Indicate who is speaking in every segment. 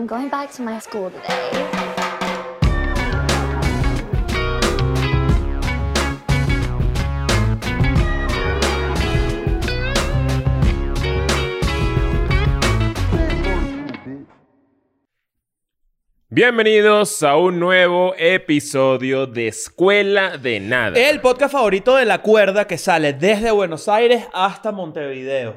Speaker 1: I'm going back to my school today.
Speaker 2: Bienvenidos a un nuevo episodio de Escuela de Nada.
Speaker 3: El podcast favorito de la cuerda que sale desde Buenos Aires hasta Montevideo.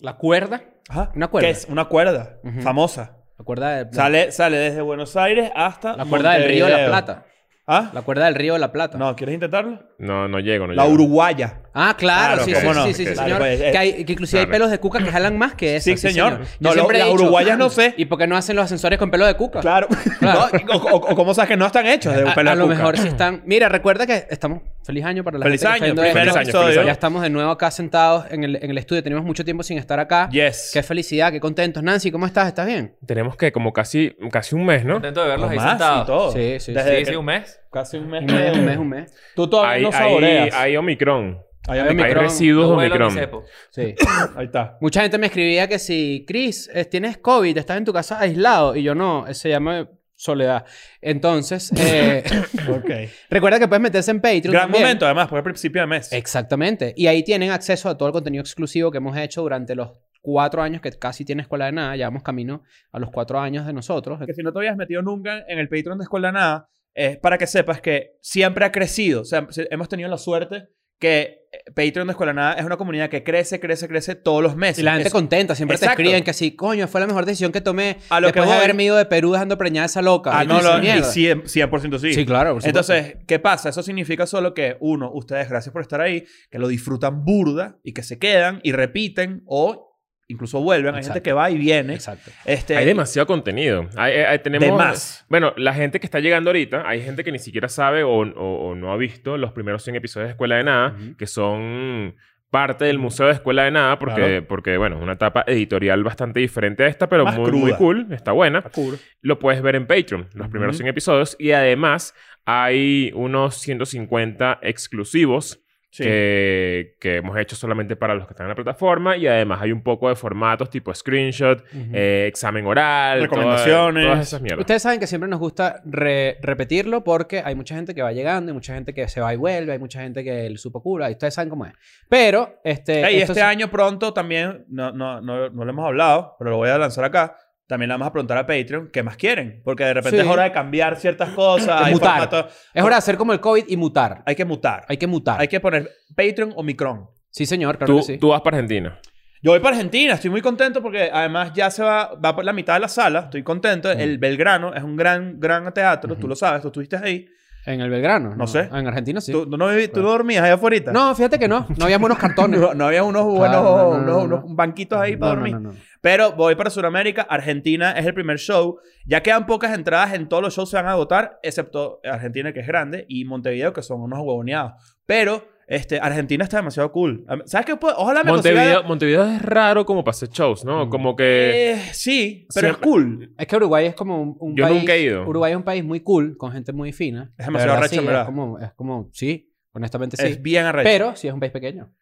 Speaker 4: La cuerda.
Speaker 3: Ajá.
Speaker 4: Una cuerda.
Speaker 3: Que es una cuerda famosa.
Speaker 4: La cuerda de-
Speaker 3: Sale, sale desde Buenos Aires hasta
Speaker 4: La cuerda del río de La
Speaker 3: Montevideo.
Speaker 4: Plata.
Speaker 3: ¿Ah?
Speaker 4: La cuerda del río de La Plata.
Speaker 3: No, ¿quieres intentarlo?
Speaker 2: No, no llego, no
Speaker 3: La
Speaker 2: llego.
Speaker 3: uruguaya.
Speaker 4: Ah, claro,
Speaker 3: Claro,
Speaker 4: sí,
Speaker 2: ¿cómo
Speaker 4: sí,
Speaker 2: no?
Speaker 4: sí, sí,
Speaker 2: Claro,
Speaker 4: señor.
Speaker 3: pues, eh,
Speaker 4: que, hay- que inclusive hay
Speaker 2: claro.
Speaker 4: pelos de cuca que jalan más que eso.
Speaker 3: Sí, señor. No,
Speaker 4: Yo
Speaker 3: lo-
Speaker 4: siempre he
Speaker 3: las
Speaker 4: dicho, ah,
Speaker 3: uruguayas no sé.
Speaker 4: ¿Y por qué no hacen los ascensores con pelo de cuca?
Speaker 3: Claro.
Speaker 4: Claro.
Speaker 3: No, o, o- o cómo sabes que no están hechos de
Speaker 4: A,
Speaker 3: pelo
Speaker 4: a
Speaker 3: de
Speaker 4: lo
Speaker 3: cuca.
Speaker 4: mejor sí están. Mira, recuerda que estamos. Feliz año para la
Speaker 3: Feliz
Speaker 4: gente que está
Speaker 3: año,
Speaker 4: viendo
Speaker 3: primer
Speaker 4: esto.
Speaker 2: año, feliz año.
Speaker 4: Ya estamos de nuevo acá sentados en el, en el estudio. Tenemos mucho tiempo sin estar acá.
Speaker 3: Yes.
Speaker 4: Qué felicidad, qué contentos. Nancy, ¿cómo estás? ¿Estás bien?
Speaker 2: Tenemos que como casi, casi un mes, ¿no?
Speaker 5: Contento de verlos ahí
Speaker 3: Más y
Speaker 5: sentados.
Speaker 3: todo.
Speaker 4: Sí, sí,
Speaker 3: Desde
Speaker 5: Sí,
Speaker 3: que-
Speaker 5: sí, un mes.
Speaker 3: Casi un mes.
Speaker 4: Un mes, un mes, un mes.
Speaker 3: Tú todavía
Speaker 2: Hay,
Speaker 3: no
Speaker 2: hay,
Speaker 3: saboreas.
Speaker 2: hay Omicron.
Speaker 4: hay
Speaker 3: Ahí,
Speaker 2: Hay
Speaker 4: Omicron.
Speaker 2: residuos de
Speaker 5: No vuelo ni
Speaker 2: Omicron.
Speaker 5: cepo.
Speaker 4: Sí.
Speaker 3: ahí está.
Speaker 4: Mucha gente me escribía que si, Chris, eh, tienes COVID, estás en tu casa aislado. Y yo no, eh, se llama soledad. Entonces, eh,
Speaker 3: Ok.
Speaker 4: recuerda que puedes meterse en Patreon.
Speaker 3: Gran
Speaker 4: también.
Speaker 3: momento, además, porque es principio de mes.
Speaker 4: Exactamente. Y ahí tienen acceso a todo el contenido exclusivo que hemos hecho durante los cuatro años que casi tiene escuela de nada. Llevamos camino a los cuatro años de nosotros.
Speaker 3: que si no te habías metido nunca en el Patreon de Escuela de Nada, es para que sepas que siempre ha crecido. O sea, se- hemos tenido la suerte que eh, Patreon de Escuela de Nada es una comunidad que crece, crece, crece todos los meses.
Speaker 4: Y la gente
Speaker 3: Es-
Speaker 4: contenta, siempre
Speaker 3: Exacto.
Speaker 4: te escriben que sí, coño, fue la mejor decisión que tomé
Speaker 3: A lo que
Speaker 4: después de
Speaker 3: voy-
Speaker 4: haberme ido de Perú dejando preñada a esa loca.
Speaker 3: Ah,
Speaker 4: Y
Speaker 3: no,
Speaker 4: tú dices,
Speaker 3: lo, y
Speaker 4: "Mierda".
Speaker 3: 100%, 100% sí.
Speaker 4: Sí, claro, por supuesto.
Speaker 3: Entonces, ¿qué pasa? Eso significa solo que, uno, ustedes, gracias por estar ahí, que lo disfrutan burda y que se quedan y repiten o incluso vuelven. Hay gente
Speaker 4: Exacto.
Speaker 3: que va y viene.
Speaker 4: Exacto.
Speaker 3: Este,
Speaker 2: Hay demasiado contenido. Hay, hay- hay- tenemos,
Speaker 3: De más.
Speaker 2: Bueno, la gente que está llegando ahorita, hay gente que ni siquiera sabe o, o- o no ha visto los primeros 100 episodios de Escuela de Nada,
Speaker 4: Ujú.
Speaker 2: que son parte del Museo de Escuela de Nada, porque,
Speaker 3: Claro.
Speaker 2: porque bueno, es una etapa editorial bastante diferente a esta, pero
Speaker 3: Más
Speaker 2: muy, muy
Speaker 3: cruda.
Speaker 2: cool, está buena.
Speaker 3: Oscuro.
Speaker 2: lo puedes ver en Patreon, los primeros
Speaker 3: Ujú.
Speaker 2: 100 episodios. Y además hay unos 150 exclusivos
Speaker 3: Sí.
Speaker 2: que, que hemos hecho solamente para los que están en la plataforma. Y además hay un poco de formatos tipo screenshot, eh, examen oral, toda-
Speaker 3: Recomendaciones.
Speaker 2: todas esas mierdas.
Speaker 4: Ustedes saben que siempre nos gusta re- repetirlo porque hay mucha gente que va llegando, hay mucha gente que se va y vuelve, hay mucha gente que le supo cura, y ustedes saben cómo es. Pero, este.
Speaker 3: Ey,
Speaker 4: esto
Speaker 3: este
Speaker 4: es-
Speaker 3: año pronto también, no, no, no, no lo hemos hablado, pero lo voy a lanzar acá. También le vamos a preguntar a Patreon qué más quieren. Porque de repente
Speaker 4: Sí.
Speaker 3: es hora de cambiar ciertas cosas.
Speaker 4: De
Speaker 3: hay,
Speaker 4: mutar.
Speaker 3: formato-
Speaker 4: Es hora de hacer como el COVID y mutar.
Speaker 3: hay que mutar. Hay,
Speaker 4: Hay que mutar.
Speaker 3: que poner Patreon o Micron.
Speaker 4: Sí, señor, claro
Speaker 2: Tú,
Speaker 4: que sí.
Speaker 2: tú vas para Argentina.
Speaker 3: Yo voy para Argentina, estoy muy contento porque además ya se va, va por la mitad de la sala, estoy contento.
Speaker 4: Mm.
Speaker 3: El Belgrano es un gran, gran teatro, tú lo sabes, tú estuviste ahí.
Speaker 4: En el Belgrano. No,
Speaker 3: sé.
Speaker 4: En Argentina sí.
Speaker 3: ¿Tú, tú no, vivi- tú no dormías allá afuera?
Speaker 4: No, fíjate que no. No había buenos cartones.
Speaker 3: No, no había unos buenos
Speaker 4: Claro, no, no, no,
Speaker 3: unos-
Speaker 4: no.
Speaker 3: unos banquitos ahí para
Speaker 4: No,
Speaker 3: dormir.
Speaker 4: no, no, no.
Speaker 3: Pero voy para Sudamérica. Argentina es el primer show. Ya quedan pocas entradas. En todos los shows se van a agotar, excepto Argentina, que es grande, y Montevideo, que son unos huevoneados. Pero este, Argentina está demasiado cool. Am- ¿Sabes qué? puedo? Ojalá Ah, me
Speaker 2: Montevideo,
Speaker 3: consiga-
Speaker 2: Montevideo es raro como para hacer shows, ¿no?
Speaker 4: Mm.
Speaker 2: Como que...
Speaker 3: Eh, sí, pero
Speaker 2: siempre-
Speaker 3: es cool.
Speaker 4: Es que Uruguay es como un, un
Speaker 2: Yo
Speaker 4: país.
Speaker 2: nunca he ido.
Speaker 4: Uruguay es un país muy cool, con gente muy fina.
Speaker 3: Es demasiado
Speaker 4: De verdad,
Speaker 3: arrecho,
Speaker 4: sí,
Speaker 3: en verdad.
Speaker 4: Es como, es como, sí, honestamente sí.
Speaker 3: Es bien arrecho.
Speaker 4: Pero sí es un país pequeño.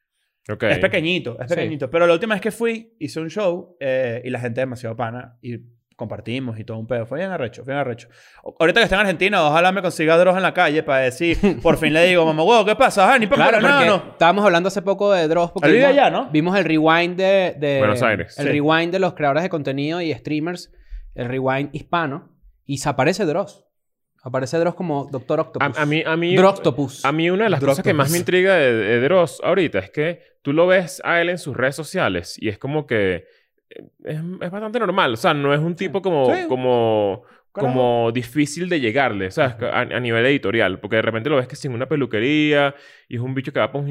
Speaker 2: ok.
Speaker 3: Eh, Es pequeñito, es
Speaker 4: Sí.
Speaker 3: pequeñito. Pero la última vez que fui, hice un show eh, y la gente es demasiado pana y compartimos y todo un pedo. Fue bien arrecho, fue bien arrecho. O- Ahorita que está en Argentina, ojalá me consiga droga en la calle para decir, por fin le digo, mamá, huevo, ¿qué pasa? Ah, ni para
Speaker 4: Claro,
Speaker 3: no,
Speaker 4: porque
Speaker 3: no.
Speaker 4: estábamos hablando hace poco de Dross. Porque
Speaker 3: Él vive
Speaker 4: vimos-
Speaker 3: allá, ¿no?
Speaker 4: Vimos el rewind de... de-
Speaker 2: Buenos Aires.
Speaker 4: El
Speaker 3: Sí.
Speaker 4: rewind de los creadores de contenido y streamers. El rewind hispano. Y se aparece Dross. Aparece Dross como Doctor
Speaker 2: A,
Speaker 4: Octopus.
Speaker 2: a mí... A mí
Speaker 4: Droctopus.
Speaker 2: a mí una de las cosas que más me intriga de, de Dross ahorita es que tú lo ves a él en sus redes sociales y es como que eh, es, es bastante normal. O sea, no es un tipo como,
Speaker 3: Sí.
Speaker 2: como,
Speaker 3: Carajo.
Speaker 2: como difícil de llegarle, ¿sabes? A, a nivel editorial. Porque de repente lo ves que sin una peluquería y es un bicho que va para un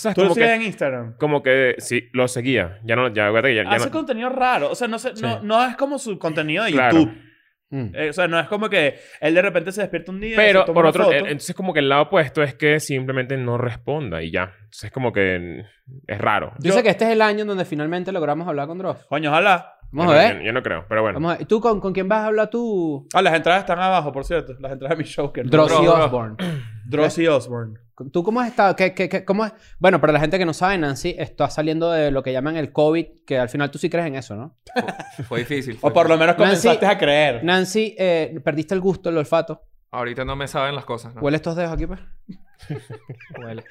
Speaker 2: ¿sabes?
Speaker 3: ¿Tú lo
Speaker 2: Como
Speaker 3: sigues
Speaker 2: que,
Speaker 3: en Instagram?
Speaker 2: como que sí, lo seguía. Ya no, ya, acuérdate que ya, ya
Speaker 3: Hace
Speaker 2: no-
Speaker 3: contenido raro. O sea, no, sé- no,
Speaker 4: Sí.
Speaker 3: no es como su contenido de
Speaker 2: Claro.
Speaker 3: YouTube.
Speaker 4: Mm.
Speaker 3: Eh, o sea, no es como que él de repente se despierta un día y
Speaker 2: Pero
Speaker 3: se toma
Speaker 2: por
Speaker 3: una
Speaker 2: otro,
Speaker 3: foto.
Speaker 2: eh, entonces como que el lado opuesto es que simplemente no responda y ya. Entonces es como que mm, es raro.
Speaker 4: Dice
Speaker 3: yo-
Speaker 4: que este es el año en donde finalmente logramos hablar con Dross.
Speaker 3: Coño, ojalá.
Speaker 4: Vamos a
Speaker 2: Yo no-
Speaker 4: ver.
Speaker 2: Yo, yo no creo, pero bueno.
Speaker 4: Vamos a ver. ¿Tú con, con quién vas a hablar tú?
Speaker 3: Ah, las entradas están abajo, por cierto. Las entradas de mi show. Que no-
Speaker 4: Dross y
Speaker 5: Dross.
Speaker 4: Osborne.
Speaker 3: Dross y Osborne.
Speaker 4: ¿Tú cómo has estado? ¿Qué, qué- qué- cómo es? Bueno, para la gente que no sabe, Nancy, está saliendo de lo que llaman el COVID, que al final tú sí crees en eso, ¿no?
Speaker 5: Fue difícil. fue
Speaker 3: O por lo menos
Speaker 4: Nancy-
Speaker 3: comenzaste a creer.
Speaker 4: Nancy, eh, perdiste el gusto, el olfato.
Speaker 5: difícil. Ahorita no me saben las cosas.
Speaker 3: Ah.
Speaker 5: ¿no?
Speaker 4: Huele estos dedos aquí, pues. Huele.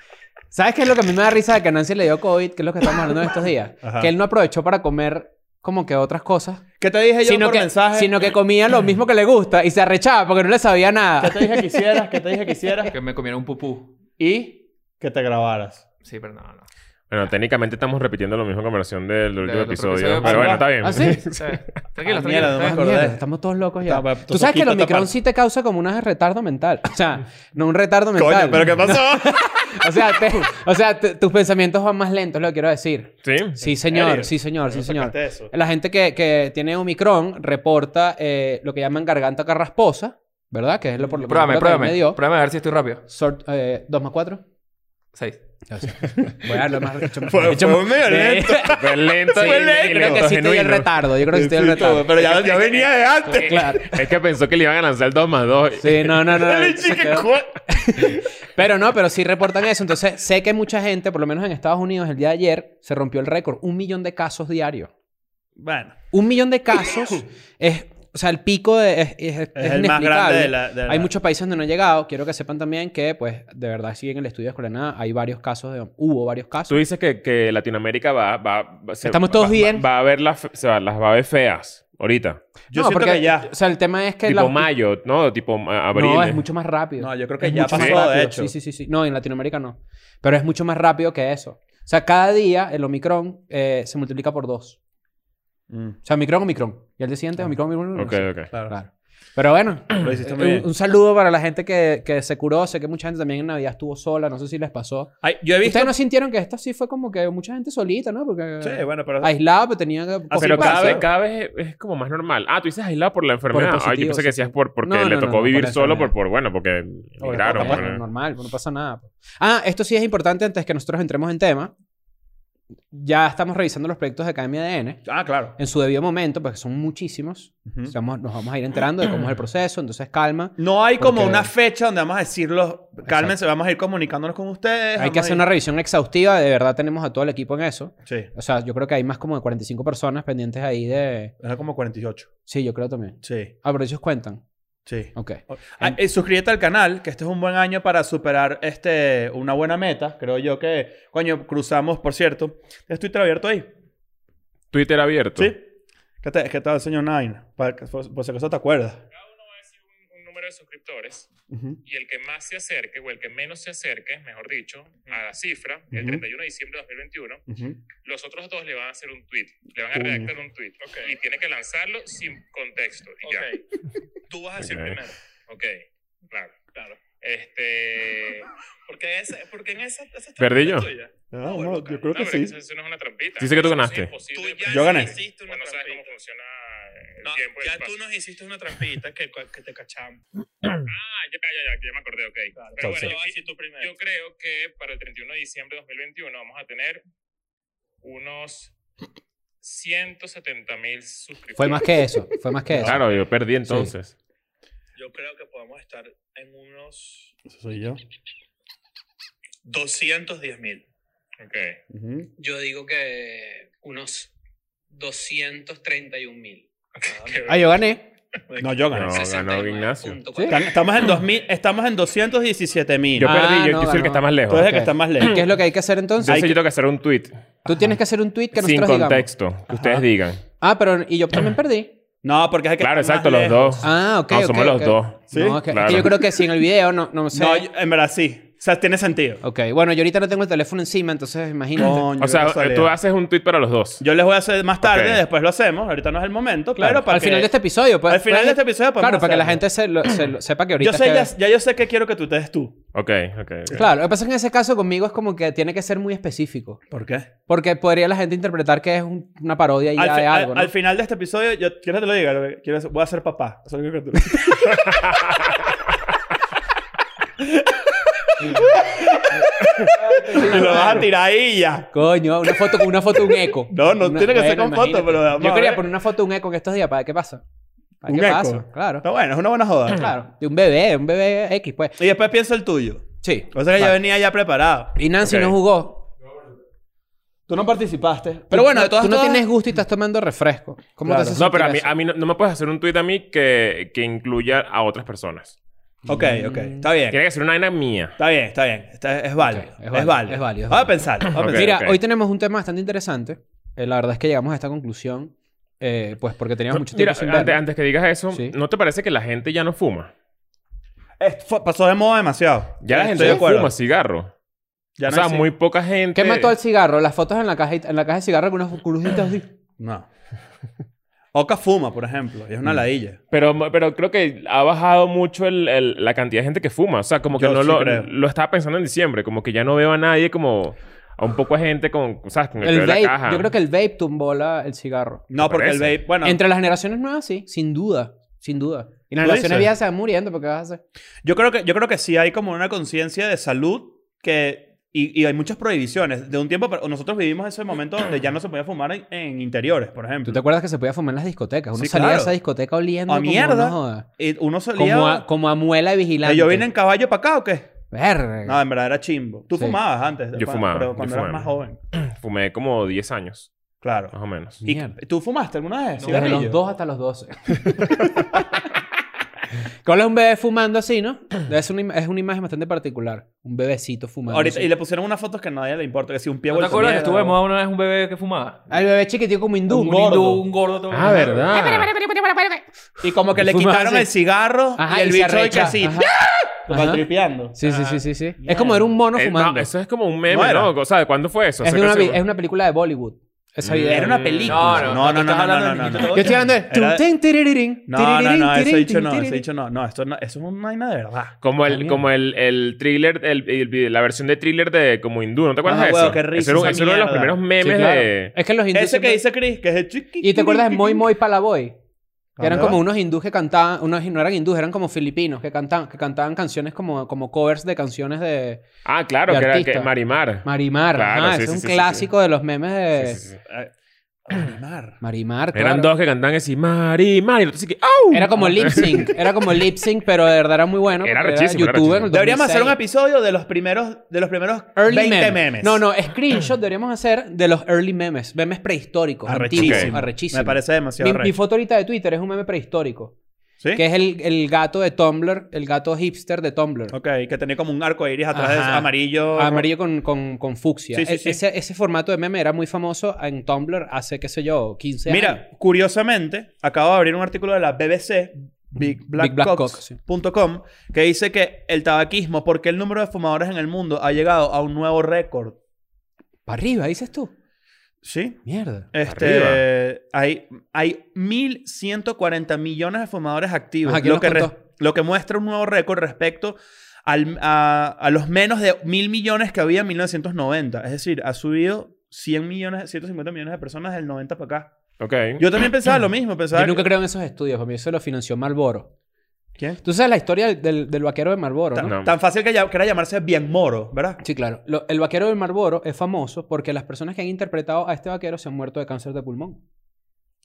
Speaker 4: ¿Sabes qué es lo que a mí me da risa de que a Nancy le dio COVID? Que es lo que estamos hablando en estos días.
Speaker 3: Ajá.
Speaker 4: Que él no aprovechó para comer como que otras cosas.
Speaker 3: ¿Qué te dije yo
Speaker 4: Sino
Speaker 3: por
Speaker 4: que,
Speaker 3: mensaje?
Speaker 4: sino que comía lo mismo que le gusta y se arrechaba porque no le sabía nada.
Speaker 3: ¿Qué te dije que hicieras? ¿Qué te dije que hicieras?
Speaker 5: Que me comieron un pupú.
Speaker 3: Y que te grabaras.
Speaker 5: Sí, pero no, no.
Speaker 2: Bueno, técnicamente estamos repitiendo la misma conversación del, del último
Speaker 5: otro
Speaker 2: episodio.
Speaker 5: episodio.
Speaker 2: Pero bueno,
Speaker 3: Ah,
Speaker 2: está bien.
Speaker 4: ¿Ah, sí?
Speaker 5: Sí. Tranquilo,
Speaker 3: Ah,
Speaker 5: tranquilo.
Speaker 3: mierda,
Speaker 4: Ah,
Speaker 3: no me
Speaker 5: está bien.
Speaker 3: acordé.
Speaker 4: mierda, estamos todos locos ya.
Speaker 3: No, pero
Speaker 4: Tú sabes que el
Speaker 3: poquito
Speaker 4: Omicron
Speaker 3: tapado.
Speaker 4: sí te causa como un retardo mental. O sea, no un retardo mental.
Speaker 2: pasó?
Speaker 4: O sea, te- o sea te- tus pensamientos van más lentos, lo que quiero decir.
Speaker 2: sí.
Speaker 4: Sí,
Speaker 3: serio?
Speaker 4: señor, sí, señor, sí,
Speaker 3: ¿No
Speaker 4: señor.
Speaker 3: sacaste eso?
Speaker 4: La gente que, que tiene Omicron reporta eh, lo que llaman garganta carrasposa, ¿verdad? Que es lo por lo por
Speaker 5: Pruébame,
Speaker 4: lo que a mí me
Speaker 5: pruébame.
Speaker 4: dio.
Speaker 5: Pruébame a ver si estoy rápido.
Speaker 4: Sort- eh, ¿Dos más cuatro?
Speaker 5: Seis.
Speaker 4: Voy a darlo más hecho-
Speaker 2: Ah, Fue-
Speaker 4: hecho-
Speaker 2: fue medio lento. Fue lento
Speaker 4: Sí,
Speaker 2: y- y
Speaker 4: creo que
Speaker 2: lento
Speaker 4: sí estoy el
Speaker 2: genuino.
Speaker 4: retardo. Yo creo que estoy el
Speaker 3: Sí,
Speaker 4: retardo.
Speaker 3: todo, Pero ya, ya venía de antes.
Speaker 2: Eh,
Speaker 4: Claro.
Speaker 2: Es que pensó que le iban a lanzar el 2 más 2.
Speaker 4: Sí, no, no, no. no,
Speaker 2: Le
Speaker 4: se
Speaker 2: dije,
Speaker 4: quedó.
Speaker 2: "¿Cuál?".
Speaker 4: Pero no, pero sí reportan eso. Entonces, sé que mucha gente, por lo menos en Estados Unidos, el día de ayer, se rompió el récord. Un millón de casos diarios.
Speaker 3: Bueno.
Speaker 4: Un millón de casos es... O sea, el pico de- es, es, es
Speaker 3: el más
Speaker 4: inexplicable.
Speaker 3: grande de la- de la-
Speaker 4: Hay muchos países donde no ha llegado. Quiero que sepan también que, pues, de verdad, si en el estudio de Escuela de Nada, hay varios casos de... Hubo varios
Speaker 2: Tú
Speaker 4: casos.
Speaker 2: dices que, que Latinoamérica va... va, va- se-
Speaker 4: Estamos
Speaker 2: va-
Speaker 4: todos
Speaker 2: va-
Speaker 4: bien.
Speaker 2: Va a ver las... fe- se va- las va a ver feas. Ahorita.
Speaker 3: Yo
Speaker 4: no,
Speaker 3: siento
Speaker 4: porque,
Speaker 3: que ya.
Speaker 4: O sea, el tema es que...
Speaker 2: tipo
Speaker 4: la-
Speaker 2: mayo, ¿no? Tipo a- abril.
Speaker 4: No,
Speaker 2: eh.
Speaker 4: es mucho más rápido.
Speaker 3: No, yo creo que
Speaker 4: Es
Speaker 3: ya
Speaker 4: mucho más
Speaker 2: pasó,
Speaker 3: de
Speaker 4: rápido. Sí,
Speaker 3: hecho.
Speaker 4: sí, sí, sí. No, en Latinoamérica no. Pero es mucho más rápido que eso. O sea, cada día el Omicron eh, se multiplica por dos.
Speaker 3: Mm,
Speaker 4: O sea, Omicron, Omicron. Y al día siguiente, Omicron, Omicron.
Speaker 2: Ah. Ok,
Speaker 4: Omicron.
Speaker 2: ok.
Speaker 3: claro.
Speaker 4: Claro. Pero bueno,
Speaker 3: Lo hiciste muy
Speaker 4: Eh, un,
Speaker 3: bien.
Speaker 4: un saludo para la gente que, que se curó. Sé que mucha gente también en Navidad estuvo sola. No sé si les pasó.
Speaker 3: Ay, yo he visto...
Speaker 4: ¿Ustedes no sintieron que esta sí fue como que mucha gente solita, no? Porque
Speaker 3: Sí, Ah, bueno, pero...
Speaker 4: aislada, pero tenía que...
Speaker 3: Así
Speaker 2: Pero
Speaker 3: pasa.
Speaker 2: cada vez, cada vez es, es como más normal. Ah, tú dices aislado por la enfermedad.
Speaker 4: positivo,
Speaker 2: Ay, yo pensé
Speaker 4: sí,
Speaker 2: que decías
Speaker 4: sí.
Speaker 2: por, porque
Speaker 4: No,
Speaker 2: le
Speaker 4: no,
Speaker 2: tocó
Speaker 4: no, no,
Speaker 2: vivir
Speaker 4: por la
Speaker 2: solo, por,
Speaker 4: enfermedad.
Speaker 2: por bueno, porque
Speaker 4: Claro,
Speaker 2: migraron. bueno.
Speaker 4: normal, no pasa nada. pues. Ah, esto sí es importante antes que nosotros entremos en tema. Ya estamos revisando los proyectos de Academia ADN
Speaker 3: Ah, claro.
Speaker 4: en su debido momento, porque son muchísimos.
Speaker 3: Ujú.
Speaker 4: Estamos- nos vamos a ir enterando de cómo es el proceso, entonces calma.
Speaker 3: No hay como
Speaker 4: Porque-
Speaker 3: una fecha donde vamos a decirlo, cálmense, vamos a ir comunicándonos con ustedes.
Speaker 4: Hay que
Speaker 3: vamos
Speaker 4: hacer
Speaker 3: a
Speaker 4: una
Speaker 3: ir-
Speaker 4: revisión exhaustiva, de verdad tenemos a todo el equipo en eso.
Speaker 3: Sí,
Speaker 4: O sea, yo creo que hay más como de 45 personas pendientes ahí de...
Speaker 3: era como 48.
Speaker 4: Sí, yo creo también.
Speaker 3: Sí,
Speaker 4: Ah, pero ellos cuentan.
Speaker 3: sí.
Speaker 4: Ok.
Speaker 3: Ah, eh, suscríbete al canal, que este es un buen año para superar este, una buena meta. Creo yo que, coño, cruzamos, por cierto. ¿Es Twitter abierto ahí?
Speaker 2: Twitter abierto.
Speaker 3: Sí. ¿Qué te, qué te enseñó Nine? Para que- por, por si acaso te acuerdas.
Speaker 6: Cada uno va a decir un, un número de suscriptores
Speaker 3: Ujú.
Speaker 6: y el que más se acerque o el que menos se acerque, mejor dicho, a la cifra, el
Speaker 3: Ujú.
Speaker 6: 31 de diciembre de 2021,
Speaker 3: Ujú.
Speaker 6: los otros dos le van a hacer un tweet, le van a
Speaker 3: Coño.
Speaker 6: redactar un tweet y tiene que lanzarlo sin contexto. Y ya. Tú vas a
Speaker 2: decir Ok. primero.
Speaker 6: Ok, claro. Claro. Este. Porque, ese, porque en esa. esa
Speaker 2: ¿Perdí yo?
Speaker 3: Ah, bueno, yo creo que
Speaker 6: pero
Speaker 3: sí.
Speaker 6: Eso, eso no es una trampita.
Speaker 2: Dice que tú
Speaker 6: Eso es
Speaker 2: ganaste.
Speaker 6: imposible.
Speaker 3: Yo gané.
Speaker 7: hiciste una
Speaker 6: Bueno, sabes cómo pues,
Speaker 7: trampita.
Speaker 6: funciona el
Speaker 7: No,
Speaker 6: tiempo. y el
Speaker 7: ya
Speaker 6: espacio.
Speaker 7: tú nos hiciste una trampita que, pues, que te cachamos.
Speaker 6: Ah, ya, ya, ya, ya me acordé, ok. Pero
Speaker 7: Pero
Speaker 6: bueno,
Speaker 7: vas
Speaker 6: yo-
Speaker 7: a decir tú primero.
Speaker 6: Yo creo que para el 31 de diciembre de 2021 vamos a tener unos 170 mil suscriptores.
Speaker 4: Fue más que eso, fue más que eso.
Speaker 2: Claro, yo perdí entonces.
Speaker 7: Yo creo que podemos estar en unos
Speaker 3: Eso soy yo.
Speaker 7: 210 mil.
Speaker 6: Ok.
Speaker 3: Ujú.
Speaker 8: Yo digo que Eh, unos 231 mil.
Speaker 4: Ah, yo gané.
Speaker 3: No, yo gané.
Speaker 2: No, ganó Ignacio.
Speaker 3: Gan- Estamos en, 2000, estamos en 217 mil.
Speaker 2: Yo
Speaker 4: Ah,
Speaker 2: perdí, yo,
Speaker 4: no,
Speaker 2: yo soy el que
Speaker 4: ganó.
Speaker 2: está más
Speaker 3: Tú
Speaker 2: lejos.
Speaker 3: eres el
Speaker 4: ok.
Speaker 3: que está más lejos.
Speaker 4: ¿Qué es lo que hay que hacer entonces?
Speaker 2: Entonces yo tengo que hacer un tweet
Speaker 4: Tú tienes que hacer un tweet que
Speaker 2: sin
Speaker 4: nosotros digamos.
Speaker 2: contexto, que ustedes digan.
Speaker 4: Ah, pero y yo también perdí.
Speaker 3: No, porque es el que
Speaker 2: Claro,
Speaker 3: está más
Speaker 2: exacto, los
Speaker 3: lejos.
Speaker 2: dos.
Speaker 4: Ah, ok.
Speaker 2: no,
Speaker 4: ok,
Speaker 2: somos los
Speaker 4: ok.
Speaker 2: dos.
Speaker 3: ¿Sí?
Speaker 4: No, es que- es que
Speaker 2: Claro.
Speaker 4: yo creo que sí en el video, no, no sé.
Speaker 3: No, yo- en verdad sí. O sea, tiene sentido.
Speaker 4: Ok, bueno, yo ahorita no tengo el teléfono encima, entonces imagínate.
Speaker 3: Coño,
Speaker 2: O sea, eh,
Speaker 3: qué casualidad.
Speaker 2: tú haces un tweet para los dos.
Speaker 3: Yo les voy a hacer más tarde,
Speaker 2: Ok.
Speaker 3: después lo hacemos. Ahorita no es el momento,
Speaker 4: Claro,
Speaker 3: claro. para
Speaker 4: al
Speaker 3: que-
Speaker 4: final de este episodio. pues,
Speaker 3: Al final
Speaker 4: pues,
Speaker 3: de este episodio podemos
Speaker 4: Claro, para que la
Speaker 3: hacerlo.
Speaker 4: gente se lo, se lo- sepa que ahorita...
Speaker 3: Yo sé,
Speaker 4: es
Speaker 3: ya,
Speaker 4: que-
Speaker 3: ya yo sé que quiero que tú te des tú.
Speaker 2: Ok, ok. ok.
Speaker 4: Claro, lo que pasa es que en ese caso conmigo es como que tiene que ser muy específico.
Speaker 3: ¿Por qué?
Speaker 4: Porque podría la gente interpretar que es un- una parodia ya
Speaker 3: Al, fi-
Speaker 4: de algo,
Speaker 3: al-
Speaker 4: ¿no?
Speaker 3: al final de este episodio, yo quiero que te lo diga. lo que quiero es- voy a ser papá. Eso es lo que quiero que tú- y lo vas a tirar ahí y ya.
Speaker 4: Coño, una foto con una foto un eco.
Speaker 3: No, no tiene que ser con foto, pero vamos
Speaker 4: Yo
Speaker 3: a
Speaker 4: quería
Speaker 3: ver.
Speaker 4: poner una foto un eco en estos días para ver qué pasa. ¿Para
Speaker 3: Un
Speaker 4: qué
Speaker 3: eco.
Speaker 4: pasa? Claro.
Speaker 3: Está bueno, es una buena joda.
Speaker 4: Claro, de un bebé, un bebé X, pues.
Speaker 3: Y después pienso el tuyo.
Speaker 4: Sí.
Speaker 3: O sea que yo
Speaker 4: Vale.
Speaker 3: venía ya preparado.
Speaker 4: Y Nancy
Speaker 2: Ok.
Speaker 4: no jugó.
Speaker 3: Tú no participaste.
Speaker 4: Pero bueno,
Speaker 3: de todas
Speaker 4: tú no
Speaker 3: todas-
Speaker 4: tienes gusto y estás tomando refresco. ¿Cómo
Speaker 3: Claro.
Speaker 4: te haces
Speaker 2: No, pero a mí,
Speaker 4: sentir
Speaker 2: a mí no, no me puedes hacer un tweet a mí que, que incluya a otras personas.
Speaker 3: Ok, ok. Está bien.
Speaker 2: Tiene que ser una vaina mía.
Speaker 3: Está bien, está bien. Está- es válido.
Speaker 4: Ok, es
Speaker 3: es, válido,
Speaker 4: válido,
Speaker 3: es válido.
Speaker 4: es válido, es
Speaker 3: Vamos a
Speaker 4: válido.
Speaker 3: pensar. Vamos a
Speaker 2: Ok.
Speaker 3: pensar.
Speaker 4: Mira,
Speaker 2: ok.
Speaker 4: hoy tenemos un tema bastante interesante. Eh, la verdad es que llegamos a esta conclusión eh, pues porque teníamos mucho tiempo
Speaker 2: Mira,
Speaker 4: sin
Speaker 2: antes,
Speaker 4: verlo.
Speaker 2: antes que digas eso,
Speaker 4: Sí.
Speaker 2: ¿no te parece que la gente ya no fuma?
Speaker 3: Es- fue- pasó de moda demasiado.
Speaker 2: Ya la gente
Speaker 3: Estoy de
Speaker 2: no
Speaker 3: acuerdo.
Speaker 2: fuma cigarro.
Speaker 3: Ya
Speaker 2: o
Speaker 3: no
Speaker 2: sea,
Speaker 3: existe.
Speaker 2: muy poca gente.
Speaker 4: ¿Qué mató al cigarro? Las fotos en la caja, en la caja de cigarro con unos curujitos así.
Speaker 3: No. Oca fuma, por ejemplo. Y es
Speaker 2: Mm.
Speaker 3: una ladilla.
Speaker 2: Pero, pero creo que ha bajado mucho el- el- la cantidad de gente que fuma. O sea, como que
Speaker 3: Yo
Speaker 2: no
Speaker 3: sí
Speaker 2: lo,
Speaker 3: creo.
Speaker 2: lo estaba pensando en diciembre. Como que ya no veo a nadie como... A un poco de gente con... ¿Sabes? Con el,
Speaker 4: El
Speaker 2: pelo de
Speaker 4: vape.
Speaker 2: la caja.
Speaker 4: Yo creo que el vape tumbó la- el cigarro.
Speaker 3: No,
Speaker 2: ¿Te
Speaker 3: porque el
Speaker 2: parece?
Speaker 3: vape... Bueno,
Speaker 4: Entre las generaciones nuevas, sí. Sin duda. Sin duda. Y las
Speaker 3: ¿Tú dices?
Speaker 4: generaciones viejas se van muriendo porque vas a hacer.
Speaker 3: yo, creo que, yo creo que sí hay como una conciencia de salud que... Y, y hay muchas prohibiciones. De un tiempo... para- Nosotros vivimos ese momento donde ya no se podía fumar en, en interiores, por ejemplo.
Speaker 4: ¿Tú te acuerdas que se podía fumar en las discotecas? Uno
Speaker 3: Sí,
Speaker 4: salía
Speaker 3: claro.
Speaker 4: de esa discoteca oliendo
Speaker 3: A
Speaker 4: como
Speaker 3: mierda.
Speaker 4: no joda.
Speaker 3: Y uno solía...
Speaker 4: Como a, como a muela y vigilante.
Speaker 3: Eh, ¿Yo vine en caballo para acá o qué?
Speaker 4: Verga.
Speaker 3: No, en verdad era chimbo. Tú
Speaker 4: Sí.
Speaker 3: fumabas antes.
Speaker 2: Yo
Speaker 3: cuando-
Speaker 2: fumaba,
Speaker 3: Pero
Speaker 2: yo
Speaker 3: cuando eras
Speaker 2: fumaba.
Speaker 3: más joven.
Speaker 2: Fumé como 10 años.
Speaker 3: Claro.
Speaker 2: Más o menos.
Speaker 3: ¿Y
Speaker 4: Mierda.
Speaker 3: ¿Tú fumaste alguna vez?
Speaker 4: Desde
Speaker 3: cigarrillo?
Speaker 4: los 2 hasta los 12. ¿Cuál es un bebé fumando así, no? Debe ser una im- es una imagen bastante particular. Un bebecito fumando.
Speaker 3: Ahorita,
Speaker 4: así.
Speaker 3: y le pusieron unas fotos que a nadie le importa. Que si un pie
Speaker 5: ¿No te
Speaker 3: vuelto
Speaker 5: acuerdas que
Speaker 3: mierda,
Speaker 5: estuvo de
Speaker 3: o-
Speaker 5: moda una vez un bebé que fumaba?
Speaker 4: Al bebé chiquitito como hindú.
Speaker 5: un
Speaker 3: gordo.
Speaker 5: Un gordo todo
Speaker 2: Ah, ¿verdad?
Speaker 3: Y como que le
Speaker 4: Fumaba
Speaker 3: quitaron
Speaker 4: así.
Speaker 3: el cigarro
Speaker 4: Ajá,
Speaker 3: y el
Speaker 4: se
Speaker 3: bicho ahí que
Speaker 4: arrecha.
Speaker 3: así.
Speaker 4: Ajá.
Speaker 3: Como
Speaker 4: Ajá.
Speaker 3: tripeando.
Speaker 4: Sí, sí, sí, sí, sí. Es como era un mono
Speaker 2: Eh,
Speaker 4: fumando.
Speaker 2: no,
Speaker 4: es,
Speaker 2: eso es como un meme,
Speaker 3: No era.
Speaker 2: ¿no? O sea, ¿cuándo fue eso?
Speaker 4: de
Speaker 2: Hace
Speaker 4: una,
Speaker 2: casi
Speaker 4: vi-
Speaker 2: un-
Speaker 4: es una película de Bollywood. Esa
Speaker 2: Mm.
Speaker 4: idea.
Speaker 3: Era una película.
Speaker 5: No, no,
Speaker 3: No,
Speaker 5: tú
Speaker 3: no, no, no,
Speaker 5: estás
Speaker 3: no,
Speaker 5: hablando
Speaker 3: no,
Speaker 5: del
Speaker 3: no.
Speaker 5: niñito
Speaker 4: Yo estoy hablando de...
Speaker 3: Era-
Speaker 4: Tum, tin, tiriririn,
Speaker 3: No, no, no,
Speaker 4: tiriririn,
Speaker 3: ese
Speaker 4: tiriririn,
Speaker 3: dicho no, ese
Speaker 4: tiriririn.
Speaker 3: dicho no. No, esto no, eso es una vaina de verdad.
Speaker 2: Como
Speaker 4: Ah,
Speaker 2: el,
Speaker 4: mira.
Speaker 2: como el, el thriller, el, el- la versión de thriller de como hindú, ¿no te acuerdas
Speaker 3: Ah,
Speaker 2: de eso?
Speaker 3: huevo, qué risa
Speaker 2: Ese era, un-
Speaker 3: esa
Speaker 2: ese era uno de los
Speaker 3: mierda.
Speaker 2: primeros memes
Speaker 4: Sí, claro.
Speaker 2: de...
Speaker 4: Es que los hindúes...
Speaker 3: Ese que
Speaker 4: siempre-
Speaker 3: dice Chris, que es el chiqui.
Speaker 4: ¿Y te acuerdas de Moy Moy Palaboy? Que eran
Speaker 3: ¿Dónde va?
Speaker 4: como unos hindús que cantaban, unos no eran hindús, eran como filipinos que cantaban, que cantaban canciones como, como covers de canciones de
Speaker 2: Ah, claro,
Speaker 4: de
Speaker 2: que era
Speaker 4: artista.
Speaker 2: que Marimar.
Speaker 4: Marimar.
Speaker 2: Claro,
Speaker 4: ajá,
Speaker 2: sí,
Speaker 4: ese es
Speaker 2: sí,
Speaker 4: un
Speaker 2: sí, sí,
Speaker 4: clásico de los memes de
Speaker 2: Sí, sí, sí.
Speaker 3: Mar.
Speaker 4: Marimar. Claro.
Speaker 2: Eran dos que cantaban así, Marimar, y el otro así que... ¡Au!
Speaker 4: Era como lip sync, era como lip sync, pero de verdad era muy bueno.
Speaker 2: Era
Speaker 4: porque
Speaker 2: rechísimo, era
Speaker 4: YouTube en el
Speaker 3: Deberíamos hacer un
Speaker 4: 2006.
Speaker 3: episodio de los primeros, de los primeros
Speaker 4: Early
Speaker 3: 20
Speaker 4: memes.
Speaker 3: memes.
Speaker 4: No, no, screenshot deberíamos hacer de los early memes, memes prehistóricos,
Speaker 3: Arrechísimo.
Speaker 4: antiguos, arrechísimos.
Speaker 3: Me parece demasiado
Speaker 4: Mi- mi
Speaker 3: arrecho.
Speaker 4: foto ahorita de Twitter es un meme prehistórico.
Speaker 3: ¿Sí?
Speaker 4: Que es el, el gato de Tumblr, el gato hipster de Tumblr.
Speaker 3: Ok, que tenía como un arco iris atrás de
Speaker 4: Ajá.
Speaker 3: amarillo.
Speaker 4: Amarillo con, con, con fucsia.
Speaker 3: Sí, sí,
Speaker 4: E-
Speaker 3: sí.
Speaker 4: Ese, ese formato de meme era muy famoso en Tumblr hace, qué sé yo, 15
Speaker 3: Mira,
Speaker 4: años.
Speaker 3: curiosamente, acabo de abrir un artículo de la BBC,
Speaker 4: BigBlackCocks,
Speaker 3: bigblackcox.com, que dice que el tabaquismo, porque el número de fumadores en el mundo ha llegado a un nuevo récord.
Speaker 4: Para arriba, dices tú.
Speaker 3: ¿Sí?
Speaker 4: Mierda.
Speaker 3: Este, hay, hay 1.140 millones de fumadores activos,
Speaker 4: Ajá, ¿quién
Speaker 3: lo
Speaker 4: nos
Speaker 3: que, res-
Speaker 4: contó?
Speaker 3: lo que muestra un nuevo récord respecto al- a, a los menos de mil millones que había en 1990. Es decir, ha subido 100 millones, 150 millones de personas del 90 para acá.
Speaker 2: Ok.
Speaker 3: Yo también pensaba lo mismo, pensaba...
Speaker 4: Yo nunca
Speaker 3: que-
Speaker 4: creo en esos estudios, para mí eso lo financió Marlboro.
Speaker 3: ¿Quién?
Speaker 4: Tú sabes la historia del, del, del vaquero de Marlboro, ¿no?
Speaker 2: No.
Speaker 3: Tan fácil que, ya- que era llamarse bien moro, ¿verdad?
Speaker 4: Sí, claro. Lo- el vaquero de Marlboro es famoso porque las personas que han interpretado a este vaquero se han muerto de cáncer de pulmón.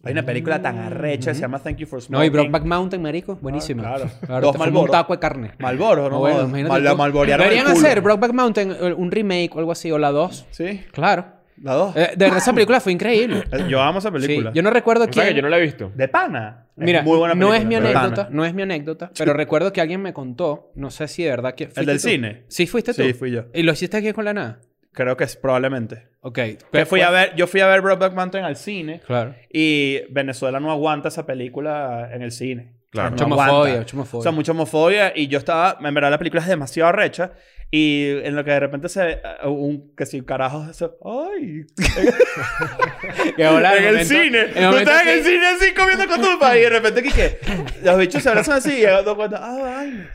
Speaker 3: Hay una película tan arrecha que se llama Thank You for Smoking.
Speaker 4: Mm-hmm. No, y Brokeback Mountain, marico, buenísima.
Speaker 3: Ah, claro.
Speaker 4: Claro,
Speaker 3: Dos
Speaker 4: te fuma un
Speaker 3: Marlboro.
Speaker 4: taco de carne.
Speaker 3: Malboro,
Speaker 4: No,
Speaker 3: ¿no?
Speaker 4: bueno, imagínate
Speaker 3: Mal- la
Speaker 4: tú.
Speaker 3: malborearon el
Speaker 4: Deberían
Speaker 3: culo.
Speaker 4: hacer Brokeback Mountain eh, un remake o algo así, o la 2.
Speaker 3: Sí,
Speaker 4: Claro.
Speaker 3: la dos.
Speaker 4: Eh, de verdad, esa película fue increíble.
Speaker 3: Eh, Yo amo esa
Speaker 4: Sí,
Speaker 3: película.
Speaker 4: yo no recuerdo
Speaker 2: O sea, que
Speaker 4: quién.
Speaker 2: yo no la he visto.
Speaker 3: De pana. Es
Speaker 4: Mira,
Speaker 3: muy buena
Speaker 4: no
Speaker 3: película,
Speaker 4: es mi
Speaker 3: de
Speaker 4: anécdota,
Speaker 3: pana.
Speaker 4: no es mi anécdota, pero recuerdo que alguien me contó, no sé si de verdad que... ¿fuiste
Speaker 3: ¿El del
Speaker 4: tú?
Speaker 3: cine?
Speaker 4: Sí, fuiste tú.
Speaker 3: Sí, fui yo.
Speaker 4: ¿Y lo hiciste aquí con la nada?
Speaker 3: Creo que es probablemente.
Speaker 4: Ok.
Speaker 3: Que fui a ver, yo fui a ver Brokeback Mountain al cine
Speaker 4: Claro.
Speaker 3: y Venezuela no aguanta esa película en el cine.
Speaker 2: Claro.
Speaker 3: O sea, no
Speaker 4: Chomofobia,
Speaker 3: aguanta.
Speaker 4: chomofobia.
Speaker 3: O sea, mucha homofobia. Y yo estaba... En verdad, la película es demasiado recha. Y en lo que de repente se ve eh, un... Que si carajo... se- ¡Ay!
Speaker 4: Que ahora,
Speaker 3: en el
Speaker 4: momento-
Speaker 3: cine.
Speaker 4: en
Speaker 3: Tú
Speaker 4: momento
Speaker 3: estás en el
Speaker 4: sí.
Speaker 3: cine así comiendo con tu padre y de repente que los bichos se abrazan así y llegan dos cuentas. Ah, vaina.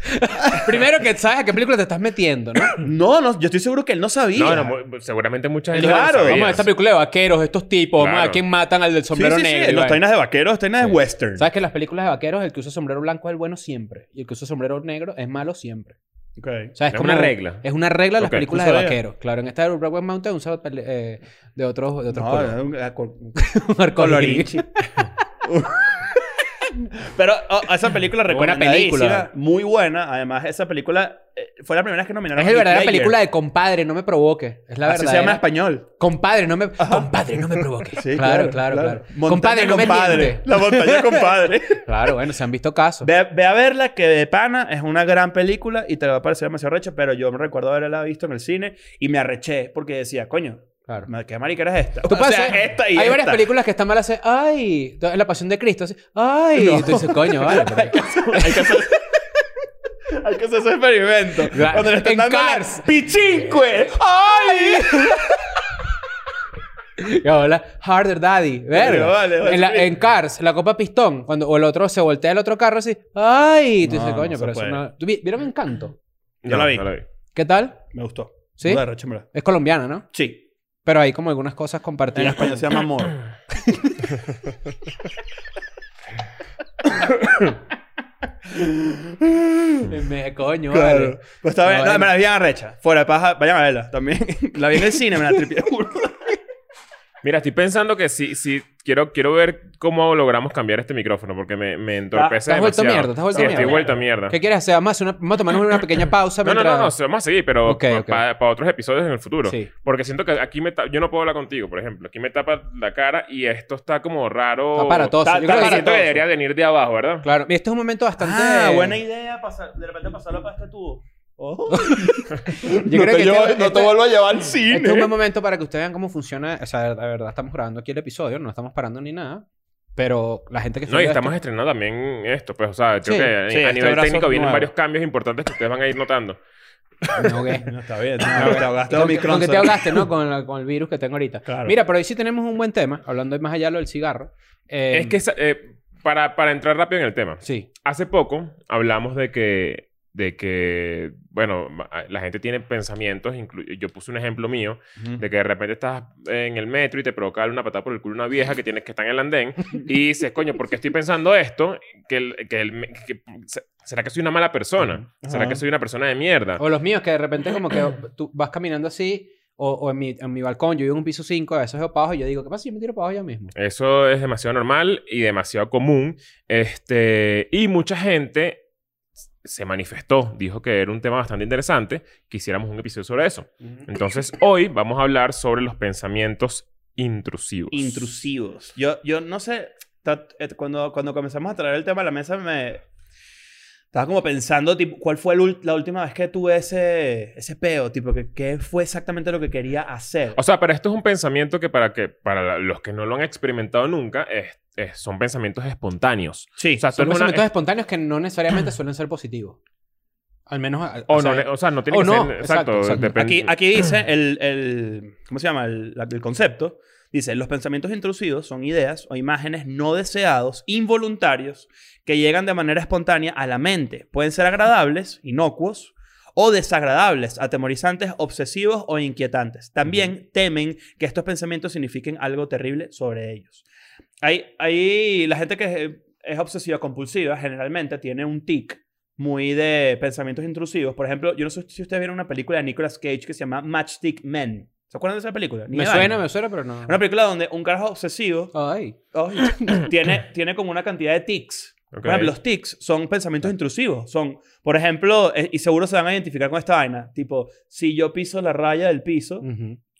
Speaker 4: Primero que sabes a qué película te estás metiendo, ¿no?
Speaker 3: No, no, yo estoy seguro que él no sabía.
Speaker 2: No, no, mu- pues, seguramente mucha gente
Speaker 3: Claro.
Speaker 2: no lo sabía.
Speaker 4: Vamos a esta película de vaqueros, estos tipos, vamos a ver
Speaker 2: Claro.
Speaker 4: quién matan al del
Speaker 3: Sí,
Speaker 4: sombrero
Speaker 3: sí, sí,
Speaker 4: negro. y
Speaker 3: Los
Speaker 4: vaina.
Speaker 3: tainas de vaqueros, los tainas de western.
Speaker 4: Sabes que en las películas de vaqueros el que usa sombrero blanco es el bueno siempre y el que usa sombrero negro es malo siempre.
Speaker 3: Ok.
Speaker 4: O sea, es,
Speaker 2: Es
Speaker 4: como-
Speaker 2: una regla.
Speaker 4: Es una regla de las
Speaker 2: Ok.
Speaker 4: películas
Speaker 3: No
Speaker 4: de
Speaker 3: sabía.
Speaker 4: vaqueros. Claro, en esta de Broadway Mountain usa pele- eh, de otros de otros
Speaker 3: No, eh,
Speaker 4: colores.
Speaker 3: era un- era col-
Speaker 4: Marco Lori.
Speaker 3: colorinchi. Pero oh, esa película
Speaker 4: Buena
Speaker 3: recomendadísima.
Speaker 4: película.
Speaker 3: Muy buena. Además, esa película eh, fue la primera vez que nominaron.
Speaker 4: Es la
Speaker 3: a Heath
Speaker 4: verdadera
Speaker 3: Ledger.
Speaker 4: película de compadre, no me provoque. Es la
Speaker 3: Así se llama en
Speaker 4: verdadera.
Speaker 3: español.
Speaker 4: Compadre, no me compadre, no me provoque.
Speaker 3: Sí,
Speaker 4: claro, claro, claro. Compadre,
Speaker 3: Montaña
Speaker 4: no me
Speaker 3: compadre.
Speaker 4: miente.
Speaker 3: La montaña compadre.
Speaker 4: Claro, bueno, se han visto casos.
Speaker 3: Ve, ve a verla, que de pana es una gran película y te va a parecer demasiado recha, pero yo me recuerdo haberla visto en el cine y me arreché porque decía, coño,
Speaker 4: Claro.
Speaker 3: ma- ¿qué marica eres esta?
Speaker 4: Tú
Speaker 3: O
Speaker 4: pasas-
Speaker 3: sea, esta y
Speaker 4: hay varias
Speaker 3: esta.
Speaker 4: películas que están mal así, ay, la pasión de Cristo, así, ay, y tú dices, coño, vale. pero-
Speaker 3: hay, que hacer, hay que hacer ese experimento.
Speaker 4: Claro.
Speaker 3: Cuando le están
Speaker 4: En
Speaker 3: dando la-
Speaker 4: Cars.
Speaker 3: ¡Pichinque! ¡Ay!
Speaker 4: Y ahora, Harder Daddy, verga.
Speaker 3: vale, vale.
Speaker 4: en, la- en Cars, la copa pistón, cuando o el otro se voltea el otro carro así, ay, y tú
Speaker 3: No,
Speaker 4: dices,
Speaker 3: no
Speaker 4: coño,
Speaker 3: se
Speaker 4: pero eso
Speaker 3: puede.
Speaker 4: no. ¿Tú vi- ¿Vieron Encanto?
Speaker 3: Yo la vi.
Speaker 2: No la vi.
Speaker 4: ¿Qué tal?
Speaker 3: Me gustó.
Speaker 4: ¿Sí?
Speaker 3: Burda de arrecho, en verdad.
Speaker 4: Es colombiana, ¿no?
Speaker 3: Sí.
Speaker 4: Pero hay como algunas cosas
Speaker 3: En
Speaker 4: compartidas.
Speaker 3: español se llama amor.
Speaker 4: Me coño,
Speaker 3: Claro.
Speaker 4: vale.
Speaker 3: Pues está bien.
Speaker 4: No,
Speaker 3: No,
Speaker 4: vale.
Speaker 3: me la vi en arrecha. Fuera de paja, vayan a verla también. La vi en el cine, me la tripié.
Speaker 2: Mira, estoy pensando que sí, sí, quiero, quiero ver cómo logramos cambiar este micrófono porque me, me entorpece
Speaker 4: Ah, estás vuelto
Speaker 2: demasiado.
Speaker 4: mierda, estás vuelto
Speaker 2: sí,
Speaker 4: mierda.
Speaker 2: estoy vuelto mierda.
Speaker 4: ¿Qué quieres hacer? Vamos a, hacer una- vamos a tomarnos una pequeña pausa
Speaker 2: No, no,
Speaker 4: mientras...
Speaker 2: no, no, se- vamos a seguir, pero
Speaker 4: Ok, ok.
Speaker 2: para otros episodios en el futuro.
Speaker 4: Sí.
Speaker 2: Porque siento que aquí me ta- yo no puedo hablar contigo, por ejemplo. Aquí me tapa la cara y esto está como raro.
Speaker 4: Está para todos.
Speaker 3: Está-
Speaker 4: Yo
Speaker 3: está
Speaker 4: creo que
Speaker 3: para
Speaker 4: sí.
Speaker 2: Siento que debería venir de abajo, ¿verdad?
Speaker 4: Claro. Mira, este es un momento bastante...
Speaker 3: Ah, buena idea. pasar- de repente pasarlo para este tubo. Oh.
Speaker 4: Yo creo que este- este-
Speaker 3: a llevar al cine.
Speaker 4: Este es un buen momento para que ustedes vean cómo funciona. O sea, la verdad, estamos grabando aquí el episodio, no estamos parando ni nada. Pero la gente que
Speaker 2: No, y
Speaker 4: estudia
Speaker 2: estamos
Speaker 4: esto-
Speaker 2: estrenando también esto. Pues, o sea, creo
Speaker 4: Sí,
Speaker 2: que
Speaker 3: sí,
Speaker 2: a
Speaker 3: este
Speaker 2: nivel
Speaker 3: brazo
Speaker 2: técnico vienen
Speaker 3: nuevo.
Speaker 2: varios cambios importantes que ustedes van a ir notando.
Speaker 4: No, ¿qué?
Speaker 3: No, está bien. No, te ahogaste
Speaker 4: Con-
Speaker 3: con
Speaker 4: con este- que
Speaker 3: mi
Speaker 4: te
Speaker 3: cronza.
Speaker 4: ahogaste, ¿no? Con, la- con el virus que tengo ahorita.
Speaker 3: Claro.
Speaker 4: Mira, pero hoy sí tenemos un buen tema, hablando más allá de lo del cigarro. Eh,
Speaker 2: Es que esa- eh, para, para entrar rápido en el tema.
Speaker 4: Sí.
Speaker 2: Hace poco hablamos de que, de que bueno, ma- la gente tiene pensamientos. inclu- Yo puse un ejemplo mío de que de repente estás en el metro y te provoca darle una patada por el culo a una vieja que tienes que está en el andén y dices, coño, ¿por qué estoy pensando esto? Que el- que el me- que- se- ¿Será que soy una mala persona? ¿Será
Speaker 3: Ajá.
Speaker 2: que soy una persona de mierda?
Speaker 4: O los míos, que de repente como que tú vas caminando así, o, o en, mi, en mi balcón, yo vivo en un piso 5, a veces veo para abajo y yo digo, ¿qué pasa si yo me tiro para abajo ya mismo?
Speaker 2: Eso es demasiado normal y demasiado común. Este, y mucha gente se manifestó, dijo que era un tema bastante interesante, que hiciéramos un episodio sobre eso. Entonces, hoy vamos a hablar sobre los pensamientos intrusivos.
Speaker 3: intrusivos. Yo, yo no sé, ta- eh, cuando, cuando comenzamos a traer el tema a la mesa me... Estaba como pensando, tipo, ¿cuál fue el ul- la última vez que tuve ese, ese peo? Tipo, que- ¿qué fue exactamente lo que quería hacer?
Speaker 2: O sea, pero esto es un pensamiento que para, que, para la- los que no lo han experimentado nunca, es- es- son pensamientos espontáneos.
Speaker 3: sí.
Speaker 2: O sea, tú
Speaker 4: Son
Speaker 2: eres una-
Speaker 4: pensamientos espontáneos que no necesariamente suelen ser positivos. Al menos... a-
Speaker 2: o,
Speaker 4: o sea,
Speaker 2: no, le- o sea, no tiene
Speaker 4: o
Speaker 2: que
Speaker 4: no,
Speaker 2: ser...
Speaker 4: exacto,
Speaker 2: Exacto,
Speaker 4: exacto.
Speaker 2: depende-
Speaker 3: aquí, aquí dice el, el- ¿Cómo se llama? El, la- el concepto. Dice, los pensamientos intrusivos son ideas o imágenes no deseados, involuntarios, que llegan de manera espontánea a la mente. Pueden ser agradables, inocuos, o desagradables, atemorizantes, obsesivos o inquietantes. También temen que estos pensamientos signifiquen algo terrible sobre ellos. Hay, hay la gente que es, es obsesiva compulsiva generalmente tiene un tic muy de pensamientos intrusivos. Por ejemplo, yo no sé si ustedes vieron una película de Nicolas Cage que se llama Matchstick Men. ¿Se acuerdan de esa película? Ni
Speaker 4: Me
Speaker 3: de
Speaker 4: suena,
Speaker 3: vaina.
Speaker 4: me suena, pero no.
Speaker 3: Una película donde un carajo obsesivo
Speaker 4: Ay.
Speaker 3: oh, tiene, tiene como una cantidad de tics.
Speaker 2: Ok.
Speaker 3: Por ejemplo, los tics son pensamientos intrusivos. Son, por ejemplo, eh, y seguro se van a identificar con esta vaina. Tipo, si yo piso la raya del piso,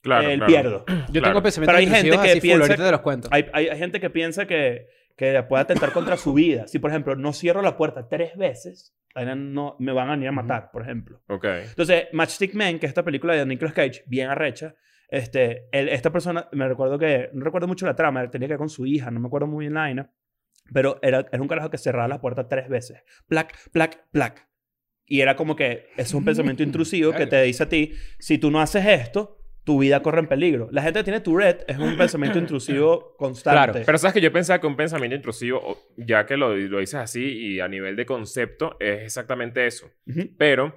Speaker 2: Claro,
Speaker 3: el
Speaker 2: claro.
Speaker 3: pierdo.
Speaker 4: Yo
Speaker 2: Claro.
Speaker 4: tengo pensamientos
Speaker 3: Pero hay gente
Speaker 4: intrusivos
Speaker 3: que
Speaker 4: así full,
Speaker 3: piensa-
Speaker 4: ahorita te los cuento.
Speaker 3: Hay, hay, hay gente que piensa que, que puede atentar contra su vida. Si, por ejemplo, no cierro la puerta tres veces, ahí no, me van a venir a matar, por ejemplo.
Speaker 2: Ok.
Speaker 3: Entonces, Matchstick Men, que es esta película de Nicolas Cage, bien arrecha, este, él- esta persona, me recuerdo que, no recuerdo mucho la trama, él tenía que ver con su hija, no me acuerdo muy bien la vaina, pero era, era un carajo que cerraba la puerta tres veces. Plac, plac, plac. Y era como que es un pensamiento intrusivo que te dice a ti, si tú no haces esto, tu vida corre en peligro. La gente que tiene Tourette es un pensamiento intrusivo constante.
Speaker 4: Claro,
Speaker 2: Pero sabes que yo pensaba que un pensamiento intrusivo, o- ya que lo, lo dices así y a nivel de concepto, es exactamente eso.
Speaker 3: Ujú.
Speaker 2: Pero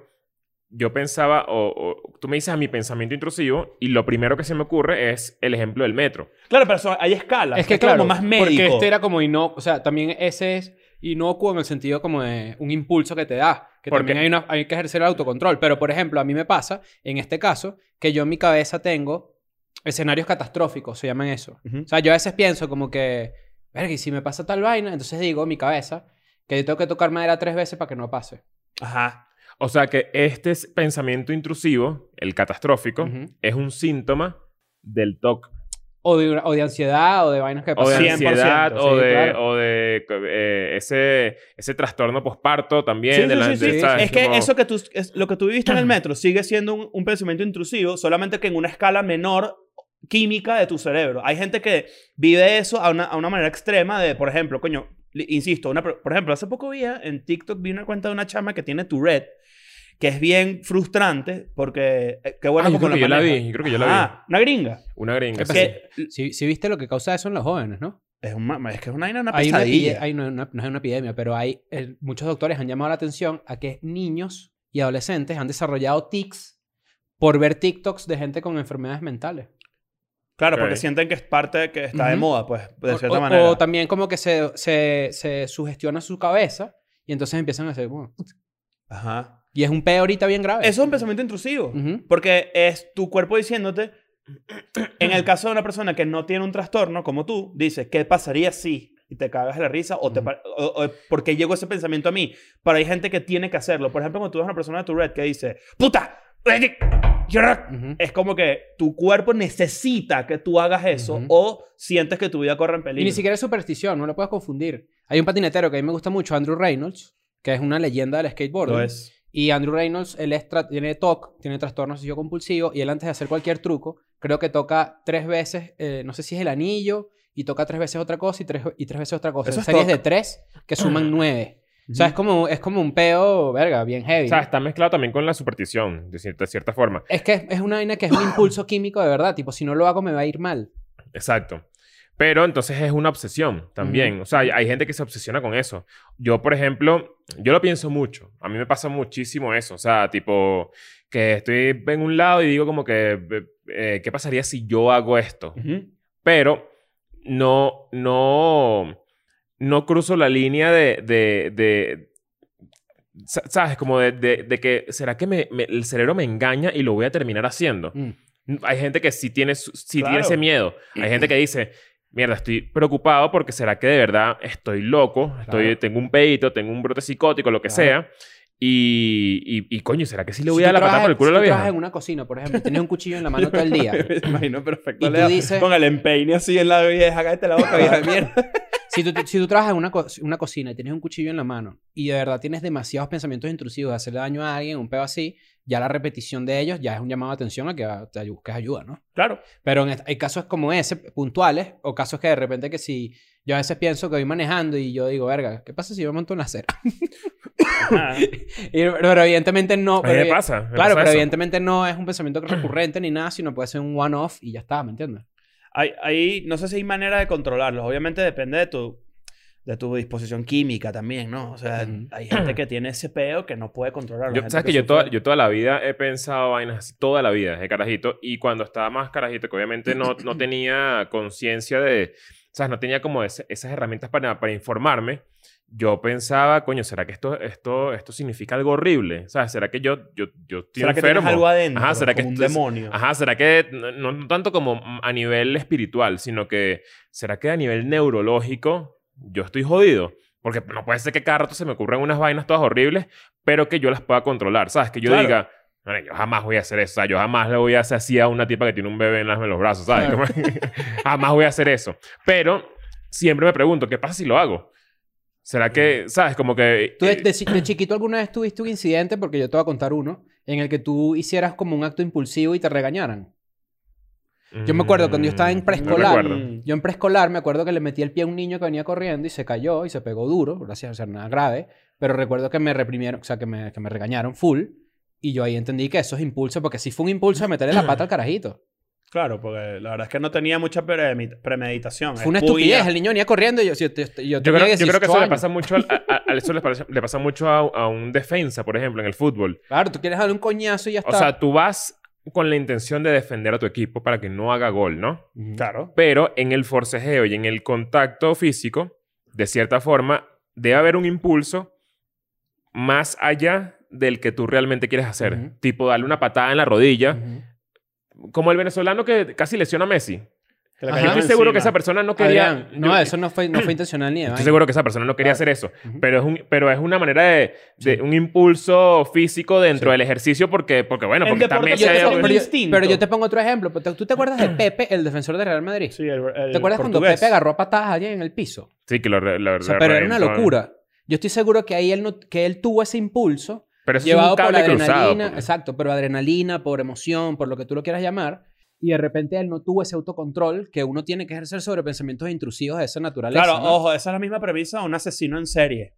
Speaker 2: yo pensaba, o, o- tú me dices a mi pensamiento intrusivo y lo primero que se me ocurre es el ejemplo del metro.
Speaker 3: Claro, pero son- hay escalas.
Speaker 4: es que claro,
Speaker 3: como más médico.
Speaker 4: porque este era como inocuo, o sea, también ese es inocuo en el sentido como de un impulso que te da, que
Speaker 2: Porque-
Speaker 4: también hay, una, hay que ejercer el autocontrol, pero por ejemplo, a mí me pasa, en este caso, que yo en mi cabeza tengo escenarios catastróficos, se llaman eso.
Speaker 3: Ujú.
Speaker 4: O sea, yo a veces pienso como que, verga, y si me pasa tal vaina, entonces digo en mi cabeza que yo tengo que tocar madera tres veces para que no pase.
Speaker 3: Ajá.
Speaker 2: O sea que este es- pensamiento intrusivo, el catastrófico,
Speaker 4: Ujú.
Speaker 2: es un síntoma del TOC.
Speaker 4: O de, o de ansiedad o de vainas que
Speaker 2: O de
Speaker 4: pasan.
Speaker 3: 100%,
Speaker 2: ansiedad, o
Speaker 4: sí,
Speaker 2: de,
Speaker 4: claro.
Speaker 2: o de eh, ese, ese trastorno posparto
Speaker 3: Sí,
Speaker 2: también. de
Speaker 3: sí,
Speaker 2: la-
Speaker 3: sí,
Speaker 2: de-
Speaker 4: sí.
Speaker 2: ¿sabes?
Speaker 3: Es que
Speaker 2: Como-
Speaker 3: eso que tú, es- lo que tú viviste en el metro sigue siendo un, un pensamiento intrusivo, solamente que en una escala menor química de tu cerebro. Hay gente que vive eso a una, a una manera extrema de, por ejemplo, coño, li- insisto, una, per- por ejemplo, hace poco vi en TikTok vi una cuenta de una chama que tiene Tourette, que es bien frustrante porque, eh, qué bueno
Speaker 2: Ah, yo
Speaker 3: como
Speaker 2: creo que yo la
Speaker 3: maneja.
Speaker 2: vi, yo creo que yo la vi.
Speaker 3: Ajá, una gringa.
Speaker 2: Una gringa.
Speaker 4: ¿Qué
Speaker 2: sí.
Speaker 4: pasa? Si, si viste lo que causa eso en los jóvenes, ¿no?
Speaker 3: Es, un ma- es que es una,
Speaker 4: hay
Speaker 3: una
Speaker 4: una
Speaker 3: pesadilla.
Speaker 4: epide- hay una- una- no es una epidemia, pero hay eh, muchos doctores han llamado la atención a que niños y adolescentes han desarrollado tics por ver TikToks de gente con enfermedades mentales.
Speaker 3: Claro,
Speaker 2: Ok.
Speaker 3: porque sienten que es parte de que está de
Speaker 4: Ujú.
Speaker 3: moda, pues, de
Speaker 4: O-
Speaker 3: cierta
Speaker 4: o,
Speaker 3: manera.
Speaker 4: o también como que se, se, se sugestiona su cabeza y entonces empiezan a hacer... "Bueno".
Speaker 3: Ajá.
Speaker 4: y es un peo ahorita bien grave.
Speaker 3: Eso es un pensamiento intrusivo.
Speaker 4: Ujú.
Speaker 3: Porque es tu cuerpo diciéndote, en el caso de una persona que no tiene un trastorno como tú, dices, ¿qué pasaría si? Y te cagas de la risa o, te,
Speaker 4: Ujú.
Speaker 3: pa- o- o, ¿por qué llegó ese pensamiento a mí? Pero hay gente que tiene que hacerlo. Por ejemplo, cuando tú ves a una persona de tu red que dice, ¡puta! oye, yo no-".
Speaker 4: Ujú.
Speaker 3: Es como que tu cuerpo necesita que tú hagas eso
Speaker 4: Ujú.
Speaker 3: o sientes que tu vida corre en peligro.
Speaker 4: Y ni siquiera es superstición, no lo puedes confundir. Hay un patinetero que a mí me gusta mucho, Andrew Reynolds, que es una leyenda del skateboarding.
Speaker 3: Lo es.
Speaker 4: Y Andrew Reynolds, él es tra- tiene TOC, tiene trastorno obsesivo compulsivo, y él antes de hacer cualquier truco, creo que toca tres veces, eh, no sé si es el anillo, y toca tres veces otra cosa y tres, y tres veces otra cosa.
Speaker 3: Eso
Speaker 4: En
Speaker 3: es
Speaker 4: series
Speaker 3: TOC.
Speaker 4: de tres que suman nueve. O sea, es como, es como un peo, verga, bien heavy.
Speaker 2: O sea,
Speaker 4: ¿no?
Speaker 2: está mezclado también con la superstición, de cier- de cierta forma.
Speaker 4: Es que es, es una vaina que es un impulso químico de verdad. Tipo, si no lo hago, me va a ir mal.
Speaker 2: Exacto. Pero entonces es una obsesión también. O sea, hay, hay gente que se obsesiona con eso. Yo, por ejemplo, yo lo pienso mucho. A mí me pasa muchísimo eso. O sea, tipo, que estoy en un lado y digo como que, eh, ¿qué pasaría si yo hago esto?
Speaker 3: Ujú.
Speaker 2: Pero no, no, no cruzo la línea de, de, de- sa- ¿sabes? Como de, de- de que, ¿será que me- me- el cerebro me engaña y lo voy a terminar haciendo?
Speaker 4: Mm.
Speaker 2: Hay gente que sí tiene, su- sí tiene
Speaker 3: Claro.
Speaker 2: ese miedo. Hay gente que dice, mierda, estoy preocupado porque será que de verdad estoy loco, estoy,
Speaker 3: Claro.
Speaker 2: tengo un pedito, tengo un brote psicótico, lo que
Speaker 3: Claro.
Speaker 2: sea. Y, y, y, coño, ¿será que sí le voy
Speaker 4: Si
Speaker 2: a
Speaker 4: tú
Speaker 2: dar la patada
Speaker 4: trabajas-
Speaker 2: por el culo
Speaker 4: si
Speaker 2: a la
Speaker 4: tú trabajas
Speaker 2: vieja?
Speaker 4: en una cocina, por ejemplo, y tienes un cuchillo en la mano todo el día.
Speaker 3: Me imagino perfecto.
Speaker 4: Y tú
Speaker 3: Leo,
Speaker 4: dices-
Speaker 3: Con el empeine así en la vieja, cállate la boca, vieja de mierda.
Speaker 4: Si tú, si tú trabajas en una, co- una cocina y tienes un cuchillo en la mano y de verdad tienes demasiados pensamientos intrusivos de hacerle daño a alguien, un pedo así, ya la repetición de ellos ya es un llamado de atención a que ah, te ayu- busques ayuda, ¿no?
Speaker 3: Claro.
Speaker 4: Pero en est- hay casos como ese, puntuales, o casos que de repente que si yo a veces pienso que voy manejando y yo digo, verga, ¿qué pasa si yo me monto en la acera? Ah.
Speaker 3: Ajá.
Speaker 4: Y- pero evidentemente no.
Speaker 2: A mí
Speaker 4: pero
Speaker 2: me
Speaker 4: evi-
Speaker 2: pasa. me
Speaker 4: Claro,
Speaker 2: pasa
Speaker 4: pero
Speaker 2: eso.
Speaker 4: evidentemente no es un pensamiento recurrente ni nada, sino puede ser un one-off y ya está, ¿me entiendes?
Speaker 3: Hay, hay- no sé si hay manera de controlarlos. Obviamente depende de tu, de tu disposición química también, ¿no? O sea,
Speaker 4: Ujú.
Speaker 3: hay gente que tiene ese peo que no puede controlarlo.
Speaker 2: Yo,
Speaker 3: gente
Speaker 2: ¿Sabes que, yo, toda,
Speaker 3: sufre-
Speaker 2: yo toda la vida he pensado vainas así? Toda la vida, de carajito. Y cuando estaba más carajito, que obviamente no, no tenía conciencia de... O sea, no tenía como ese- esas herramientas para, para informarme. Yo pensaba, coño, ¿será que esto, esto, esto significa algo horrible? O sea, ¿será que yo, yo, yo estoy
Speaker 3: ¿Será que tienes
Speaker 2: enfermo?
Speaker 3: algo adentro?
Speaker 2: Ajá, ¿será que
Speaker 3: como un
Speaker 2: esto es-
Speaker 3: demonio?
Speaker 2: Ajá, ¿será que no, no- no tanto como a nivel espiritual, sino que será que a nivel neurológico yo estoy jodido? Porque no puede ser que cada rato se me ocurran unas vainas todas horribles, pero que yo las pueda controlar, ¿sabes? Que yo
Speaker 3: Claro.
Speaker 2: diga, "Mira, yo jamás voy a hacer eso, o sea, yo jamás le voy a hacer así a una tipa que tiene un bebé en, las- en los brazos, ¿sabes?
Speaker 4: Claro.
Speaker 2: Como- jamás voy a hacer eso. Pero siempre me pregunto, ¿qué pasa si lo hago? ¿Será que, sabes? Como que...
Speaker 4: ¿Tú de,
Speaker 2: eh,
Speaker 4: de chi- de chiquito alguna vez tuviste un incidente, porque yo te voy a contar uno, en el que tú hicieras como un acto impulsivo y te regañaran? yo me acuerdo cuando yo estaba en
Speaker 2: mm, no
Speaker 4: preescolar,
Speaker 2: recuerdo.
Speaker 3: Mm.
Speaker 4: Yo en preescolar me acuerdo que le metí el pie a un niño que venía corriendo y se cayó y se pegó duro, gracias a ser nada grave, pero recuerdo que me reprimieron, o sea, que me, que me regañaron full y yo ahí entendí que eso es impulso, porque sí fue un impulso de meterle la pata al carajito.
Speaker 3: Claro, porque la verdad es que no tenía mucha premedi- premeditación.
Speaker 4: Fue una
Speaker 3: Es puya.
Speaker 4: estupidez, el niño venía corriendo y yo, yo, yo, yo tenía
Speaker 2: Yo creo, yo creo que
Speaker 4: 18
Speaker 2: eso le
Speaker 4: años.
Speaker 2: pasa mucho, al, a- a- eso le, parece- le pasa mucho a, a un defensa, por ejemplo, en el fútbol.
Speaker 4: Claro, tú quieres darle un coñazo y ya está.
Speaker 2: O sea, tú vas con la intención de defender a tu equipo para que no haga gol, ¿no?
Speaker 4: Ujú.
Speaker 3: Claro.
Speaker 2: Pero en el forcejeo y en el contacto físico, de cierta forma, debe haber un impulso más allá del que tú realmente quieres hacer.
Speaker 4: Ujú.
Speaker 2: ¿eh? Tipo, darle una patada en la rodilla.
Speaker 4: Ujú.
Speaker 2: Como el venezolano que casi lesiona a Messi.
Speaker 3: Te la
Speaker 4: Ajá.
Speaker 2: Yo estoy
Speaker 3: cayeron
Speaker 2: seguro que
Speaker 3: encima.
Speaker 2: esa persona no quería.
Speaker 4: Adrián, no,
Speaker 2: yo-
Speaker 4: eso no fue, no fue intencional ni de
Speaker 2: Estoy
Speaker 4: vaina.
Speaker 2: seguro que esa persona no quería hacer eso.
Speaker 4: Ujú.
Speaker 2: Pero es, un, pero es una manera de, de un impulso físico dentro del ejercicio porque, porque bueno,
Speaker 3: En
Speaker 2: porque
Speaker 3: deporte
Speaker 2: también
Speaker 3: yo
Speaker 2: se
Speaker 3: te
Speaker 2: haya-
Speaker 3: soy-
Speaker 4: pero,
Speaker 3: un
Speaker 4: yo,
Speaker 3: instinto.
Speaker 4: pero yo te pongo otro ejemplo. ¿Tú tú te acuerdas de Pepe, el defensor de Real Madrid?
Speaker 3: Sí, el- el
Speaker 4: ¿Te acuerdas cuando
Speaker 3: portugués.
Speaker 4: Pepe agarró a patadas allá en el piso?
Speaker 2: Sí, que lo, re- lo-
Speaker 4: O sea,
Speaker 2: lo
Speaker 4: pero era una
Speaker 2: reventó.
Speaker 4: locura. Yo estoy seguro que ahí él, no, que él tuvo ese impulso
Speaker 2: Pero eso es
Speaker 4: llevado
Speaker 2: un
Speaker 4: por
Speaker 2: cable
Speaker 4: adrenalina,
Speaker 2: cruzado. pues. porque-
Speaker 4: exacto, pero adrenalina, por emoción, por lo que tú lo quieras llamar, y de repente él no tuvo ese autocontrol que uno tiene que ejercer sobre pensamientos intrusivos de esa naturaleza.
Speaker 3: Claro,
Speaker 4: ¿no?
Speaker 3: ojo, esa es la misma premisa de un asesino en serie.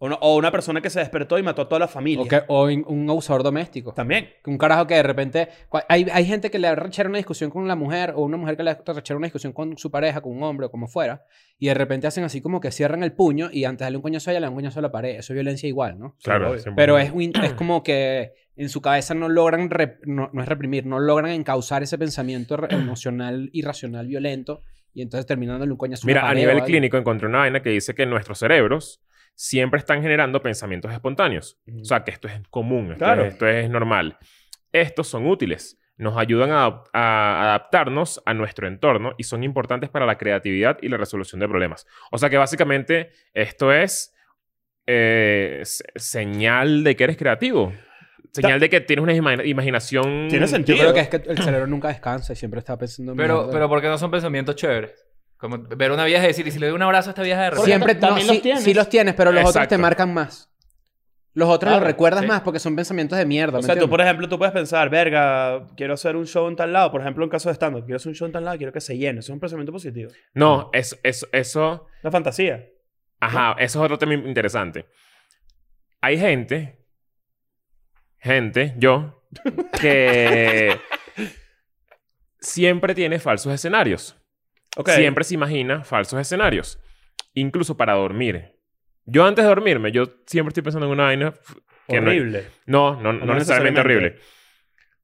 Speaker 3: O, una- o una persona que se despertó y mató a toda la familia.
Speaker 4: O, que- o in- un abusador doméstico.
Speaker 3: También.
Speaker 4: Que Un carajo que de repente. cua- Hay, hay gente que le arrechera una discusión con la mujer, o una mujer que le arrechera una discusión con su pareja, con un hombre, o como fuera, y de repente hacen así como que cierran el puño y antes de darle un coñazo a ella le dan un coñazo a la pared. Eso es violencia igual, ¿no?
Speaker 2: Claro,
Speaker 3: obvio.
Speaker 2: siempre-
Speaker 4: Pero es, un-
Speaker 2: Mm.
Speaker 4: es como que en su cabeza no logran, rep- no, no es reprimir, no logran encauzar ese pensamiento re- emocional, irracional, violento, y entonces terminándole un coñazo. a una
Speaker 2: Mira, a
Speaker 4: pared o
Speaker 2: nivel
Speaker 4: algo.
Speaker 2: clínico encontré una vaina que dice que nuestros cerebros siempre están generando pensamientos espontáneos.
Speaker 4: Ujú.
Speaker 2: O sea, que esto es común, esto,
Speaker 3: Claro.
Speaker 2: es, esto es normal. Estos son útiles, nos ayudan a, adap- a adaptarnos a nuestro entorno y son importantes para la creatividad y la resolución de problemas. O sea que básicamente esto es eh, se- señal de que eres creativo. Señal de que tienes una ima- imaginación...
Speaker 3: Tiene
Speaker 4: Yo
Speaker 3: sentido.
Speaker 4: creo que es que el cerebro nunca descansa y siempre está pensando. en
Speaker 5: Pero,
Speaker 4: mierda.
Speaker 5: pero porque no son pensamientos chéveres. Como ver una vieja y decir, y si le doy un abrazo a esta vieja de repente.
Speaker 4: siempre
Speaker 9: ta- también
Speaker 4: no,
Speaker 9: los
Speaker 4: sí,
Speaker 9: tienes.
Speaker 4: sí los tienes, pero los otros
Speaker 2: Exacto.
Speaker 4: te marcan más. Los otros
Speaker 3: Claro,
Speaker 4: los recuerdas
Speaker 5: sí.
Speaker 4: más porque son pensamientos de mierda.
Speaker 3: O
Speaker 4: ¿me
Speaker 3: sea, tú,
Speaker 4: entiendes?
Speaker 3: por ejemplo, tú puedes pensar, verga, quiero hacer un show en tal lado. Por ejemplo, en caso de stand-up, quiero hacer un show en tal lado, quiero que se llene. Eso es un pensamiento positivo.
Speaker 2: No, eso... eso, eso
Speaker 3: Una fantasía.
Speaker 2: Ajá, eso es otro tema interesante. Hay gente, gente, yo, que siempre tiene falsos escenarios.
Speaker 3: Ok.
Speaker 2: Siempre se imagina falsos escenarios. Incluso para dormir. Yo antes de dormirme, yo siempre estoy pensando en una vaina f- que no,
Speaker 3: Horrible.
Speaker 2: no, no, no
Speaker 3: No
Speaker 2: necesariamente
Speaker 3: necesariamente.
Speaker 2: horrible.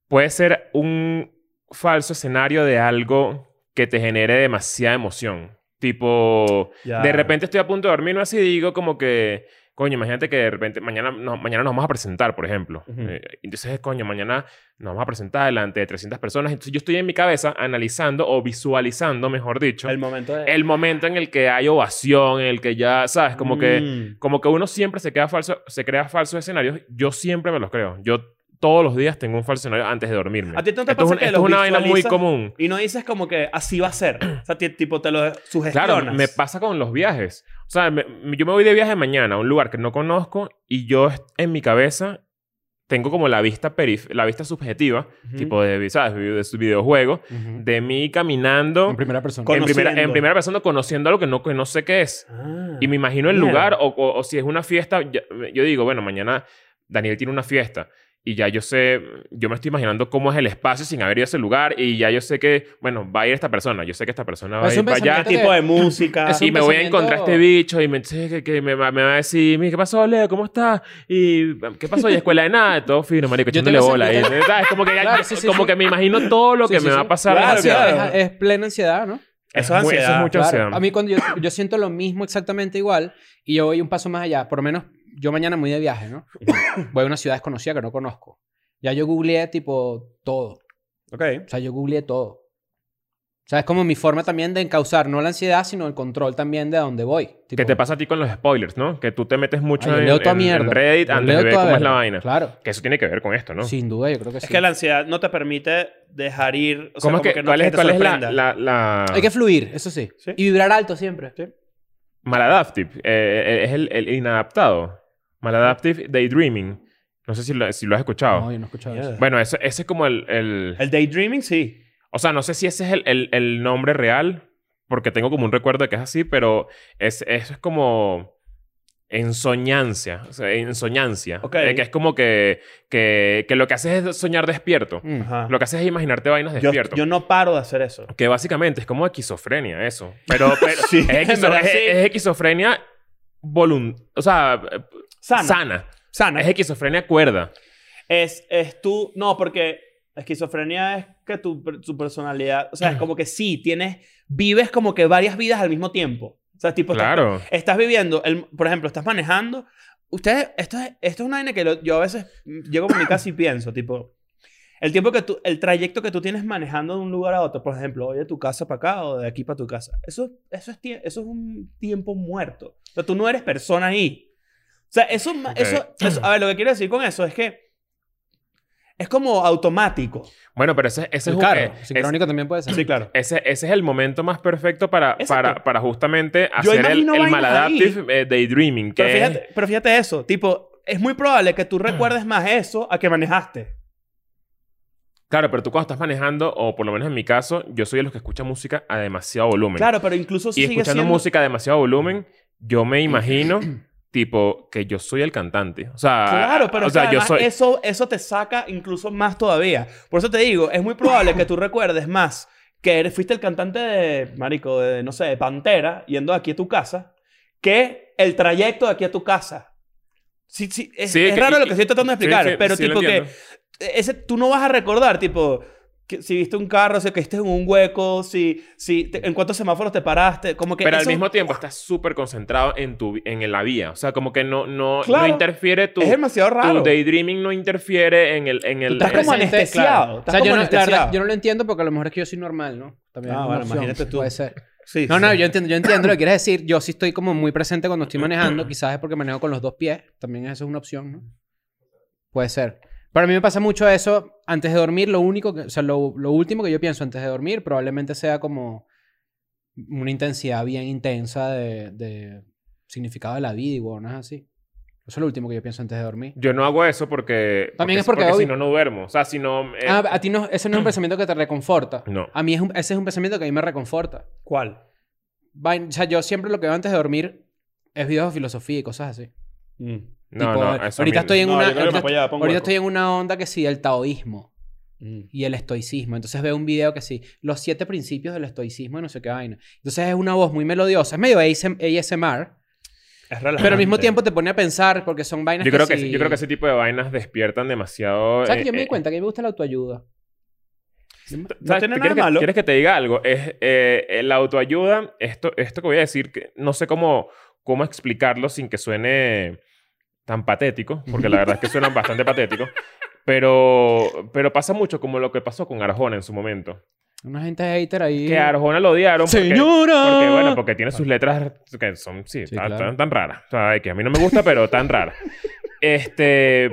Speaker 2: Puede ser un falso escenario de algo que te genere demasiada emoción. Tipo,
Speaker 3: Ya.
Speaker 2: de repente estoy a punto de dormirme así y digo como que, coño, imagínate que de repente mañana, no, mañana nos vamos a presentar, por ejemplo.
Speaker 3: Ujú.
Speaker 2: Eh, entonces, coño, mañana nos vamos a presentar delante de 300 personas. Entonces yo estoy en mi cabeza analizando o visualizando, mejor dicho,
Speaker 3: El
Speaker 2: el,
Speaker 3: momento de...
Speaker 2: momento en el que hay ovación, en el que ya, ¿sabes? Como que
Speaker 3: Mm.
Speaker 2: como que uno siempre se queda falso, se crea falsos escenarios. Yo siempre me los creo. Yo todos los días tengo un falso escenario antes de dormirme.
Speaker 3: ¿A ti no
Speaker 2: esto
Speaker 3: te
Speaker 2: es
Speaker 3: pasa
Speaker 2: un-
Speaker 3: que
Speaker 2: esto
Speaker 3: los
Speaker 2: es una vaina muy
Speaker 3: visualizas?
Speaker 2: común.
Speaker 3: Y no dices como que así va a ser. O sea, ti- tipo, te lo sugestionas.
Speaker 2: Claro, me pasa con los viajes. O sea, me- me- yo me voy de viaje mañana a un lugar que no conozco y yo est- en mi cabeza tengo como la vista perif la vista subjetiva,
Speaker 3: Ujú.
Speaker 2: tipo de, ¿sabes? de su videojuego,
Speaker 4: Ujú.
Speaker 2: de mí caminando
Speaker 4: En primera persona.
Speaker 3: Con-
Speaker 2: en primera, en
Speaker 3: Conociendo.
Speaker 2: primera persona conociendo algo que no, que no sé qué es.
Speaker 3: Ah.
Speaker 2: Y me imagino el
Speaker 3: Mierda.
Speaker 2: lugar, o, o- o si es una fiesta, ya- yo digo, bueno, mañana Daniel tiene una fiesta. Y ya yo sé, yo me estoy imaginando cómo es el espacio sin haber ido a ese lugar. Y ya yo sé que, bueno, va a ir esta persona. Yo sé que esta persona va
Speaker 4: Es
Speaker 2: a ir
Speaker 4: un
Speaker 2: para allá.
Speaker 4: pensamiento
Speaker 3: Este tipo de música.
Speaker 4: Es
Speaker 2: Y
Speaker 4: un
Speaker 2: me voy a
Speaker 4: pensamiento-
Speaker 2: encontrar este bicho y me, che, que, que me, va- me va a decir, mira, ¿qué pasó, Leo? ¿Cómo estás? ¿Y qué pasó? ¿Y escuela de nada? Todo fino, marico,
Speaker 4: Yo
Speaker 2: echándole
Speaker 4: tengo
Speaker 2: bola. ahí.
Speaker 4: sentido.
Speaker 2: ¿Sabes? Como, que, ya-
Speaker 4: Claro, sí, sí,
Speaker 2: como
Speaker 4: sí.
Speaker 2: que me imagino todo lo
Speaker 4: Sí,
Speaker 2: que
Speaker 4: sí,
Speaker 2: me
Speaker 4: sí.
Speaker 2: va a pasar.
Speaker 3: Claro,
Speaker 2: demasiado.
Speaker 3: claro.
Speaker 4: Es, es plena ansiedad, ¿no?
Speaker 3: Eso es
Speaker 2: mu-
Speaker 3: ansiedad.
Speaker 2: mucha
Speaker 4: Claro.
Speaker 2: ansiedad.
Speaker 4: A mí cuando yo, yo siento lo mismo exactamente igual y yo voy un paso más allá, por lo menos yo mañana me voy de viaje, ¿no? voy a una ciudad desconocida que no conozco. Ya yo googleé tipo todo.
Speaker 3: Ok.
Speaker 4: O sea, yo googleé todo. O sea, es como mi forma también de encauzar no la ansiedad, sino el control también de a dónde voy. Tipo,
Speaker 2: Que te pasa a ti con los spoilers, ¿no? Que tú te metes mucho
Speaker 4: "Ay, yo
Speaker 2: en,
Speaker 4: leo toda
Speaker 2: en-
Speaker 4: mierda.
Speaker 2: en Reddit
Speaker 4: Yo
Speaker 2: antes
Speaker 4: leo
Speaker 2: de ver
Speaker 4: toda
Speaker 2: cómo es la
Speaker 4: verga".
Speaker 2: vaina.
Speaker 4: Claro.
Speaker 2: Que eso tiene que ver con esto, ¿no?
Speaker 4: Sin duda, yo creo que sí.
Speaker 3: Es que la ansiedad no te permite dejar ir. O sea,
Speaker 2: ¿Cómo
Speaker 3: como
Speaker 2: es que,
Speaker 3: que no
Speaker 2: ¿Cuál
Speaker 3: que
Speaker 2: es,
Speaker 3: te
Speaker 2: cuál es la,
Speaker 3: sorprenda.
Speaker 2: la, la...
Speaker 4: Hay que fluir, eso sí.
Speaker 3: Sí.
Speaker 4: Y vibrar alto siempre.
Speaker 2: Maladaptive. eh, eh, es el, el inadaptado. Maladaptive daydreaming. No sé si lo, si lo has escuchado.
Speaker 4: No, yo no he escuchado
Speaker 3: Mierda.
Speaker 4: eso.
Speaker 2: Bueno, eso- ese es como el, el-
Speaker 3: El daydreaming, sí.
Speaker 2: O sea, no sé si ese es el, el- el nombre real, porque tengo como un recuerdo de que es así, pero es, eso es como ensoñancia. O sea, ensoñancia.
Speaker 3: Ok.
Speaker 2: Eh, que es como que, que, que lo que haces es soñar despierto.
Speaker 4: Mm.
Speaker 3: Ajá.
Speaker 2: Lo que haces es imaginarte vainas
Speaker 3: Yo,
Speaker 2: despierto.
Speaker 3: yo no paro de hacer eso.
Speaker 2: Que básicamente es como esquizofrenia eso. Pero, pero
Speaker 3: Sí,
Speaker 2: es, esquizo-
Speaker 3: en verdad
Speaker 2: es-
Speaker 3: sí.
Speaker 2: es esquizofrenia volun... O sea, eh,
Speaker 3: Sana.
Speaker 2: sana.
Speaker 3: Sana.
Speaker 2: Es esquizofrenia cuerda.
Speaker 3: Es, es tú. No, porque esquizofrenia es que tu, per- tu personalidad. O sea, es como que sí, tienes. Vives como que varias vidas al mismo tiempo. O sea, tipo, estás-
Speaker 2: Claro.
Speaker 3: estás, viviendo. el- por ejemplo, estás manejando. Ustedes, esto es, esto es una vaina que lo- yo a veces llego por mi casa y pienso, tipo. El tiempo que tú, el trayecto que tú tienes manejando de un lugar a otro, por ejemplo, hoy de tu casa para acá o de aquí para tu casa, eso, eso, es, tie- eso es un tiempo muerto. O sea, tú no eres persona ahí. O sea, eso, ma-
Speaker 2: Ok.
Speaker 3: eso, eso- a ver, lo que quiero decir con eso es que es como automático.
Speaker 2: Bueno, pero ese, ese es
Speaker 4: El
Speaker 2: un-
Speaker 4: carro.
Speaker 2: eh, es-
Speaker 4: Sincrónico también puede ser.
Speaker 3: Sí, claro.
Speaker 2: Ese, ese es el momento más perfecto para,
Speaker 3: Exacto.
Speaker 2: para, para justamente hacer el,
Speaker 3: imagino
Speaker 2: el
Speaker 3: vainas
Speaker 2: maladaptive eh, daydreaming. Que
Speaker 3: Pero
Speaker 2: es-
Speaker 3: fíjate, pero fíjate eso, tipo, es muy probable que tú recuerdes más eso a que manejaste.
Speaker 2: claro, pero tú cuando estás manejando, o por lo menos en mi caso, yo soy de los que escucha música a demasiado volumen.
Speaker 3: Claro, pero incluso
Speaker 2: y
Speaker 3: sigue
Speaker 2: escuchando
Speaker 3: siendo-
Speaker 2: música a demasiado volumen, yo me imagino, tipo, que yo soy el cantante. O sea,
Speaker 3: Claro, pero
Speaker 2: ah, o sea, yo
Speaker 3: además
Speaker 2: soy...
Speaker 3: eso, eso te saca incluso más todavía. Por eso te digo, es muy probable que tú recuerdes más que eres, fuiste el cantante de, marico, de, no sé, de Pantera, yendo de aquí a tu casa, que el trayecto de aquí a tu casa. Sí, sí, es,
Speaker 2: Sí,
Speaker 3: es
Speaker 2: que-
Speaker 3: raro
Speaker 2: y-
Speaker 3: lo que estoy tratando de
Speaker 2: sí,
Speaker 3: explicar,
Speaker 2: sí,
Speaker 3: pero
Speaker 2: sí, lo
Speaker 3: tipo que
Speaker 2: entiendo.
Speaker 3: ese, tú no vas a recordar, tipo, que si viste un carro, si caíste en un hueco, si, si te- en cuántos semáforos te paraste, como que...
Speaker 2: Pero al
Speaker 3: eso-
Speaker 2: mismo tiempo estás súper concentrado en, tu, en la vía. O sea, como que no, no,
Speaker 3: Claro.
Speaker 2: no interfiere tu...
Speaker 3: es demasiado raro.
Speaker 2: Tu daydreaming no interfiere en el... En el
Speaker 3: estás
Speaker 2: en-
Speaker 3: como
Speaker 4: Presente,
Speaker 3: anestesiado,
Speaker 4: claro.
Speaker 3: estás
Speaker 4: o sea, yo, no,
Speaker 3: como
Speaker 4: la verdad,
Speaker 3: anestesiado.
Speaker 4: yo no lo entiendo porque a lo mejor es que yo soy normal, ¿no? También es
Speaker 3: Ah,
Speaker 4: una
Speaker 3: bueno,
Speaker 4: opción.
Speaker 3: imagínate tú.
Speaker 4: Puede ser.
Speaker 3: Sí,
Speaker 4: No,
Speaker 3: sí.
Speaker 4: no, yo entiendo, yo entiendo lo que quieres decir. Yo sí estoy como muy presente cuando estoy manejando. Quizás es porque manejo con los dos pies. También eso es una opción, ¿no? Puede ser. Para mí me pasa mucho eso. Antes de dormir, lo único, que, o sea, lo, lo último que yo pienso antes de dormir probablemente sea como una intensidad bien intensa de, de significado de la vida y huevonas así. Eso es lo último que yo pienso antes de dormir.
Speaker 2: Yo no hago eso porque...
Speaker 4: También es porque
Speaker 2: si
Speaker 4: hoy-
Speaker 2: no, no duermo. O sea, si no... eh,
Speaker 4: Ah, a ti no, ese no es un pensamiento que te reconforta.
Speaker 2: No.
Speaker 4: A mí es un- ese es un pensamiento que a mí me reconforta.
Speaker 3: ¿Cuál?
Speaker 4: Vain- O sea, yo siempre lo que veo antes de dormir es videos de filosofía y cosas así.
Speaker 2: no,
Speaker 4: Tipo,
Speaker 2: no, eso a mí-
Speaker 4: ahorita estoy en
Speaker 3: No,
Speaker 4: una
Speaker 3: yo creo que me
Speaker 4: ahorita,
Speaker 3: apoyaba, pon
Speaker 4: ahorita
Speaker 3: hueco.
Speaker 4: estoy en una onda que sí el taoísmo
Speaker 2: Mm.
Speaker 4: y el estoicismo. Entonces veo un video que sí, los siete principios del estoicismo y no sé qué vaina. Entonces es una voz muy melodiosa, es medio ASM ASMR,
Speaker 3: Es relajante.
Speaker 4: pero al mismo tiempo te pone a pensar porque son vainas
Speaker 2: Yo creo, que,
Speaker 4: sí-
Speaker 2: yo creo que ese tipo de vainas despiertan demasiado.
Speaker 4: ¿Sabes que yo
Speaker 2: eh,
Speaker 4: me
Speaker 2: eh,
Speaker 4: di cuenta que a mí me gusta la autoayuda?
Speaker 2: ¿sabes?
Speaker 3: tiene
Speaker 2: ¿Tú
Speaker 3: nada
Speaker 2: quieres que-
Speaker 3: malo.
Speaker 2: ¿Quieres que te diga algo? Es eh, eh, la autoayuda. Esto, esto que voy a decir, que no sé cómo, cómo explicarlo sin que suene tan patético, porque la verdad es que suena bastante patético. Pero, pero pasa mucho como lo que pasó con Arjona en su momento.
Speaker 4: Una gente hater ahí.
Speaker 2: Que a Arjona lo odiaron. porque-
Speaker 4: Señora.
Speaker 2: Porque, bueno, porque tiene sus letras que son, sí,
Speaker 4: Ah. Sí,
Speaker 2: tan,
Speaker 4: claro.
Speaker 2: tan- tan raras. O sea, que a mí no me gusta, pero tan raras. Este,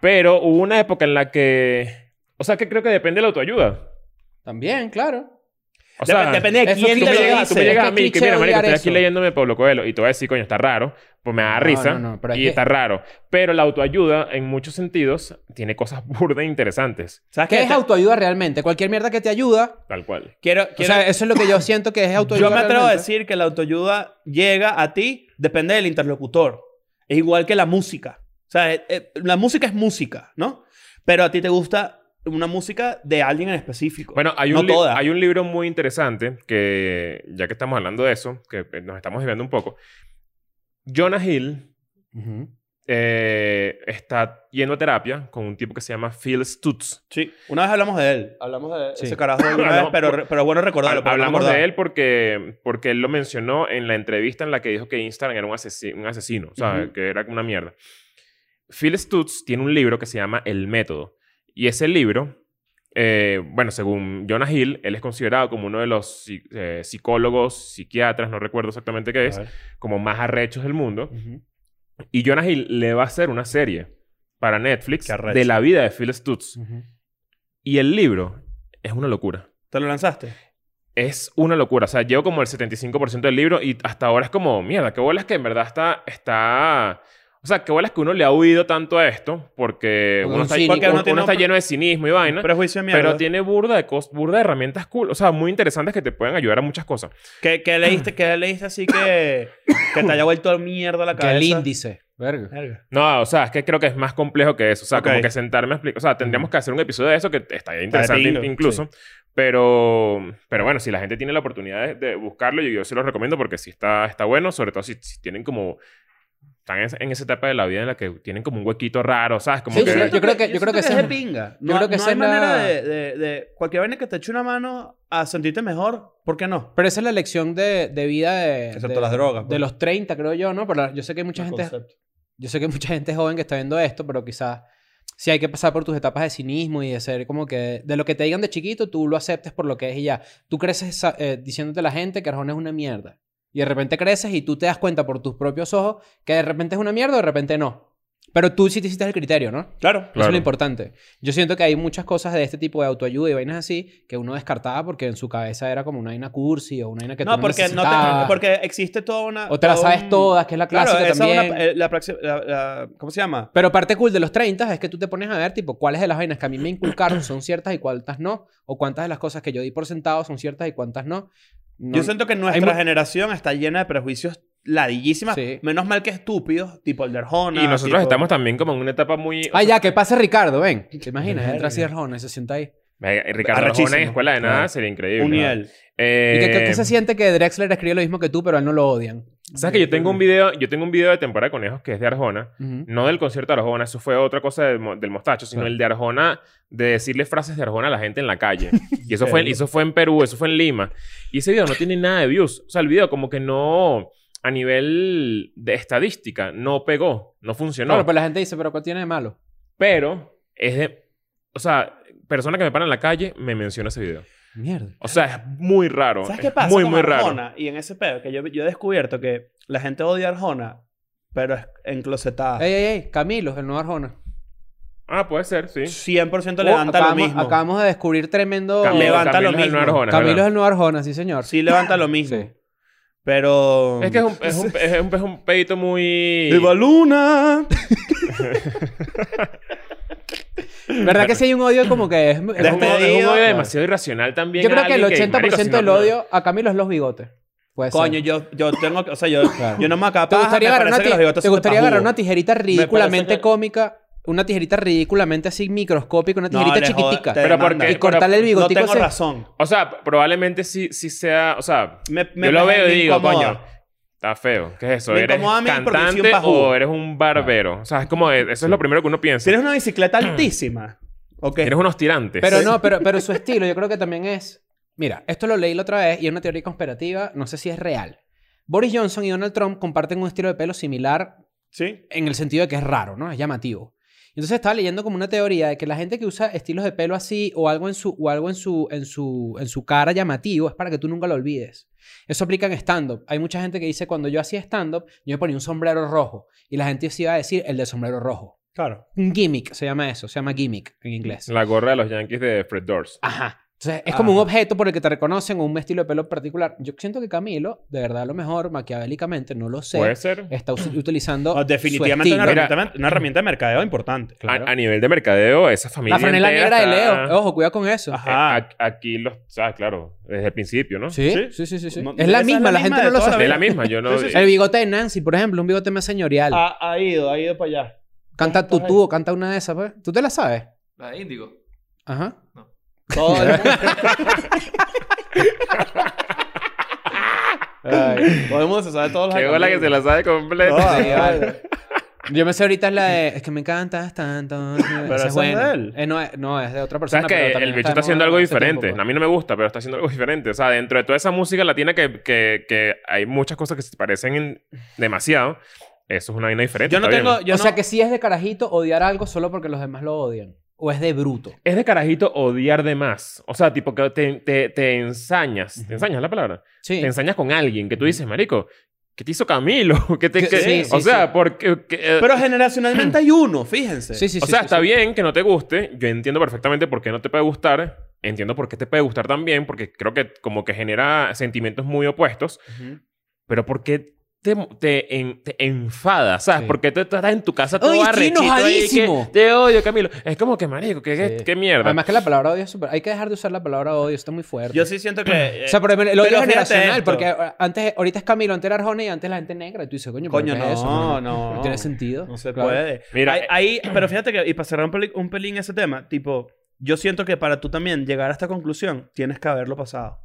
Speaker 2: pero hubo una época en la que, o sea, que creo que depende de la autoayuda.
Speaker 4: También, claro.
Speaker 2: O
Speaker 3: Dep-
Speaker 2: sea,
Speaker 3: depende de
Speaker 4: eso
Speaker 3: quién
Speaker 4: tú
Speaker 2: tú
Speaker 3: te
Speaker 2: me
Speaker 3: lo
Speaker 2: llegas, tú me
Speaker 3: dice.
Speaker 2: llegas a
Speaker 4: Qué
Speaker 2: mí que
Speaker 4: cliché
Speaker 2: mira, marico, estoy
Speaker 4: odiar
Speaker 2: aquí
Speaker 4: eso.
Speaker 2: leyéndome Pablo Coelho y te voy a decir, coño, está raro, pues me
Speaker 4: No,
Speaker 2: da risa
Speaker 4: no, no, pero es
Speaker 2: y
Speaker 4: que-
Speaker 2: está raro. Pero la autoayuda, en muchos sentidos, tiene cosas burdas e interesantes,
Speaker 3: ¿Sabes
Speaker 4: ¿Qué es
Speaker 3: Te-
Speaker 4: autoayuda realmente? Cualquier mierda que te ayuda.
Speaker 2: tal cual.
Speaker 3: Quiero,
Speaker 4: O
Speaker 3: quiero-
Speaker 4: sea, eso es lo que yo siento que es autoayuda.
Speaker 3: yo me atrevo a
Speaker 4: realmente.
Speaker 3: decir que la autoayuda llega a ti, depende del interlocutor. Es igual que la música. O sea, eh, eh, la música es música, ¿no? Pero a ti te gusta una música de alguien en específico.
Speaker 2: Bueno, hay un,
Speaker 3: no
Speaker 2: li-
Speaker 3: toda.
Speaker 2: hay un libro muy interesante que, ya que estamos hablando de eso, que eh, nos estamos desviando un poco. Jonah Hill
Speaker 4: Ujú.
Speaker 2: eh, está yendo a terapia con un tipo que se llama Phil Stutz.
Speaker 3: Sí, una vez hablamos de él. Hablamos de
Speaker 4: Sí.
Speaker 3: ese carajo alguna vez,
Speaker 2: Hablamos-
Speaker 3: pero, pero bueno recordarlo. porque no me
Speaker 2: Hablamos
Speaker 3: acordaba.
Speaker 2: de él porque, porque él lo mencionó en la entrevista en la que dijo que Instagram era un, asesi- un asesino, o sea,
Speaker 4: Ujú.
Speaker 2: que era una mierda. Phil Stutz tiene un libro que se llama El Método. Y ese libro, eh, bueno, según Jonah Hill, él es considerado como uno de los psi- eh, psicólogos, psiquiatras, no recuerdo exactamente qué es, como más arrechos del mundo.
Speaker 4: Ujú.
Speaker 2: Y Jonah Hill le va a hacer una serie para Netflix
Speaker 3: Qué arrecho.
Speaker 2: de la vida de Phil Stutz.
Speaker 4: Ujú.
Speaker 2: Y el libro es una locura.
Speaker 3: ¿Te lo lanzaste?
Speaker 2: Es una locura. O sea, llevo como el 75% del libro y hasta ahora es como, mierda, qué bolas que en verdad está... está... O sea, qué bolas que uno le ha huido tanto a esto porque
Speaker 4: Porque
Speaker 2: uno,
Speaker 4: un
Speaker 2: está,
Speaker 4: cínico.
Speaker 2: uno-
Speaker 3: Porque uno
Speaker 2: uno
Speaker 3: tiene
Speaker 2: está
Speaker 3: un-
Speaker 2: lleno de cinismo y vaina. Pero,
Speaker 3: Prejuicio de mierda.
Speaker 2: tiene burda de, cos- burda de herramientas cool. O sea, muy interesantes que te pueden ayudar a muchas cosas.
Speaker 3: ¿Qué, qué leíste, qué leíste así que, que te haya vuelto mierda la
Speaker 4: Que
Speaker 3: cabeza?
Speaker 4: el índice. Verga.
Speaker 3: Verga.
Speaker 2: No, o sea, es que creo que es más complejo que eso. O sea,
Speaker 3: Ok. Mm.
Speaker 2: como que sentarme a explicar... O sea, tendríamos que hacer un episodio de eso que estaría interesante
Speaker 3: pingo,
Speaker 2: in- incluso. Pero, pero bueno, si la gente tiene la oportunidad de, de buscarlo, yo, yo se lo recomiendo porque sí está, está bueno. Sobre todo si, si tienen como... Están en, esa- en esa etapa de la vida en la que tienen como un huequito raro, ¿sabes? Como
Speaker 4: Sí,
Speaker 2: que...
Speaker 4: sí, yo creo que- yo creo que
Speaker 3: es
Speaker 4: esa
Speaker 3: de
Speaker 4: es-
Speaker 3: pinga.
Speaker 4: yo
Speaker 3: No,
Speaker 4: creo que
Speaker 3: no
Speaker 4: esa
Speaker 3: hay
Speaker 4: es la-
Speaker 3: manera de, de- de- cualquier vaina que te eche una mano a sentirte mejor, ¿por qué no?
Speaker 4: Pero esa es la lección de, de vida de...
Speaker 3: Excepto
Speaker 4: de-
Speaker 3: las drogas, pues.
Speaker 4: De los 30, creo yo, ¿no? Pero la- yo sé que hay mucha gente... Yo sé que mucha gente joven que está viendo esto, pero quizás... si hay que pasar por tus etapas de cinismo y de ser como que de lo que te digan de chiquito, tú lo aceptes por lo que es y ya. Tú creces sa- eh, diciéndote a la gente que Arjona es una mierda. Y de repente creces y tú te das cuenta por tus propios ojos que de repente es una mierda o de repente no. Pero tú sí te hiciste el criterio, ¿no?
Speaker 3: Claro.
Speaker 4: Eso es
Speaker 2: Claro.
Speaker 4: lo importante. Yo siento que hay muchas cosas de este tipo de autoayuda y vainas así que uno descartaba porque en su cabeza era como una vaina cursi o una vaina que tú
Speaker 3: no,
Speaker 4: no
Speaker 3: porque, no
Speaker 4: necesitabas.
Speaker 3: te, porque existe toda una...
Speaker 4: O te la
Speaker 3: todo
Speaker 4: sabes
Speaker 3: un-
Speaker 4: todas, que es la
Speaker 3: Claro,
Speaker 4: clásica
Speaker 3: esa es
Speaker 4: también.
Speaker 3: una- eh, la praxi- la- la- ¿Cómo se llama?
Speaker 4: Pero parte cool de los 30 es que tú te pones a ver, tipo, cuáles de las vainas que a mí me inculcaron son ciertas y cuántas no. O cuántas de las cosas que yo di por sentado son ciertas y cuántas no. No-
Speaker 3: Yo siento que
Speaker 4: Hay
Speaker 3: nuestra
Speaker 4: mu-
Speaker 3: generación está llena de prejuicios ladillísimas.
Speaker 4: Sí.
Speaker 3: Menos mal que estúpidos, tipo el de Arjona.
Speaker 2: Y nosotros
Speaker 3: tipo-
Speaker 2: estamos también como en una etapa muy...
Speaker 4: Ah, ya, que pase Ricardo, ven. ¿Te imaginas? Entra así
Speaker 3: Verga.
Speaker 4: Arjona y se sienta ahí.
Speaker 2: Venga, Ricardo Arjona en
Speaker 3: Arrechísimo.
Speaker 2: Escuela de Nada
Speaker 4: Claro.
Speaker 2: sería increíble.
Speaker 3: Un nivel.
Speaker 2: Eh,
Speaker 4: ¿Y que, que- que se siente que Drexler escribe lo mismo que tú, pero a él no lo odian?
Speaker 2: ¿Sabes que yo tengo un video, yo tengo un video de Temporada de Conejos que es de Arjona?
Speaker 4: Ujú.
Speaker 2: No del concierto de Arjona, eso fue otra cosa del, mo- del mostacho, sino
Speaker 4: Claro.
Speaker 2: el de Arjona, de decirle frases de Arjona a la gente en la calle. Y eso, fue,
Speaker 3: Verga.
Speaker 2: eso fue en Perú, eso fue en Lima. Y ese video no tiene nada de views. O sea, el video como que no, a nivel de estadística, no pegó, no funcionó.
Speaker 4: Claro, pero la gente dice, ¿pero cuál tiene de malo?
Speaker 2: Pero es de, o sea, persona que me para en la calle me menciona ese video.
Speaker 4: Mierda.
Speaker 2: O sea, es muy raro.
Speaker 3: ¿Sabes
Speaker 2: es
Speaker 3: qué pasa
Speaker 2: Muy,
Speaker 3: con
Speaker 2: muy raro.
Speaker 3: Arjona? Y en ese pedo, que yo, yo he descubierto que la gente odia a Arjona, pero es enclosetada.
Speaker 4: Ey, ey, ey, Camilo, el nuevo Arjona.
Speaker 2: Ah, puede ser, sí.
Speaker 3: 100%
Speaker 4: Oh,
Speaker 3: levanta
Speaker 4: acabamos,
Speaker 3: lo mismo.
Speaker 4: acabamos de descubrir tremendo...
Speaker 2: Camilo-
Speaker 3: Levanta
Speaker 2: Camilo
Speaker 3: lo
Speaker 2: es el nuevo
Speaker 3: mismo.
Speaker 2: Arjona, es
Speaker 4: Camilo
Speaker 2: verdad.
Speaker 4: es el nuevo Arjona, sí, señor.
Speaker 3: Sí levanta lo mismo.
Speaker 4: Sí.
Speaker 3: Pero...
Speaker 2: Es que es un, es un, es un, es un pedito muy...
Speaker 3: ¡Viva Luna!
Speaker 4: ¿Verdad que sí hay un odio como que es... es
Speaker 2: Es un,
Speaker 4: como-
Speaker 2: es un
Speaker 3: Despedido.
Speaker 2: odio demasiado irracional también.
Speaker 4: Yo creo
Speaker 2: a
Speaker 4: que el
Speaker 2: alguien
Speaker 4: 80%
Speaker 2: marico, si no-
Speaker 4: del odio a Camilo es los bigotes. Puede ser.
Speaker 3: Coño, yo, yo tengo que... O sea, yo,
Speaker 4: Claro.
Speaker 3: yo no me acabo
Speaker 4: ¿Te gustaría, agarrar una, ti- te gustaría agarrar una tijerita
Speaker 3: parece
Speaker 4: ridículamente
Speaker 3: que-
Speaker 4: cómica? Una tijerita ridículamente así microscópica, una tijerita chiquitica.
Speaker 2: Pero porque-
Speaker 4: y cortarle el
Speaker 3: No
Speaker 4: bigotico
Speaker 3: tengo
Speaker 4: ese.
Speaker 3: razón.
Speaker 2: O sea, probablemente sí, sí sea... O sea,
Speaker 3: Me, me-
Speaker 2: yo lo
Speaker 3: me-
Speaker 2: veo y
Speaker 3: me
Speaker 2: digo,
Speaker 3: incomoda.
Speaker 2: coño, está feo. ¿Qué es eso?
Speaker 3: Me
Speaker 2: ¿Eres
Speaker 3: incomoda a mí porque soy un
Speaker 2: cantante
Speaker 3: pajudo.
Speaker 2: o eres un barbero? O sea, es como... eh, Eso es lo primero que uno
Speaker 3: Si
Speaker 2: piensa.
Speaker 3: eres una bicicleta altísima, ¿ok?
Speaker 2: Eres unos tirantes.
Speaker 4: Pero no, pero, pero su estilo yo creo que también es... Mira, esto lo leí la otra vez y es una teoría conspirativa, no sé si es real. Boris Johnson y Donald Trump comparten un estilo de pelo similar
Speaker 3: Sí.
Speaker 4: en el sentido de que es raro, ¿no? Es llamativo. Entonces estaba leyendo como una teoría de que la gente que usa estilos de pelo así o algo en su, o algo en su, en su, en su cara llamativo es para que tú nunca lo olvides. Eso aplica en stand-up. Hay mucha gente que dice, cuando yo hacía stand-up, yo me ponía un sombrero rojo. Y la gente se iba a decir, el del sombrero rojo.
Speaker 3: Claro.
Speaker 4: Un gimmick, se llama eso. Se llama gimmick en inglés.
Speaker 2: La gorra de los Yankees de Fred Durst.
Speaker 4: Ajá. Entonces, es como un objeto por el que te reconocen o un estilo de pelo particular. Yo siento que Camilo, de verdad, a lo mejor, maquiavélicamente, no lo sé,
Speaker 2: ¿Puede ser?
Speaker 4: está us- utilizando
Speaker 3: No,
Speaker 4: su
Speaker 3: Pues. Oh, definitivamente una
Speaker 4: estilo.
Speaker 3: herramienta, una herramienta de mercadeo importante.
Speaker 2: A- A, nivel de mercadeo, esa familia
Speaker 4: La franela negra
Speaker 2: entera
Speaker 4: de
Speaker 2: está-
Speaker 4: Leo. Ojo, cuidado con eso.
Speaker 2: Eh,
Speaker 3: Ajá.
Speaker 2: a- Aquí los... O sea, claro, desde el principio, ¿no?
Speaker 4: ¿Sí?
Speaker 3: ¿Sí?
Speaker 4: Sí, sí, sí. sí.
Speaker 3: No,
Speaker 4: es la
Speaker 3: esa
Speaker 4: misma, la, gente
Speaker 3: misma
Speaker 4: no
Speaker 3: de
Speaker 4: lo
Speaker 3: toda
Speaker 4: sabe.
Speaker 2: Es la misma, yo no...
Speaker 3: Sí, sí, sí.
Speaker 4: El bigote de Nancy, por ejemplo, un bigote más señorial.
Speaker 3: Ha, ha ido, ha ido para allá.
Speaker 4: canta
Speaker 3: ¿cómo estás
Speaker 4: Tutú o canta una de esas, Ah, pues. ¿Tú te la sabes?
Speaker 5: La de Índigo.
Speaker 4: Ajá.
Speaker 3: Todo el mundo,
Speaker 4: Ay,
Speaker 3: todo el mundo se sabe todos los
Speaker 2: Qué bola que se la sabe completa.
Speaker 3: Todas,
Speaker 4: Sí, vale. Yo me sé ahorita es la de... Es que me encantas tanto. Pero
Speaker 3: esa es de él.
Speaker 4: Eh, no, es- no, es de otra persona.
Speaker 2: ¿Sabes que
Speaker 4: pero también
Speaker 2: El bicho está
Speaker 4: de moda
Speaker 2: haciendo algo
Speaker 4: hace
Speaker 2: diferente.
Speaker 4: tiempo,
Speaker 2: a
Speaker 4: pues.
Speaker 2: mí no me gusta, pero está haciendo algo diferente. O sea, dentro de toda esa música latina que, que, que hay muchas cosas que se parecen en- demasiado, eso es una vaina diferente.
Speaker 3: Yo no
Speaker 2: está
Speaker 3: tengo...
Speaker 2: bien.
Speaker 3: Yo
Speaker 4: o
Speaker 3: no-
Speaker 4: sea, que sí es de carajito odiar algo solo porque los demás lo odian. O es de bruto.
Speaker 2: Es de carajito odiar de más. O sea, tipo que te, te, te ensañas. ¿Te ensañas es la palabra?
Speaker 4: Sí.
Speaker 2: Te ensañas con alguien que tú dices, marico, ¿qué te hizo Camilo? ¿Qué te,
Speaker 4: Que-
Speaker 2: qué-"
Speaker 4: sí, sí,
Speaker 2: o sea,
Speaker 4: sí.
Speaker 2: porque... que- eh,
Speaker 3: Pero generacionalmente hay uno, fíjense.
Speaker 4: Sí, sí,
Speaker 2: o
Speaker 4: sí,
Speaker 2: sea,
Speaker 4: sí,
Speaker 2: está
Speaker 4: sí.
Speaker 2: bien que no te guste. Yo entiendo perfectamente por qué no te puede gustar. Entiendo por qué te puede gustar también, porque creo que como que genera sentimientos muy opuestos. Pero ¿por qué te, te, en- te enfadas? ¿Sabes?
Speaker 4: Sí.
Speaker 2: ¿Por qué te tú estás en tu casa todo
Speaker 4: Ay, estoy
Speaker 2: arrechito ahí que
Speaker 4: enojadísimo.
Speaker 2: te odio, Camilo? Es como que, marico, qué, qué-
Speaker 4: Sí.
Speaker 2: qué mierda.
Speaker 4: Además que la palabra odio es súper... Hay que dejar de usar la palabra odio. Está muy fuerte.
Speaker 3: Yo sí siento que... eh,
Speaker 4: O sea, por ejemplo, el odio
Speaker 3: pero
Speaker 4: es
Speaker 3: fíjate
Speaker 4: generacional,
Speaker 3: esto.
Speaker 4: porque eh, antes, ahorita es Camilo, antes era Arjona y antes la gente negra. Y tú dices, coño, ¿pero
Speaker 3: Coño,
Speaker 4: qué
Speaker 3: no,
Speaker 4: es eso?
Speaker 3: no.
Speaker 4: No tiene sentido.
Speaker 3: No eh, se
Speaker 4: Claro.
Speaker 3: puede.
Speaker 2: Mira,
Speaker 3: Hay-
Speaker 2: eh,
Speaker 3: hay- pero fíjate que, y para cerrar un peli- un pelín, ese tema, tipo, yo siento que para tú también llegar a esta conclusión, tienes que haberlo pasado.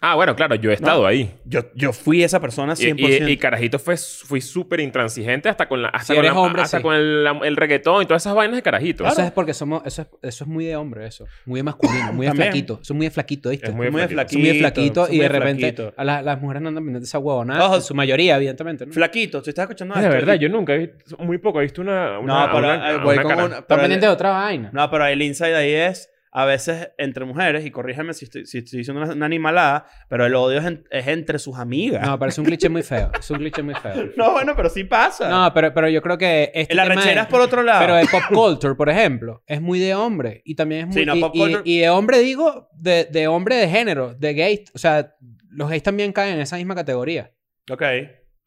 Speaker 2: Ah, bueno, claro, yo he estado ahí.
Speaker 3: Yo, yo fui esa persona
Speaker 2: Y,
Speaker 3: 100%.
Speaker 2: y- y carajito fue, fui súper intransigente hasta con la, hasta
Speaker 4: Si
Speaker 2: con,
Speaker 4: eres
Speaker 2: la-
Speaker 4: hombre,
Speaker 2: hasta
Speaker 4: sí.
Speaker 2: con el, el reggaetón y todas esas vainas de carajito.
Speaker 4: Eso es porque somos... Eso es, eso es muy de hombre, eso. Muy de masculino, muy de
Speaker 3: También.
Speaker 4: flaquito. Eso es muy de flaquito, ¿viste?
Speaker 2: Es
Speaker 3: muy,
Speaker 2: muy
Speaker 3: flaquito.
Speaker 4: Son muy flaquito
Speaker 3: son
Speaker 4: y
Speaker 3: muy
Speaker 4: de repente
Speaker 3: flaquito.
Speaker 4: a la- las mujeres no andan pendientes de esa huevonada.
Speaker 3: Ojo.
Speaker 4: En su mayoría, evidentemente. ¿no?
Speaker 3: Flaquito, ¿te estás escuchando?
Speaker 2: Es de
Speaker 3: esto?
Speaker 2: verdad, yo nunca he visto, muy poco he visto una. una
Speaker 3: No, pero
Speaker 2: una-
Speaker 3: eh,
Speaker 2: una
Speaker 3: voy con
Speaker 2: cara-
Speaker 3: una-
Speaker 4: Están
Speaker 3: pero el-
Speaker 4: pendientes de otra vaina.
Speaker 3: No, pero el inside ahí es, a veces entre mujeres, y corrígeme si estoy, si estoy diciendo una, una animalada, pero el odio es, en- es entre sus amigas.
Speaker 4: No,
Speaker 3: No,
Speaker 4: pero es un cliché muy feo. Es un cliché muy feo.
Speaker 3: bueno, pero sí pasa.
Speaker 4: No, pero, pero yo creo que... Este
Speaker 3: la
Speaker 4: tema
Speaker 3: rechera
Speaker 4: es-
Speaker 3: es por otro lado.
Speaker 4: Pero de pop culture, por ejemplo, es muy de hombre. Y también es muy...
Speaker 3: Sí, no,
Speaker 4: y,
Speaker 3: pop
Speaker 4: y-
Speaker 3: culture-
Speaker 4: y de hombre digo, de, de hombre de género, de gays. O sea, los gays también caen en esa misma categoría.
Speaker 3: Ok.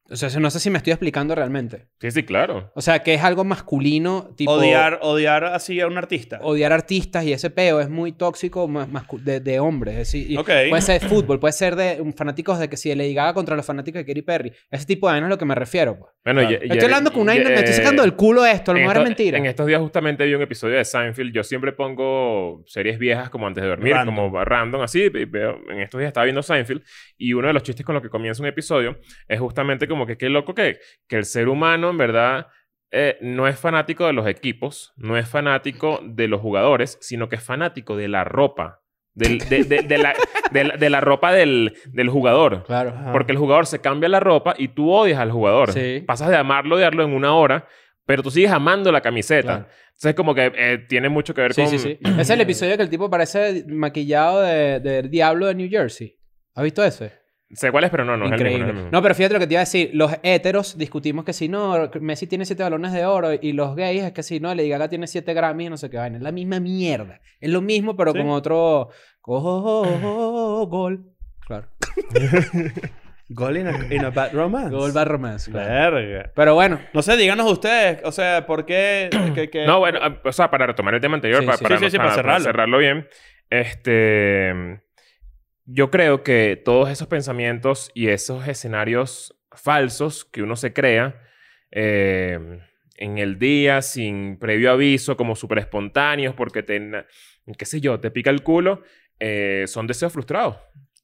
Speaker 4: O sea, no sé si me estoy explicando realmente.
Speaker 2: Sí, sí, claro.
Speaker 4: O sea, que es algo masculino, tipo...
Speaker 3: Odiar, odiar así a un artista.
Speaker 4: Odiar artistas y ese peo es muy tóxico más, mascu- de, de hombres. Es decir, y
Speaker 3: Ok.
Speaker 4: Puede ser de fútbol, puede ser de um, fanáticos de que si le Gaga contra los fanáticos de Katy Perry. Ese tipo de vainas es a lo que me refiero. pues.
Speaker 2: Bueno,
Speaker 3: Claro.
Speaker 2: ya-
Speaker 4: Estoy
Speaker 2: ya-
Speaker 4: hablando con una...
Speaker 2: ya-
Speaker 4: vaina- me estoy sacando del culo esto. A lo
Speaker 2: en
Speaker 4: mejor es
Speaker 2: esto-
Speaker 4: mentira.
Speaker 2: En estos días justamente vi un episodio de Seinfeld. Yo siempre pongo series viejas como antes de dormir,
Speaker 3: Random.
Speaker 2: como random, así. y veo- en estos días estaba viendo Seinfeld y uno de los chistes con los que comienza un episodio es justamente como que qué loco que, que el ser humano, en verdad, eh, no es fanático de los equipos, no es fanático de los jugadores, sino que es fanático de la ropa. Del- de, de- de la, de la- de la ropa del, del jugador.
Speaker 4: Claro.
Speaker 3: Ajá.
Speaker 2: Porque el jugador se cambia la ropa y tú odias al jugador.
Speaker 4: Sí.
Speaker 2: Pasas de amarlo, odiarlo en una hora, pero tú sigues amando la camiseta.
Speaker 4: Claro.
Speaker 2: Entonces, como que eh, tiene mucho que ver
Speaker 4: Sí,
Speaker 2: con.
Speaker 4: sí, sí. Es el episodio que el tipo parece maquillado de, de Diablo de New Jersey. ¿Has visto ese?
Speaker 2: Sé cuál es, pero no, no es el mismo,
Speaker 4: Increíble.
Speaker 2: no es el mismo.
Speaker 4: No, pero fíjate lo que te iba a decir. Los héteros discutimos que si no, Messi tiene siete balones de oro y los gays es que si no, Lady Gaga tiene siete Grammys y no sé qué vaina. Es la misma mierda. Es lo mismo, pero
Speaker 3: Sí.
Speaker 4: con otro gol. Claro.
Speaker 3: Gol in a, in a bad romance.
Speaker 4: Gol by romance. claro.
Speaker 3: Verga.
Speaker 4: Pero bueno.
Speaker 3: No sé, díganos ustedes, o sea, ¿por qué? que- que-
Speaker 2: No, bueno, ah, o sea, para retomar el tema anterior,
Speaker 4: Sí,
Speaker 2: para,
Speaker 4: sí.
Speaker 2: para
Speaker 3: Sí, sí,
Speaker 2: no-
Speaker 3: sí, para
Speaker 2: para- para
Speaker 3: cerrarlo.
Speaker 2: cerrarlo bien, este, yo creo que todos esos pensamientos y esos escenarios falsos que uno se crea eh, en el día sin previo aviso, como súper espontáneos, porque te, na- qué sé yo, te pica el culo, eh, son deseos frustrados.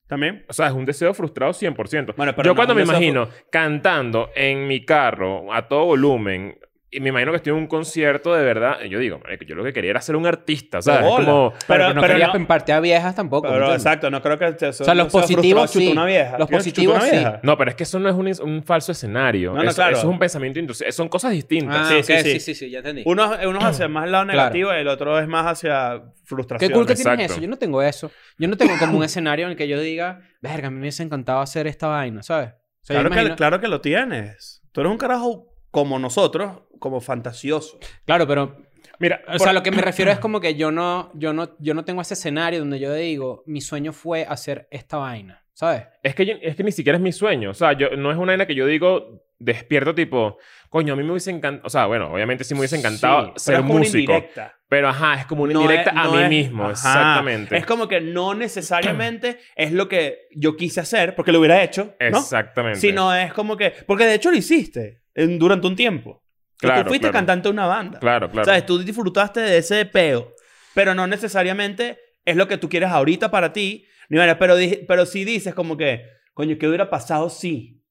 Speaker 3: También.
Speaker 2: O sea, es un deseo frustrado 100%.
Speaker 3: Bueno, pero
Speaker 2: Yo
Speaker 3: no,
Speaker 2: cuando
Speaker 3: un
Speaker 2: me
Speaker 3: deseo
Speaker 2: imagino cantando en mi carro a todo volumen, y me imagino que estoy en un concierto de verdad, yo digo, "Marico, yo lo que quería era ser un artista, ¿sabes?
Speaker 3: De bola.
Speaker 2: Como,
Speaker 4: Pero,
Speaker 3: Pero-
Speaker 4: no
Speaker 3: pero
Speaker 4: querías
Speaker 3: no-
Speaker 4: pimpartear viejas tampoco.
Speaker 3: Pero
Speaker 4: ¿entiendes?
Speaker 3: exacto, no creo que te,
Speaker 4: O sea, los positivos sí.
Speaker 3: una vieja.
Speaker 4: Los
Speaker 3: ¿Quieres
Speaker 4: positivos
Speaker 3: chutar una
Speaker 4: sí.
Speaker 3: vieja?
Speaker 2: no, pero es que eso no es un, ins- un falso escenario.
Speaker 3: No, no,
Speaker 2: eso,
Speaker 3: claro.
Speaker 2: eso es un pensamiento industrial. Son cosas distintas.
Speaker 4: Ah,
Speaker 3: Sí,
Speaker 4: ok,
Speaker 3: sí, sí.
Speaker 4: sí, sí, sí, ya entendí.
Speaker 3: Uno, uno es hacia más lado negativo y el otro es más hacia frustración.
Speaker 4: Qué cool que tienes
Speaker 2: exacto.
Speaker 4: eso. Yo no tengo eso. Yo no tengo como un escenario en el que yo diga, verga, a mí me hubiese encantado hacer esta vaina, ¿sabes? O sea, yo
Speaker 3: claro,
Speaker 4: imagino-
Speaker 3: que, claro que lo tienes. Tú eres un carajo como nosotros, como fantasioso.
Speaker 4: claro, pero
Speaker 3: Ah,
Speaker 2: Mira,
Speaker 4: O sea, lo que me refiero es como que yo no, yo no, yo no tengo ese escenario donde yo digo, mi sueño fue hacer esta vaina, ¿sabes?
Speaker 2: Es que, yo- es que ni siquiera es mi sueño. O sea, yo, no es una vaina que yo digo despierto tipo, coño, a mí me hubiese encantado. O sea, bueno, obviamente sí me hubiese
Speaker 3: Sí,
Speaker 2: encantado
Speaker 3: pero es
Speaker 2: ser
Speaker 3: como una
Speaker 2: músico.
Speaker 3: indirecta.
Speaker 2: Pero ajá, es como una
Speaker 3: No es-
Speaker 2: indirecta a
Speaker 3: no
Speaker 2: mí
Speaker 3: es-
Speaker 2: mismo.
Speaker 3: ajá.
Speaker 2: Exactamente.
Speaker 3: Es como que no necesariamente es lo que yo quise hacer, porque lo hubiera hecho, ¿no?
Speaker 2: Exactamente.
Speaker 3: Sino es como que... Porque de hecho lo hiciste en- durante un tiempo. Y
Speaker 2: Claro,
Speaker 3: tú fuiste
Speaker 2: claro.
Speaker 3: cantante de una banda.
Speaker 2: Claro, claro.
Speaker 3: ¿Sabes? Tú disfrutaste de ese peo, pero no necesariamente es lo que tú quieres ahorita para ti. Ni manera, pero, di- pero si dices como que, coño, ¿qué hubiera pasado si?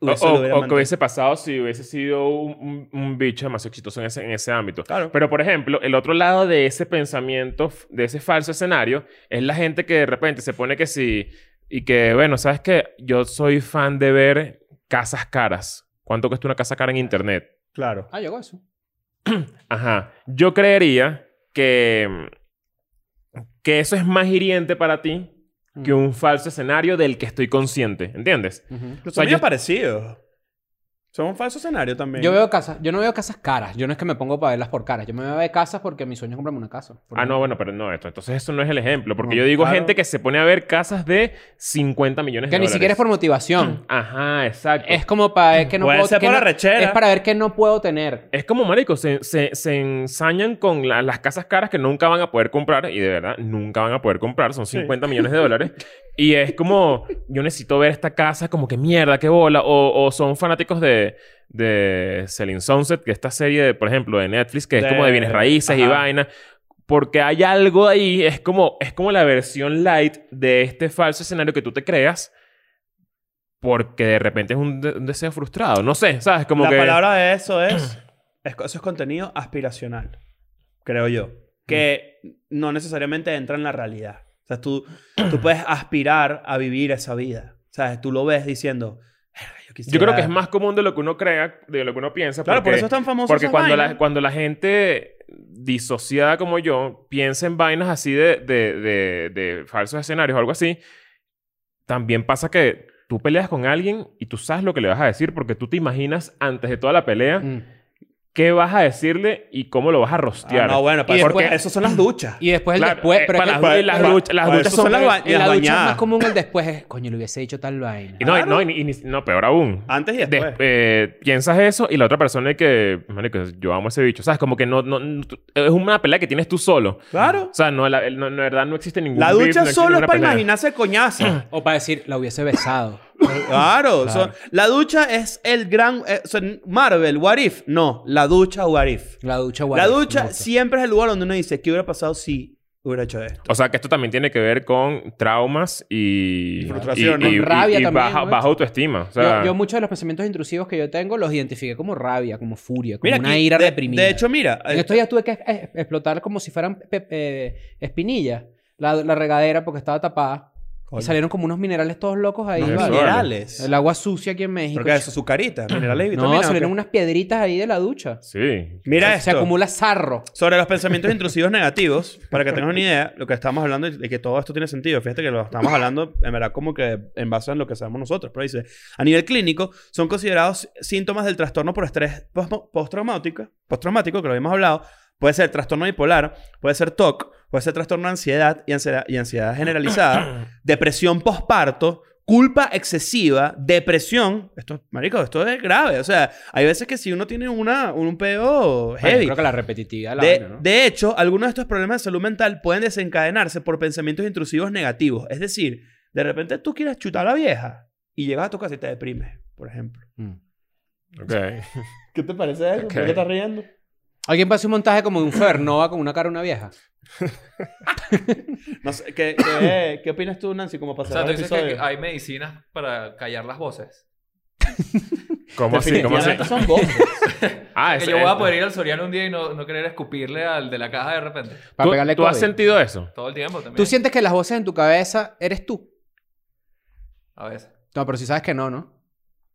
Speaker 2: O,
Speaker 3: Eso lo
Speaker 2: o-
Speaker 3: hubiera
Speaker 2: o que
Speaker 3: mantenido.
Speaker 2: hubiese pasado si hubiese sido un, un- un bicho demasiado exitoso en ese, en ese ámbito.
Speaker 3: Claro.
Speaker 2: Pero, por ejemplo, el otro lado de ese pensamiento, f- de ese falso escenario, es la gente que de repente se pone que sí. Y que, bueno, ¿sabes qué? Yo soy fan de ver casas caras. ¿Cuánto cuesta una casa cara en internet?
Speaker 3: Claro.
Speaker 4: Ah, yo hago eso.
Speaker 2: Ajá. Yo creería que, que eso es más hiriente para ti que un falso escenario del que estoy consciente. ¿Entiendes?
Speaker 4: Ujú.
Speaker 3: Los
Speaker 2: sea,
Speaker 3: amigos
Speaker 2: yo-
Speaker 3: parecidos. Son un falso escenario también.
Speaker 4: Yo veo casas, yo no veo casas caras. Yo no es que me pongo para verlas por caras. Yo me veo a ver casas porque mi sueño es comprarme una casa. por
Speaker 2: Ah,
Speaker 4: ejemplo.
Speaker 2: no, bueno, pero no, esto, entonces eso no es el ejemplo. Porque
Speaker 4: No,
Speaker 2: yo digo
Speaker 3: claro.
Speaker 2: gente que se pone a ver casas de 50 millones de
Speaker 4: Que ni
Speaker 2: dólares.
Speaker 4: siquiera es por motivación.
Speaker 2: Ajá, exacto.
Speaker 4: Es como para es que no
Speaker 3: Puede
Speaker 4: puedo
Speaker 3: ser
Speaker 4: que
Speaker 3: por
Speaker 4: no-
Speaker 3: arrechera.
Speaker 4: Es para ver qué no puedo tener.
Speaker 2: Es como, marico, se, se, se ensañan con la- las casas caras que nunca van a poder comprar. Y de verdad, nunca van a poder comprar. Son 50 millones de dólares. Y es como, yo necesito ver esta casa como que mierda, qué bola. O, o son fanáticos de, de Selling Sunset, que esta serie, de, por ejemplo, de Netflix, que es
Speaker 3: De-
Speaker 2: como de bienes raíces y
Speaker 3: ajá.
Speaker 2: vaina. Porque hay algo ahí, es como, es como la versión light de este falso escenario que tú te creas, porque de repente es un, de- un deseo frustrado. No sé, ¿sabes? Como
Speaker 3: la
Speaker 2: que.
Speaker 3: palabra de eso es, es- Eso es contenido aspiracional, creo yo. Que no necesariamente entra en la realidad. O sea, tú, tú puedes aspirar a vivir esa vida. O sea, tú lo ves diciendo... "Verga,
Speaker 2: Yo creo
Speaker 3: Yo,
Speaker 2: que es
Speaker 3: quisiera-".
Speaker 2: más común de lo que uno crea, de lo que uno piensa.
Speaker 3: Claro, por
Speaker 2: porque-
Speaker 3: eso es tan famoso.
Speaker 2: Porque cuando la, cuando la gente disociada como yo piensa en vainas así de, de, de, de falsos escenarios o algo así, también pasa que tú peleas con alguien y tú sabes lo que le vas a decir porque tú te imaginas antes de toda la pelea
Speaker 4: Mm.
Speaker 2: qué vas a decirle y cómo lo vas a
Speaker 3: Ah,
Speaker 2: rostear.
Speaker 3: no, bueno, pero
Speaker 4: Y
Speaker 3: porque
Speaker 4: después-
Speaker 3: eso son las duchas.
Speaker 4: Y después el
Speaker 2: Claro,
Speaker 4: después.
Speaker 2: eh,
Speaker 4: Pero es
Speaker 2: para
Speaker 4: que-
Speaker 2: las- las
Speaker 4: pa-
Speaker 2: luchas- las
Speaker 4: pa-
Speaker 2: duchas
Speaker 4: eso
Speaker 3: son
Speaker 4: es
Speaker 3: las
Speaker 4: lo-
Speaker 3: ba-
Speaker 4: en
Speaker 3: Ah, las
Speaker 4: la ducha es
Speaker 3: bañadas.
Speaker 4: más común el después es, coño, le hubiese hecho tal vaina.
Speaker 2: Y no, y
Speaker 3: claro. Ah, pues.
Speaker 2: no, y- y- no, peor aún.
Speaker 3: Antes y
Speaker 2: De-
Speaker 3: después.
Speaker 2: eh, piensas eso y la otra persona es que, "Marico, yo amo ese bicho. ¿Sabes? Como que no, no, no- tú- es una pelea que tienes tú solo.
Speaker 3: claro.
Speaker 2: O sea, no, la, no, en verdad no existe ningún
Speaker 3: La
Speaker 2: beef,
Speaker 3: ducha
Speaker 2: no existe
Speaker 3: solo es
Speaker 2: ninguna
Speaker 3: para
Speaker 2: pelea.
Speaker 3: imaginarse coñazo.
Speaker 4: O para decir, la hubiese besado.
Speaker 3: Claro,
Speaker 4: Claro.
Speaker 3: son- la ducha es el gran. eh, o sea, Marvel, What If. No, la ducha, What If.
Speaker 4: La ducha guay.
Speaker 3: la ducha
Speaker 4: Me gusta.
Speaker 3: siempre es el lugar donde uno dice, ¿qué hubiera pasado si hubiera hecho esto?
Speaker 2: O sea, que esto también tiene que ver con traumas y...
Speaker 3: Y frustraciones.
Speaker 2: Y, y-
Speaker 4: Con rabia
Speaker 2: y
Speaker 4: también,
Speaker 2: baja,
Speaker 4: ¿no?
Speaker 2: baja autoestima. O sea,
Speaker 4: yo, yo muchos de los pensamientos intrusivos que yo tengo los identifiqué como rabia, como furia, como una
Speaker 3: aquí,
Speaker 4: ira
Speaker 3: de,
Speaker 4: reprimida.
Speaker 3: De hecho, mira.
Speaker 4: En
Speaker 3: eh,
Speaker 4: estos días tuve que es- explotar como si fueran pe- eh, espinillas. La, la regadera porque estaba tapada.
Speaker 3: coño,
Speaker 4: Y salieron como unos minerales todos locos ahí.
Speaker 2: No,
Speaker 4: ¿vale?
Speaker 2: eso
Speaker 3: minerales.
Speaker 4: El agua sucia aquí en México.
Speaker 3: ¿Pero qué es eso? ¿Su carita? ¿Minerales y vitaminas?
Speaker 4: no,
Speaker 3: ¿o
Speaker 4: salieron
Speaker 3: qué?
Speaker 4: unas piedritas ahí de la ducha.
Speaker 2: Sí.
Speaker 3: Mira
Speaker 4: Se
Speaker 3: esto.
Speaker 4: acumula sarro.
Speaker 3: Sobre los pensamientos intrusivos negativos, para que tengas una idea, lo que estamos hablando y y que todo esto tiene sentido. Fíjate que lo estamos hablando, en verdad, como que en base en lo que sabemos nosotros. Pero dice, a nivel clínico, son considerados síntomas del trastorno por estrés posmo- postraumático, postraumático, que lo habíamos hablado. Puede ser trastorno bipolar, puede ser TOC, puede ser trastorno de ansiedad y ansiedad, y ansiedad generalizada, depresión posparto, culpa excesiva, depresión. Esto, marico, esto es grave. O sea, hay veces que si uno tiene una, un peo
Speaker 4: Bueno,
Speaker 3: heavy.
Speaker 4: creo que la repetitividad de la
Speaker 3: De,
Speaker 4: vaina, ¿no?
Speaker 3: de hecho, algunos de estos problemas de salud mental pueden desencadenarse por pensamientos intrusivos negativos. Es decir, de repente tú quieres chutar a la vieja y llegas a tu casa y te deprimes, por ejemplo.
Speaker 4: Mm.
Speaker 2: Ok.
Speaker 3: ¿Qué te parece eso?
Speaker 2: Ok. ¿Por qué estás
Speaker 3: riendo?
Speaker 4: Alguien pasa un montaje como de un Fernova con una cara de una vieja.
Speaker 3: No sé, ¿qué, qué, qué opinas tú, Nancy, como
Speaker 5: O sea,
Speaker 3: pasar
Speaker 5: tú
Speaker 3: el
Speaker 5: dices que
Speaker 3: episodio?
Speaker 5: que hay medicinas para callar las voces.
Speaker 2: ¿Cómo así? ¿Cómo así?
Speaker 3: Definitivamente son voces.
Speaker 2: Ah,
Speaker 5: que
Speaker 2: eso-
Speaker 5: yo voy
Speaker 2: eh,
Speaker 5: a poder ir al Soriano un día y no, no querer escupirle al de la caja de repente.
Speaker 4: Para
Speaker 2: ¿Tú,
Speaker 4: pegarle
Speaker 2: tú has
Speaker 4: COVID.
Speaker 2: sentido eso?
Speaker 5: Todo el tiempo también.
Speaker 4: ¿Tú sientes que las voces en tu cabeza eres tú?
Speaker 5: A veces.
Speaker 4: No, pero si sabes que no, ¿no?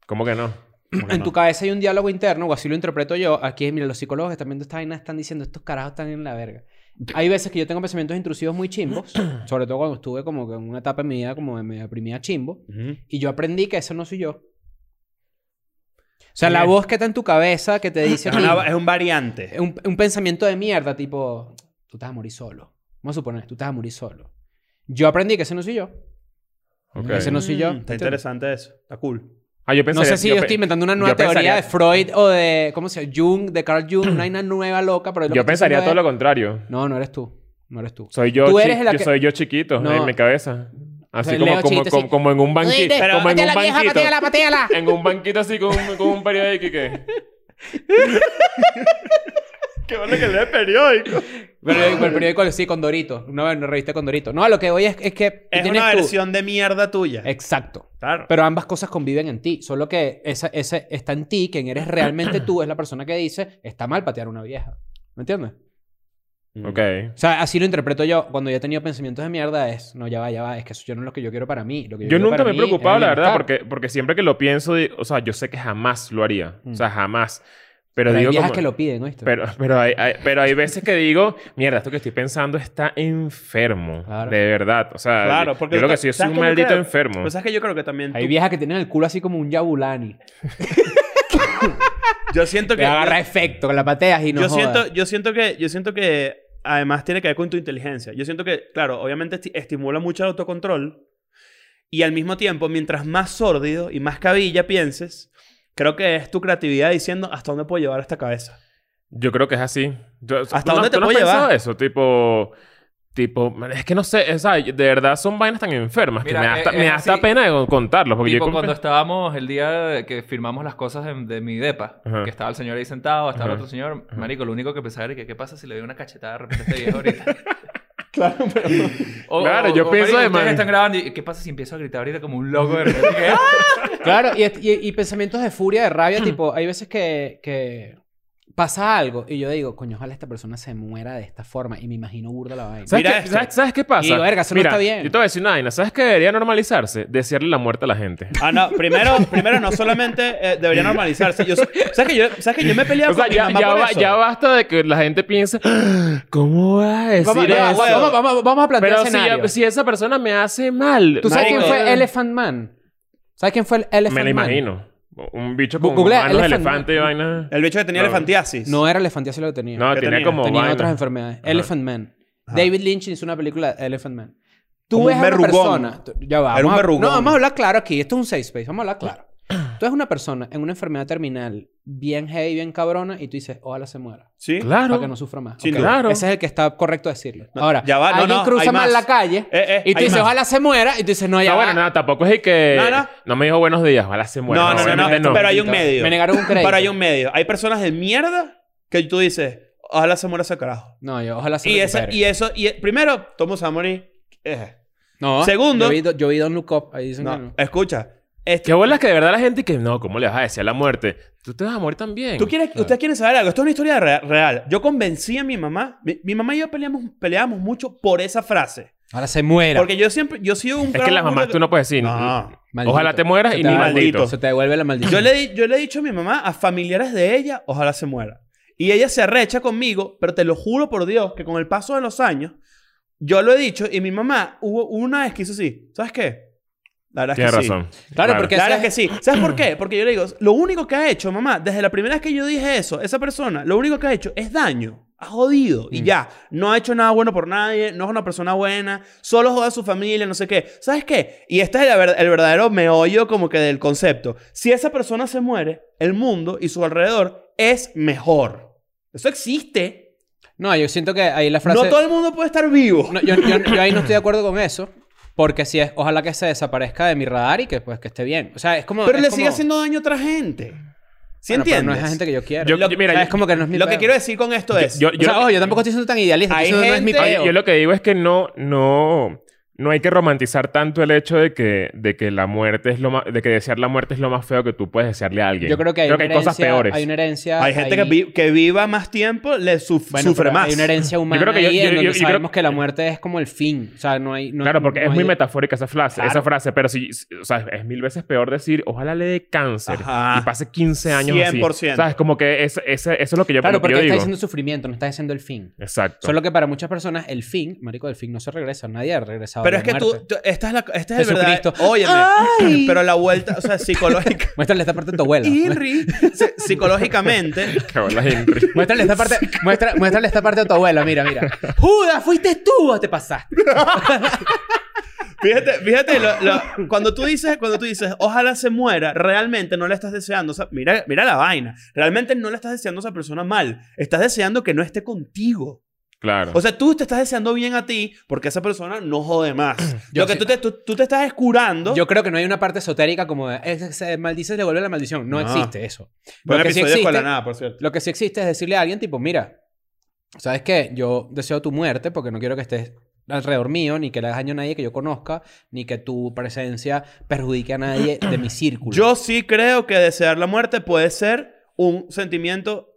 Speaker 2: ¿Cómo que no? ¿Cómo que
Speaker 4: En
Speaker 2: no?
Speaker 4: tu cabeza hay un diálogo interno, o así lo interpreto yo. Aquí, mira, los psicólogos que están viendo esta vaina están diciendo, estos carajos están en la verga. Hay veces que yo tengo pensamientos intrusivos muy chimbos, sobre todo cuando estuve como que en una etapa de mi vida como de me deprimía chimbo, y yo aprendí que eso no soy yo. O sea, la
Speaker 3: Ok.
Speaker 4: voz que está en tu cabeza que te dice...
Speaker 3: es,
Speaker 4: a ti,
Speaker 3: una- es un variante.
Speaker 4: Es un, un pensamiento de mierda, tipo, tú te vas a morir solo. Vamos a suponer, tú te vas a morir solo. Yo aprendí que ese no soy yo.
Speaker 2: Ok.
Speaker 4: Ese no soy yo.
Speaker 3: Mm, Está interesante eso. Está cool.
Speaker 2: Ah, yo
Speaker 4: No
Speaker 2: pensaría-
Speaker 4: sé si yo,
Speaker 2: pe-
Speaker 4: estoy inventando una nueva
Speaker 2: yo
Speaker 4: teoría
Speaker 2: pensaría-
Speaker 4: de Freud o de, ¿cómo se llama? Jung, de Carl Jung, una vaina nueva loca, pero... lo que
Speaker 2: Yo
Speaker 4: estoy
Speaker 2: pensaría todo
Speaker 4: diciendo
Speaker 2: lo contrario.
Speaker 4: es- No, no eres tú. No eres tú.
Speaker 2: Soy yo,
Speaker 4: Tú
Speaker 2: chi-
Speaker 4: eres la
Speaker 2: yo
Speaker 4: que-
Speaker 2: soy yo chiquito
Speaker 4: No.
Speaker 2: en mi cabeza. Así
Speaker 4: Soy
Speaker 2: como,
Speaker 4: Leo
Speaker 2: como,
Speaker 4: chiquito,
Speaker 2: como,
Speaker 4: sí.
Speaker 2: como en un banquito.
Speaker 4: Oíste,
Speaker 2: Como en un
Speaker 4: pateala, vieja,
Speaker 2: banquito.
Speaker 4: pateala, pateala.
Speaker 2: En un banquito así con un, con un periódico y que...
Speaker 3: Qué bueno que lee periódico.
Speaker 4: Pero el periódico- el periódico, sí, con Dorito. Una, una revista con Dorito. No, lo que voy es, es que... tú
Speaker 3: Es
Speaker 4: tienes
Speaker 3: una
Speaker 4: tú.
Speaker 3: versión de mierda tuya.
Speaker 4: Exacto.
Speaker 3: Claro.
Speaker 4: Pero ambas cosas conviven en ti. Solo que esa, esa está en ti, quien eres realmente tú, es la persona que dice, está mal patear a una vieja. ¿Me entiendes?
Speaker 2: Ok.
Speaker 4: O sea, así lo interpreto yo. Cuando yo he tenido pensamientos de mierda es, no, ya va, ya va. Es que eso yo no es lo que yo quiero para mí. Lo que yo
Speaker 2: Yo
Speaker 4: quiero
Speaker 2: nunca
Speaker 4: para
Speaker 2: me he
Speaker 4: mí
Speaker 2: preocupado,
Speaker 4: es
Speaker 2: la verdad,
Speaker 4: bienestar".
Speaker 2: porque, porque siempre que lo pienso, di- o sea, yo sé que jamás lo haría. O sea, jamás. Pero,
Speaker 4: Pero, hay
Speaker 2: digo
Speaker 4: viejas
Speaker 2: como-
Speaker 4: que lo piden, ¿oíste?
Speaker 2: Mm. Pero, pero, hay, hay- pero hay veces que digo, mierda, esto que estoy pensando está enfermo.
Speaker 4: Claro.
Speaker 2: De verdad. O sea,
Speaker 3: Claro,
Speaker 2: yo-
Speaker 3: porque
Speaker 2: yo creo que
Speaker 3: ta-
Speaker 2: sí, yo soy
Speaker 3: ¿sabes
Speaker 2: un
Speaker 3: qué yo
Speaker 2: maldito
Speaker 3: creo?
Speaker 2: enfermo.
Speaker 3: Pero sabes que yo creo que también
Speaker 4: hay
Speaker 3: tú-
Speaker 4: viejas que tienen el culo así como un yabulani.
Speaker 3: Yo siento
Speaker 4: Que
Speaker 3: que...
Speaker 4: agarra efecto, que la pateas y no
Speaker 3: yo
Speaker 4: jodas.
Speaker 3: siento yo siento que yo siento que además tiene que ver con tu inteligencia yo siento que claro obviamente esti- estimula mucho el autocontrol y al mismo tiempo mientras más sórdido y más cabilla pienses creo que es tu creatividad diciendo hasta dónde puedo llevar esta cabeza
Speaker 2: Yo creo que es así. Yo-
Speaker 3: ¿Hasta
Speaker 2: ¿tú no-
Speaker 3: dónde te
Speaker 2: tú no has
Speaker 3: puede llevar?
Speaker 2: pensado eso? Tipo, Tipo, man, es que no sé, o sea, de verdad son vainas tan enfermas
Speaker 5: Mira,
Speaker 2: que me da
Speaker 5: eh,
Speaker 2: hasta, me
Speaker 5: eh,
Speaker 2: da hasta
Speaker 5: sí.
Speaker 2: pena de contarlos. Porque
Speaker 5: Tipo,
Speaker 2: yo
Speaker 5: cuando estábamos el día que firmamos las cosas de, de mi depa,
Speaker 2: Ajá.
Speaker 5: que estaba el señor ahí sentado, estaba
Speaker 2: Ajá.
Speaker 5: el otro señor,
Speaker 2: Ajá.
Speaker 5: marico, lo único que pensaba era que qué pasa si le doy una cachetada de repente a este viejo ahorita.
Speaker 3: Claro, pero...
Speaker 5: O-
Speaker 2: Claro,
Speaker 5: o-
Speaker 2: yo
Speaker 5: o,
Speaker 2: pienso
Speaker 5: marico,
Speaker 2: de
Speaker 5: ustedes
Speaker 2: man-
Speaker 5: están grabando y ¿qué pasa si empiezo a gritar ahorita como un loco de repente? ¿Qué?
Speaker 4: Claro, y, y, y pensamientos de furia, de rabia, tipo, hay veces que, que pasa algo y yo digo, coño, ojalá esta persona se muera de esta forma y me imagino burda la vaina.
Speaker 2: ¿Sabes,
Speaker 3: Mira
Speaker 2: qué,
Speaker 3: esto.
Speaker 2: ¿sabes, sabes qué pasa?
Speaker 4: Y digo, verga, eso no está bien.
Speaker 2: Yo te voy a decir una vaina. ¿Sabes qué debería normalizarse? Desearle la muerte a la gente.
Speaker 3: Ah, no. Primero, primero no solamente eh, debería normalizarse. Yo, ¿sabes, que yo, ¿Sabes que yo me peleaba
Speaker 2: O sea,
Speaker 3: con mi
Speaker 2: ya,
Speaker 3: mamá
Speaker 2: ya
Speaker 3: por
Speaker 2: ba-
Speaker 3: eso?
Speaker 2: ya basta de que la gente piense, "Ah, ¿cómo va a decir
Speaker 4: Vamos, no,
Speaker 2: eso?
Speaker 4: vamos, vamos- vamos a plantear
Speaker 2: "Ah, Pero si,
Speaker 4: escenario.
Speaker 2: si esa persona me hace mal,
Speaker 4: ¿Tú sabes
Speaker 2: marico, eh.
Speaker 4: quién fue Elephant Man? ¿Sabes quién fue el Elephant
Speaker 2: me
Speaker 4: Man?
Speaker 2: la imagino. Un bicho con
Speaker 4: Googlea
Speaker 2: manos de
Speaker 4: elephant-
Speaker 2: elefante y vaina.
Speaker 3: El bicho que tenía
Speaker 2: No.
Speaker 3: elefantiasis.
Speaker 4: No era elefantiasis lo que tenía.
Speaker 2: No,
Speaker 3: ¿Qué
Speaker 2: tenía,
Speaker 3: tenía?
Speaker 2: como
Speaker 4: tenía
Speaker 2: vaina.
Speaker 4: otras enfermedades.
Speaker 2: Ajá.
Speaker 4: Elephant Man.
Speaker 3: Ajá.
Speaker 4: David Lynch hizo una película Elephant Man. Tú
Speaker 3: Como un
Speaker 4: ves a una
Speaker 3: verrugón.
Speaker 4: persona... tú- Ya va.
Speaker 3: Era un
Speaker 4: vamos a-
Speaker 3: verrugón.
Speaker 4: No, vamos a hablar claro aquí. Esto es un safe space. Vamos a hablar claro. Tú eres una persona en una enfermedad terminal bien heavy, bien cabrona y tú dices, ojalá se muera.
Speaker 3: ¿Sí?
Speaker 2: Claro. Ah,
Speaker 4: Para que no sufra más.
Speaker 3: Sin
Speaker 4: Ok.
Speaker 2: duda. Claro.
Speaker 4: Ese es el que está correcto decirlo. Ahora,
Speaker 3: ya va, no,
Speaker 4: alguien
Speaker 3: no,
Speaker 4: cruza
Speaker 3: hay
Speaker 4: mal
Speaker 3: más.
Speaker 4: la calle
Speaker 3: Eh, eh,
Speaker 4: y tú
Speaker 3: hay
Speaker 4: dices,
Speaker 3: más.
Speaker 4: ojalá se muera. Y tú dices, no, ya
Speaker 2: No,
Speaker 4: va.
Speaker 2: bueno, nada, tampoco es y que...
Speaker 3: No, no.
Speaker 2: me dijo buenos días, ojalá se muera.
Speaker 3: No, no, no, no,
Speaker 2: obviamente
Speaker 3: Pero hay un medio.
Speaker 4: Me negaron un crédito.
Speaker 3: Pero hay un medio. Hay personas de mierda que tú dices, ojalá se muera ese carajo.
Speaker 4: No, yo ojalá se
Speaker 3: Y, ese,
Speaker 4: recupere.
Speaker 3: y eso, y primero, Tomo Samori. eh,
Speaker 4: No,
Speaker 3: Segundo-
Speaker 4: Yo vi, yo vi Don't Look Up. Ahí dicen que
Speaker 3: no,
Speaker 4: no.
Speaker 3: escucha. este-
Speaker 2: Qué bolas que de verdad la gente que no, ¿cómo le vas a decir a la muerte? Tú te vas a morir también.
Speaker 3: ¿Tú quieres,
Speaker 2: Claro.
Speaker 3: Ustedes quieren saber algo. Esto es una historia re- real. Yo convencí a mi mamá. Mi, mi mamá y yo peleamos, peleamos mucho por esa frase.
Speaker 4: Ahora se muera.
Speaker 3: Porque yo siempre, yo sigo un
Speaker 2: Es que las mamás tú no puedes decir.
Speaker 3: No.
Speaker 4: Maldito.
Speaker 2: Ojalá te mueras
Speaker 4: Se
Speaker 2: y
Speaker 4: te
Speaker 2: ni
Speaker 4: va-
Speaker 2: maldito.
Speaker 3: maldito.
Speaker 4: Se te devuelve la maldición.
Speaker 3: Yo le, di- yo le he dicho a mi mamá, a familiares de ella, ojalá se muera. Y ella se arrecha conmigo, pero te lo juro por Dios que con el paso de los años, yo lo he dicho y mi mamá hubo una vez que hizo así. ¿Sabes qué? La verdad es
Speaker 2: Tienes
Speaker 3: que sí.
Speaker 2: razón.
Speaker 4: Claro, porque-
Speaker 3: La verdad
Speaker 4: ese-
Speaker 3: es que sí. ¿Sabes por qué? Porque yo le digo, lo único que ha hecho, mamá, desde la primera vez que yo dije eso, esa persona, lo único que ha hecho es daño. Ha jodido y
Speaker 4: Mm.
Speaker 3: ya. No ha hecho nada bueno por nadie, no es una persona buena, solo jode a su familia, no sé qué. ¿Sabes qué? Y este es el, ver- el verdadero meollo como que del concepto. Si esa persona se muere, el mundo y su alrededor es mejor. Eso existe.
Speaker 4: No, yo siento que ahí la frase...
Speaker 3: No todo el mundo puede estar vivo.
Speaker 4: No, yo, yo- yo ahí no estoy de acuerdo con eso. Porque si es... Ojalá que se desaparezca de mi radar y que pues que esté bien. O sea, es como...
Speaker 3: pero
Speaker 4: es
Speaker 3: le
Speaker 4: como-
Speaker 3: sigue haciendo daño a otra gente. ¿Sí
Speaker 4: Bueno, pero
Speaker 3: entiendes?
Speaker 4: no es la gente que yo quiero.
Speaker 2: Yo-
Speaker 4: Lo-
Speaker 2: yo- mira,
Speaker 4: o sea, es
Speaker 2: yo-
Speaker 4: como que no es mi
Speaker 3: Lo que
Speaker 4: peo.
Speaker 3: quiero decir con esto es...
Speaker 2: Yo, yo,
Speaker 4: O sea, ojo, yo tampoco estoy siendo tan idealista.
Speaker 3: Hay
Speaker 4: Eso no es mi
Speaker 3: gente-
Speaker 2: Oye,
Speaker 4: peo.
Speaker 2: yo lo que digo es que no, no, no hay que romantizar tanto el hecho de que, de que la muerte es lo más, de que desear la muerte es lo más feo que tú puedes desearle a alguien.
Speaker 4: Yo creo que hay, una
Speaker 2: cosas
Speaker 4: herencia-
Speaker 2: peores.
Speaker 4: Hay una herencia...
Speaker 3: Hay gente
Speaker 4: ahí-
Speaker 3: que, vi- que viva más tiempo, le suf-
Speaker 4: Bueno,
Speaker 3: sufre
Speaker 4: pero
Speaker 3: más.
Speaker 4: Hay una herencia humana
Speaker 2: creo que yo-
Speaker 4: ahí
Speaker 2: yo-
Speaker 4: en donde
Speaker 2: yo- yo creo-
Speaker 4: sabemos que la muerte es como el fin. O sea, no hay... no-
Speaker 2: Claro, porque
Speaker 4: no
Speaker 2: es muy
Speaker 4: hay-
Speaker 2: metafórica esa frase,
Speaker 4: Claro.
Speaker 2: esa frase, pero si, o sea, es mil veces peor decir, ojalá le dé cáncer
Speaker 3: Ajá.
Speaker 2: y pase 15 años así.
Speaker 3: 100%.
Speaker 2: ¿Sabes? Como que es, es- eso es lo que yo,
Speaker 4: Claro,
Speaker 2: lo que
Speaker 4: porque
Speaker 2: yo
Speaker 4: está
Speaker 2: digo.
Speaker 4: diciendo sufrimiento, no está diciendo el fin.
Speaker 2: Exacto.
Speaker 4: Solo que para muchas personas el fin, marico, el fin no se regresa, nadie ha regresado.
Speaker 3: Pero
Speaker 4: a
Speaker 3: es
Speaker 4: la
Speaker 3: que tú,
Speaker 4: muerte.
Speaker 3: tú- esta es la, este es el
Speaker 4: Jesucristo.
Speaker 3: verdadero. Óyeme.
Speaker 4: ¡Ay!
Speaker 3: Pero la vuelta, o sea, psicológica.
Speaker 4: Muéstrale esta parte a tu abuela.
Speaker 3: Henry, si- psicológicamente,
Speaker 2: Qué bola, Henry.
Speaker 4: Muéstrale esta parte, muestra, muéstrale esta parte a tu abuela, mira, mira. Judas, fuiste tú o te pasaste.
Speaker 3: fíjate, fíjate, lo- lo- cuando tú dices, cuando tú dices, ojalá se muera, realmente no le estás deseando, o sea, mira, mira la vaina, realmente no le estás deseando a esa persona mal, estás deseando que no esté contigo.
Speaker 2: Claro.
Speaker 3: O sea, tú te estás deseando bien a ti porque esa persona no jode más.
Speaker 4: Yo
Speaker 3: Lo que
Speaker 4: sí.
Speaker 3: tú, te, tú, tú te estás escurando.
Speaker 4: Yo creo que no hay una parte esotérica como de, "Eh, se maldice, le vuelve la maldición. No,
Speaker 3: No.
Speaker 4: existe eso.
Speaker 3: Buen
Speaker 4: lo que sí
Speaker 3: episodio de Escuela
Speaker 4: existe-
Speaker 3: Nada, por cierto.
Speaker 4: Lo que sí existe es decirle a alguien, tipo, mira, ¿sabes qué? Yo deseo tu muerte porque no quiero que estés alrededor mío, ni que le hagas daño a nadie que yo conozca, ni que tu presencia perjudique a nadie de mi círculo.
Speaker 3: Yo sí creo que desear la muerte puede ser un sentimiento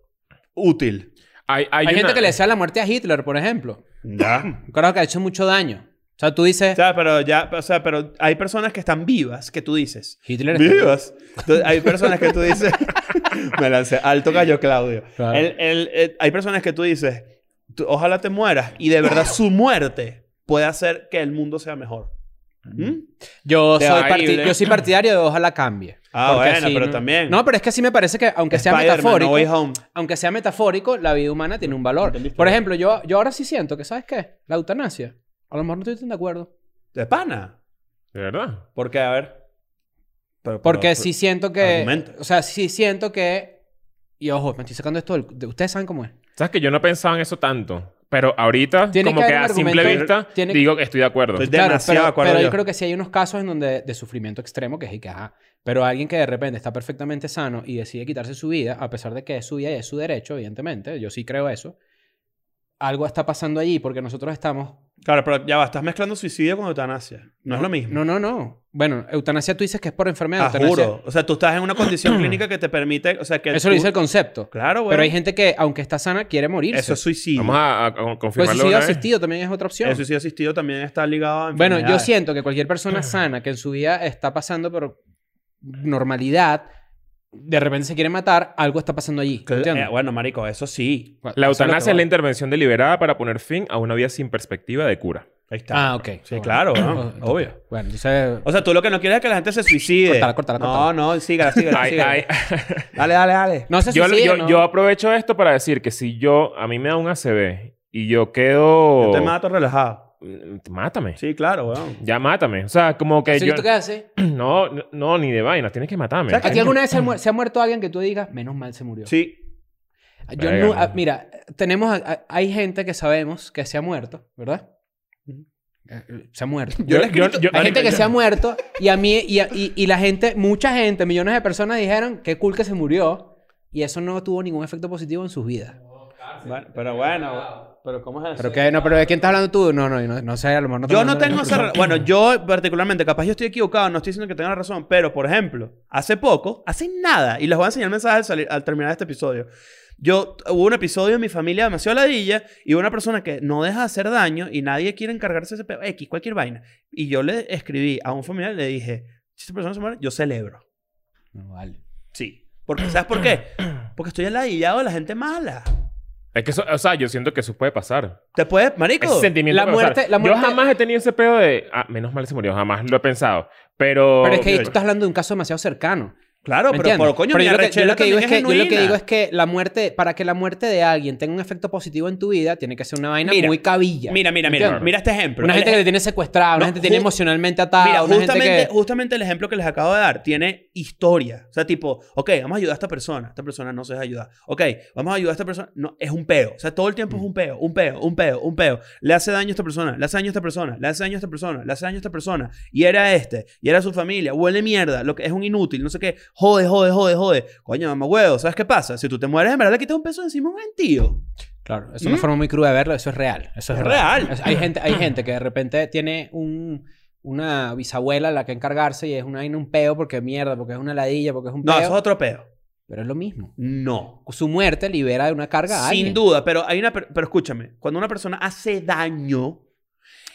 Speaker 3: útil.
Speaker 2: hay
Speaker 4: hay
Speaker 2: una-
Speaker 4: gente que le desea la muerte a Hitler, por ejemplo.
Speaker 3: Ya.
Speaker 4: Creo que ha hecho mucho daño. O sea, tú dices,
Speaker 3: O sea, pero ya, o sea, pero hay personas que están vivas que tú dices.
Speaker 4: Hitler está-
Speaker 3: Vivas. Entonces, hay personas que tú dices. Me lancé. Alto gallo, Claudio.
Speaker 4: Claro.
Speaker 3: El- el- el- hay personas que tú dices, tú- ojalá te mueras. Y de verdad, su muerte puede hacer que el mundo sea mejor. ¿Mm?
Speaker 4: Yo soy,
Speaker 3: Terrible.
Speaker 4: parti- yo soy partidario de ojalá cambie.
Speaker 3: Ah,
Speaker 4: Porque
Speaker 3: bueno,
Speaker 4: así,
Speaker 3: pero
Speaker 4: ¿no?
Speaker 3: también.
Speaker 4: No, pero es que sí me parece que aunque sea
Speaker 3: Spider-Man, No Way
Speaker 4: metafórico,
Speaker 3: Home.
Speaker 4: aunque sea metafórico, la vida humana tiene un valor.
Speaker 3: ¿Entendiste?
Speaker 4: Por ejemplo, yo, yo ahora sí siento que, ¿sabes qué? La eutanasia. A lo mejor no estoy tan de acuerdo.
Speaker 3: De pana.
Speaker 2: De verdad.
Speaker 3: ¿Por qué? A ver. Pero-
Speaker 4: Porque
Speaker 3: pero-
Speaker 4: sí siento que...
Speaker 3: argumenta.
Speaker 4: O sea, sí siento que... Y ojo, me estoy sacando esto del- de- Ustedes saben cómo es.
Speaker 2: Sabes que yo no pensaba en eso tanto. Pero ahorita,
Speaker 4: Tiene
Speaker 2: como
Speaker 4: que
Speaker 2: que,
Speaker 4: haber
Speaker 2: a
Speaker 4: un
Speaker 2: simple
Speaker 4: argumento-
Speaker 2: vista,
Speaker 4: tiene-
Speaker 2: digo que estoy de acuerdo.
Speaker 3: Estoy
Speaker 4: Claro,
Speaker 3: demasiado de
Speaker 4: pero,
Speaker 3: acuerdo
Speaker 4: pero yo
Speaker 3: yo.
Speaker 4: creo que sí hay unos casos en donde de sufrimiento extremo que es y que ajá. Pero alguien que de repente está perfectamente sano y decide quitarse su vida, a pesar de que es su vida y es su derecho, evidentemente, yo sí creo eso. Algo está pasando allí porque nosotros estamos.
Speaker 3: Claro, pero ya va, estás mezclando suicidio con eutanasia. No es lo mismo.
Speaker 4: No, no, no. Bueno, eutanasia tú dices que es por enfermedad.
Speaker 3: Ah,
Speaker 4: eutanasia-
Speaker 3: juro. O sea, tú estás en una condición clínica que te permite. O sea, que.
Speaker 4: Eso lo
Speaker 3: tú-
Speaker 4: dice el concepto.
Speaker 3: Claro, güey.
Speaker 4: Pero hay gente que, aunque está sana, quiere morirse.
Speaker 3: Eso es suicidio.
Speaker 2: Vamos a, a- a
Speaker 4: pues
Speaker 2: confirmarlo.
Speaker 4: el suicidio
Speaker 2: una vez.
Speaker 4: asistido también es otra opción.
Speaker 3: El suicidio asistido también está ligado a.
Speaker 4: Bueno, yo
Speaker 3: enfermedades.
Speaker 4: siento que cualquier persona sana que en su vida está pasando por normalidad, de repente se quiere matar, algo está pasando allí.
Speaker 3: Cla-
Speaker 4: ¿entiendes?
Speaker 3: eh, bueno, marico, eso sí.
Speaker 4: Eso
Speaker 2: La
Speaker 4: es lo que
Speaker 2: eutanasia es
Speaker 4: voy.
Speaker 2: la intervención deliberada para poner fin a una vida sin perspectiva de cura.
Speaker 3: Ahí está.
Speaker 4: Ah, ok.
Speaker 3: Sí,
Speaker 4: Ah,
Speaker 3: claro,
Speaker 4: bueno.
Speaker 3: ¿no?
Speaker 4: Ah,
Speaker 3: obvio.
Speaker 4: Bueno, entonces...
Speaker 3: O sea, tú lo que no quieres es que la gente se suicide.
Speaker 4: Cortala, cortala, cortala.
Speaker 3: No, no, sígala, sígala,
Speaker 2: Ay,
Speaker 3: sígala.
Speaker 2: ay.
Speaker 3: Dale, dale, dale.
Speaker 4: No se
Speaker 2: yo,
Speaker 4: suicide,
Speaker 2: yo-
Speaker 4: ¿no?
Speaker 2: yo aprovecho esto para decir que si yo, a mí me da un ACV y yo quedo.
Speaker 3: Yo te mato relajado.
Speaker 2: Mm, Mátame.
Speaker 3: Sí, claro, weón.
Speaker 2: Ya mátame. O sea, como
Speaker 3: eh,
Speaker 2: que
Speaker 4: Entonces,
Speaker 2: yo.
Speaker 4: ¿tú qué haces?
Speaker 2: No, no, no, ni de vaina, tienes que matarme.
Speaker 3: ¿Sabes
Speaker 4: ¿A ti
Speaker 3: qué?
Speaker 4: alguna vez se ha, muer- se ha muerto alguien que tú digas, menos mal se murió?
Speaker 3: Sí.
Speaker 4: Yo
Speaker 2: Verga.
Speaker 4: nu- ah, mira, tenemos... a- a- hay gente que sabemos que se ha muerto, ¿verdad? Eh, Se ha muerto.
Speaker 2: Yo- yo- yo-
Speaker 4: Hay gente que
Speaker 2: yo-
Speaker 4: se ha muerto y a mí y, a- y- y la gente, mucha gente, millones de personas dijeron que cool que se murió y eso no tuvo ningún efecto positivo en sus vidas.
Speaker 3: Bueno, pero bueno. Pero ¿cómo es eso?
Speaker 4: Pero que no, pero de quién estás hablando tú? No, no, yo no, no sé, a lo mejor no
Speaker 3: Yo
Speaker 4: estoy
Speaker 3: no
Speaker 4: hablando
Speaker 3: tengo
Speaker 4: de
Speaker 3: esa...
Speaker 4: ninguna
Speaker 3: re- Bueno, yo particularmente, capaz yo estoy equivocado, no estoy diciendo que tenga la razón, pero por ejemplo, hace poco, hace nada, y les voy a enseñar el mensaje al, salir- al terminar este episodio. Yo, hubo un episodio en mi familia demasiado ladilla y hubo una persona que no deja de hacer daño y nadie quiere encargarse de ese pe- X, cualquier vaina. Y yo le escribí a un familiar y le dije, si esta persona se muere, yo celebro.
Speaker 4: persona. No, vale.
Speaker 3: Sí. Porque, ¿Sabes por qué? Porque estoy aladillado de la gente mala.
Speaker 2: Es que eso, o sea, yo siento que eso puede pasar.
Speaker 3: ¿Te puedes, marico?
Speaker 2: Ese sentimiento.
Speaker 4: la
Speaker 2: puede pasar.
Speaker 4: muerte- la muerte-
Speaker 2: Yo jamás he tenido ese pedo de. Ah, menos mal se murió, jamás lo he pensado. Pero.
Speaker 4: Pero es que ahí tú estás hablando de un caso demasiado cercano.
Speaker 3: Claro,
Speaker 4: ¿me
Speaker 3: pero,
Speaker 4: entiendes?
Speaker 3: pero coño,
Speaker 4: Pero
Speaker 3: mi
Speaker 4: yo lo que- yo
Speaker 3: arrechera
Speaker 4: lo que digo
Speaker 3: también
Speaker 4: es que yo lo que
Speaker 3: genuina.
Speaker 4: digo es que la muerte, para que la muerte de alguien tenga un efecto positivo en tu vida, tiene que ser una vaina
Speaker 3: Mira,
Speaker 4: muy cabilla.
Speaker 3: Mira, mira, mira.
Speaker 4: ¿Entiendes?
Speaker 3: Mira este ejemplo.
Speaker 4: una
Speaker 3: El
Speaker 4: gente que te tiene secuestrada, una
Speaker 3: No,
Speaker 4: gente que tiene
Speaker 3: ju-
Speaker 4: emocionalmente atada,
Speaker 3: Mira,
Speaker 4: una gente
Speaker 3: justamente,
Speaker 4: que...
Speaker 3: justamente el ejemplo que les acabo de dar tiene historia. O sea, tipo, ok, vamos a ayudar a esta persona. Esta persona no se deja ayudar. Ok, vamos a ayudar a esta persona. No, es un peo. O sea, todo el tiempo es
Speaker 4: Mm.
Speaker 3: un peo, un peo, un peo, un peo. Le hace daño a esta persona, le hace daño a esta persona, le hace daño a esta persona, le hace daño a esta persona. Y era este, y era su familia. Huele mierda, lo que es un inútil, no sé qué. Jode, jode, jode, jode. Coño, mamá huevo, ¿sabes qué pasa? Si tú te mueres, en verdad le quitas un peso encima a un gentío.
Speaker 4: Claro, eso es una forma muy cruda de verlo, eso es real. Eso es,
Speaker 3: ¿Mm? Es
Speaker 4: real.
Speaker 3: real.
Speaker 4: Es- hay, gente, hay gente que de repente tiene un, una bisabuela a la que encargarse y es una, un peo porque mierda, porque es una ladilla, porque es un
Speaker 3: No,
Speaker 4: peo.
Speaker 3: eso es otro peo.
Speaker 4: Pero es lo mismo.
Speaker 3: No.
Speaker 4: Su muerte libera de una carga a
Speaker 3: Sin
Speaker 4: alguien.
Speaker 3: duda, pero hay una. per- Pero escúchame, cuando una persona hace daño.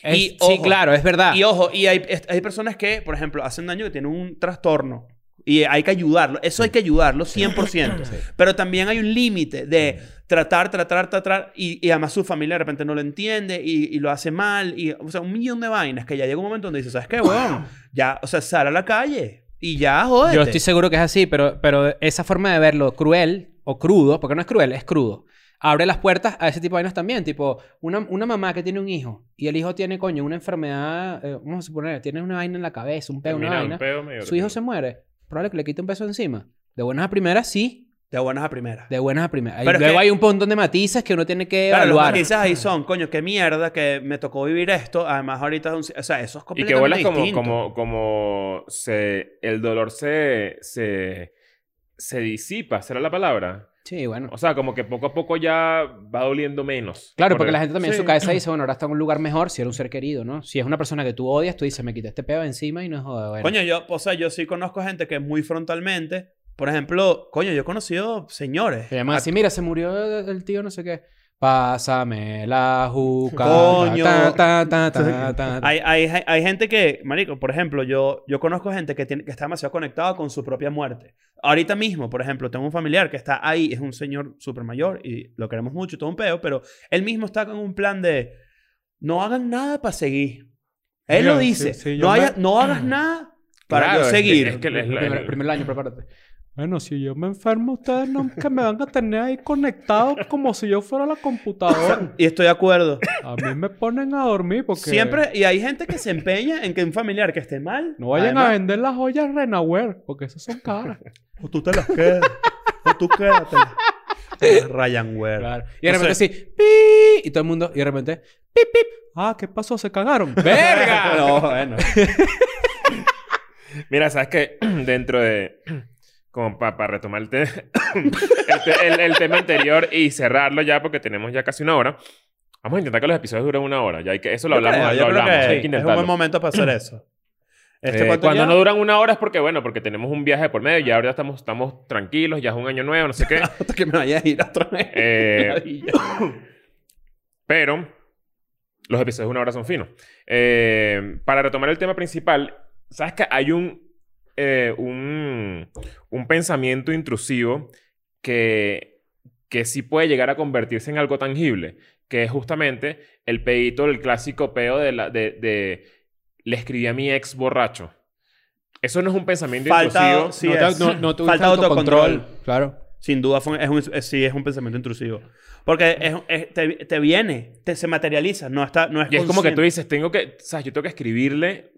Speaker 4: Es-
Speaker 3: Y,
Speaker 4: sí,
Speaker 3: ojo,
Speaker 4: claro, es
Speaker 2: Ah.
Speaker 4: verdad.
Speaker 3: Y ojo, y hay, es- hay personas que, por ejemplo, hacen daño que tienen un trastorno. Y hay que ayudarlo. Eso hay que ayudarlo 100%. Pero también hay un límite de tratar, tratar, tratar. Y, y además su familia de repente no lo entiende y, y lo hace mal. Y, o sea, un millón de vainas que ya llega un momento donde dices, ¿sabes qué, weón? Ya, o sea, sal a la calle. Y ya, jódete.
Speaker 4: Yo estoy seguro que es así, pero, pero esa forma de verlo cruel o crudo, porque no es cruel, es crudo, abre las puertas a ese tipo de vainas también. Tipo, una, una mamá que tiene un hijo y el hijo tiene, coño, una enfermedad, eh, vamos a suponer, tiene una vaina en la cabeza, un peo, una
Speaker 2: Terminado, un
Speaker 4: vaina.
Speaker 2: pedo medio
Speaker 4: Su hijo
Speaker 2: terminado.
Speaker 4: se muere. Probable que le quite un peso encima. De buenas a primeras, sí.
Speaker 3: De buenas a primeras.
Speaker 4: De buenas a primeras. Ahí-
Speaker 3: Pero es
Speaker 4: Luego
Speaker 3: que-
Speaker 4: hay un montón de matices que uno tiene que
Speaker 3: Claro, los
Speaker 4: evaluar.
Speaker 3: matices
Speaker 2: Ah.
Speaker 3: ahí son, coño, qué mierda que me tocó vivir esto. Además, ahorita es un- O sea, eso
Speaker 2: Y que
Speaker 3: es completamente
Speaker 2: vuelas como,
Speaker 3: distinto.
Speaker 2: como, como se, el dolor se, se, se disipa, será la palabra.
Speaker 4: Sí, bueno.
Speaker 2: O sea, como que poco a poco ya va doliendo menos.
Speaker 4: Claro,
Speaker 2: Por
Speaker 4: porque
Speaker 2: el-
Speaker 4: la gente también en
Speaker 3: Sí.
Speaker 4: su cabeza dice, bueno, ahora está en un lugar mejor si era un ser querido, ¿no? Si es una persona que tú odias, tú dices, me quité este pedo encima y no es joda, bueno.
Speaker 3: Coño, yo, o sea, yo sí conozco gente que muy frontalmente. Por ejemplo, coño, yo he conocido señores.
Speaker 4: Se llaman así, mira, se murió el tío, no sé qué. Pásame la juca.
Speaker 3: Coño.
Speaker 4: ta, ta, ta, ta, ta, ta.
Speaker 3: Hay, hay, hay- hay gente que, marico, por ejemplo, yo, yo conozco gente que, tiene, que está demasiado conectada con su propia muerte. Ahorita mismo, por ejemplo, tengo un familiar que está ahí, es un señor súper mayor y lo queremos mucho, todo un peo, pero él mismo está con un plan de no hagan nada para seguir. Él
Speaker 9: Yo,
Speaker 3: lo dice,
Speaker 9: sí, sí, yo
Speaker 3: no,
Speaker 9: me-
Speaker 3: haya- no hagas nada para
Speaker 2: Claro,
Speaker 3: yo
Speaker 2: es que-
Speaker 3: seguir.
Speaker 2: es que el- el-
Speaker 4: Primero,
Speaker 2: el-
Speaker 4: primer año, prepárate.
Speaker 9: Bueno, si yo me enfermo, ustedes no que me van a tener ahí conectado como si yo fuera la computadora.
Speaker 3: Y estoy de acuerdo.
Speaker 9: A mí me ponen a dormir porque...
Speaker 3: Siempre, y hay gente que se empeña en que un familiar que esté mal.
Speaker 9: No vayan
Speaker 3: además-
Speaker 9: a vender las joyas Renaware, porque esas son caras.
Speaker 3: O tú te las quedas. o tú quédatelas. Ryan Ware.
Speaker 4: Claro. Y de
Speaker 3: No
Speaker 4: repente
Speaker 3: sé.
Speaker 4: sí, pi, y todo el mundo, y de repente, pip, pip,
Speaker 9: Ah, ¿qué pasó? ¿Se cagaron?
Speaker 4: verga.
Speaker 3: no, bueno.
Speaker 2: Mira, sabes que dentro de. Como para retomar el, te- el, te- el- el tema anterior y cerrarlo ya, porque tenemos ya casi una hora. Vamos a intentar que los episodios duren una hora. Ya hay que, eso lo
Speaker 3: Yo
Speaker 2: hablamos.
Speaker 3: creo,
Speaker 2: lo
Speaker 3: yo creo
Speaker 2: hablamos,
Speaker 3: que
Speaker 2: hay que
Speaker 3: es un
Speaker 2: intentarlo.
Speaker 3: buen momento para hacer eso. Este,
Speaker 2: Eh,
Speaker 3: ¿cuánto
Speaker 2: cuando
Speaker 3: lleva?
Speaker 2: no duran una hora es porque, bueno, porque tenemos un viaje por medio. Ya ahora estamos, estamos tranquilos, ya es un año nuevo, no sé qué.
Speaker 3: Hasta que me vaya a ir otra vez.
Speaker 2: Eh,
Speaker 3: Ladilla.
Speaker 2: pero los episodios de una hora son finos. Eh, para retomar el tema principal, ¿sabes que hay un, eh, un, un pensamiento intrusivo que, que sí puede llegar a convertirse en algo tangible? Que es justamente el pedito, el clásico peo de, la, de, de le escribí a mi ex borracho. Eso no es un pensamiento intrusivo.
Speaker 3: Falta, sí
Speaker 4: no,
Speaker 3: es.
Speaker 4: te- no- no tuviste
Speaker 3: Falta
Speaker 4: autocontrol.
Speaker 3: autocontrol.
Speaker 4: Claro.
Speaker 3: Sin duda fue un- es un- es- sí es un pensamiento intrusivo. Porque es, es- te, te viene, te, se materializa, no, está, no es
Speaker 2: Y es como que tú
Speaker 3: consciente.
Speaker 2: dices, tengo que, o sea, yo tengo que escribirle,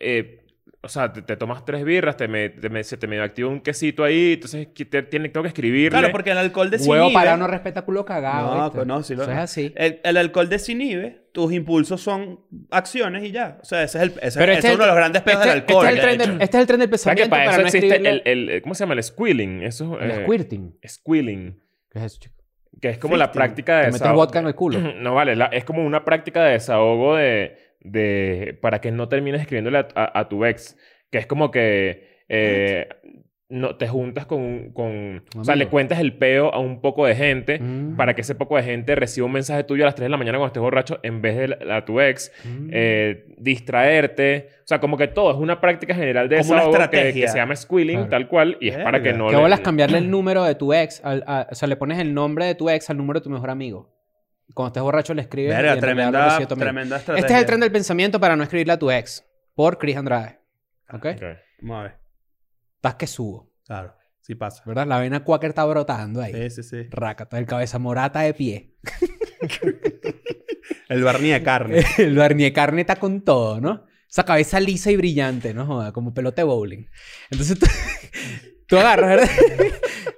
Speaker 2: eh, o sea, te, te tomas tres birras, te me, te me- se te me activa un quesito ahí, entonces que te- tiene, tengo que escribirle.
Speaker 3: Claro, porque el alcohol desinhibe...
Speaker 4: Huevo parado no respeta culo cagado.
Speaker 3: No,
Speaker 4: ¿viste?
Speaker 3: pues no, sí lo-
Speaker 4: Eso es así.
Speaker 3: el, el alcohol desinhibe, tus impulsos son acciones y ya. O sea, ese es, el, ese-
Speaker 4: Pero este
Speaker 3: ese es
Speaker 4: es
Speaker 3: uno
Speaker 4: el-
Speaker 3: de los grandes peos
Speaker 4: este,
Speaker 3: del alcohol.
Speaker 4: Este es el tren
Speaker 3: de
Speaker 4: del,
Speaker 3: hecho.
Speaker 4: este es el tren del
Speaker 2: ¿Sabes que
Speaker 4: pensamiento
Speaker 2: para
Speaker 4: para,
Speaker 2: eso
Speaker 4: no
Speaker 2: existe el,
Speaker 4: escribirle-
Speaker 2: el- el- ¿cómo se llama? El squealing. Eso
Speaker 4: el
Speaker 2: es... eh,
Speaker 4: squirting.
Speaker 2: squealing.
Speaker 4: ¿Qué es eso, chico?
Speaker 2: Que es como la
Speaker 3: Fisting.
Speaker 2: práctica de
Speaker 4: Te metes
Speaker 2: desahogo.
Speaker 4: vodka en el culo.
Speaker 2: No vale, la- es como una práctica de desahogo de, de para que no termines escribiéndole a, a- a tu ex. Que es como que eh, no, te juntas con, un- con o sea,
Speaker 4: amigo.
Speaker 2: le cuentas el peo a un poco de gente
Speaker 4: Mm.
Speaker 2: para que ese poco de gente reciba un mensaje tuyo a las 3 de la mañana cuando estés borracho en vez de la- a tu ex.
Speaker 4: Mm.
Speaker 2: eh, distraerte. O sea, como que todo es una práctica general de
Speaker 3: Como una
Speaker 2: desahogo que,
Speaker 3: estrategia.
Speaker 2: que se llama squealing,
Speaker 4: Claro.
Speaker 2: tal cual, y es para que
Speaker 3: Verga.
Speaker 2: no
Speaker 4: Que
Speaker 2: le-
Speaker 4: bolas cambiarle el número de tu ex, al- a- o sea, le pones el nombre de tu ex al número de tu mejor amigo. Cuando estés borracho le escribes. y
Speaker 3: Verga,
Speaker 4: en realidad lo
Speaker 3: tremenda,
Speaker 4: recibe tu amigo.
Speaker 3: tremenda estrategia.
Speaker 4: Este es el tren del pensamiento para no escribirle a tu ex. Por Chris Andrade.
Speaker 3: Ah,
Speaker 4: ¿Ok?
Speaker 2: Ok.
Speaker 3: Vamos a ver.
Speaker 4: Estás que subo.
Speaker 3: Claro, sí pasa.
Speaker 4: ¿Verdad? La vena cuáquer está brotando ahí.
Speaker 3: Sí, sí, sí.
Speaker 4: Rácata, el cabeza morata de pie.
Speaker 3: El barniz de carne.
Speaker 4: el barnier carne está con todo, ¿no? Esa cabeza lisa y brillante, ¿no? Joda, como pelota de bowling. Entonces tú, tú agarras, ¿verdad?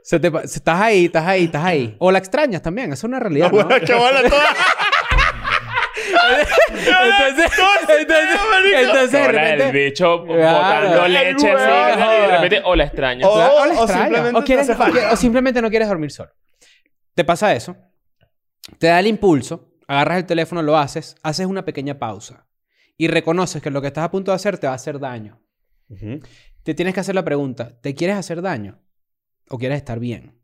Speaker 4: Se te pa- se- estás ahí, estás ahí, estás ahí. O la extrañas también, eso es una realidad. ¿no? entonces, entonces, entonces, de
Speaker 2: Ahora el
Speaker 4: repente,
Speaker 2: bicho
Speaker 4: Claro.
Speaker 2: botando
Speaker 4: El
Speaker 2: leche
Speaker 4: huevo.
Speaker 2: así, y de repente, o la extraña.
Speaker 3: O-
Speaker 4: Claro, o la
Speaker 3: o
Speaker 4: extrañas,
Speaker 3: simplemente
Speaker 4: o, quieres-
Speaker 3: te hace
Speaker 4: o qui-
Speaker 3: falta.
Speaker 4: o simplemente no quieres dormir solo. Te pasa eso. Te da el impulso. Agarras el teléfono, lo haces. Haces una pequeña pausa. Y reconoces que lo que estás a punto de hacer te va a hacer daño.
Speaker 3: Ujú.
Speaker 4: Te tienes que hacer la pregunta. ¿Te quieres hacer daño? ¿O quieres estar bien?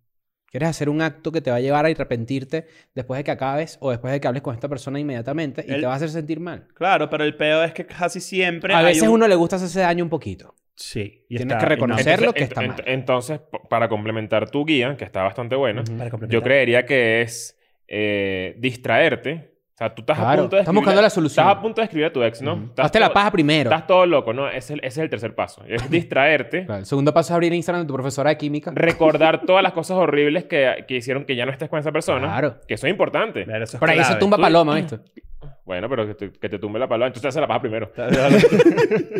Speaker 4: ¿Quieres hacer un acto que te va a llevar a arrepentirte después de que acabes o después de que hables con esta persona inmediatamente y
Speaker 3: El-
Speaker 4: te va a hacer sentir mal?
Speaker 3: Claro, pero el peo es que casi siempre.
Speaker 4: A
Speaker 3: hay
Speaker 4: veces
Speaker 3: un-
Speaker 4: uno le gusta hacerse daño un poquito.
Speaker 3: Sí. y
Speaker 4: Tienes
Speaker 3: está-
Speaker 4: que
Speaker 3: y no.
Speaker 4: reconocer. hacer lo que está
Speaker 2: ent-
Speaker 4: mal.
Speaker 2: entonces, p- para complementar tu guía, que está bastante buena,
Speaker 4: Ujú.
Speaker 3: Para complementar.
Speaker 2: yo creería que es eh, distraerte. O sea, tú estás
Speaker 4: Claro,
Speaker 2: a punto de
Speaker 4: estamos buscando
Speaker 2: escribirle-
Speaker 4: la solución.
Speaker 2: Estás a punto de escribir a tu ex, ¿no?
Speaker 4: Ujú.
Speaker 2: Estás
Speaker 4: Hazte la
Speaker 2: todo-
Speaker 4: paja primero.
Speaker 2: Estás todo loco, ¿no? Es el, ese es el tercer paso. Es distraerte.
Speaker 4: Claro, El segundo paso es abrir Instagram de tu profesora de química.
Speaker 2: recordar todas las cosas horribles que, que hicieron que ya no estés con esa persona.
Speaker 4: Claro.
Speaker 2: Que eso es importante.
Speaker 3: Ver, eso es
Speaker 4: Por ahí se
Speaker 3: clave.
Speaker 4: tumba paloma, ¿viste?
Speaker 2: Bueno, pero que te, que te tumbe la paloma. Entonces te hace la paja primero.
Speaker 3: Claro.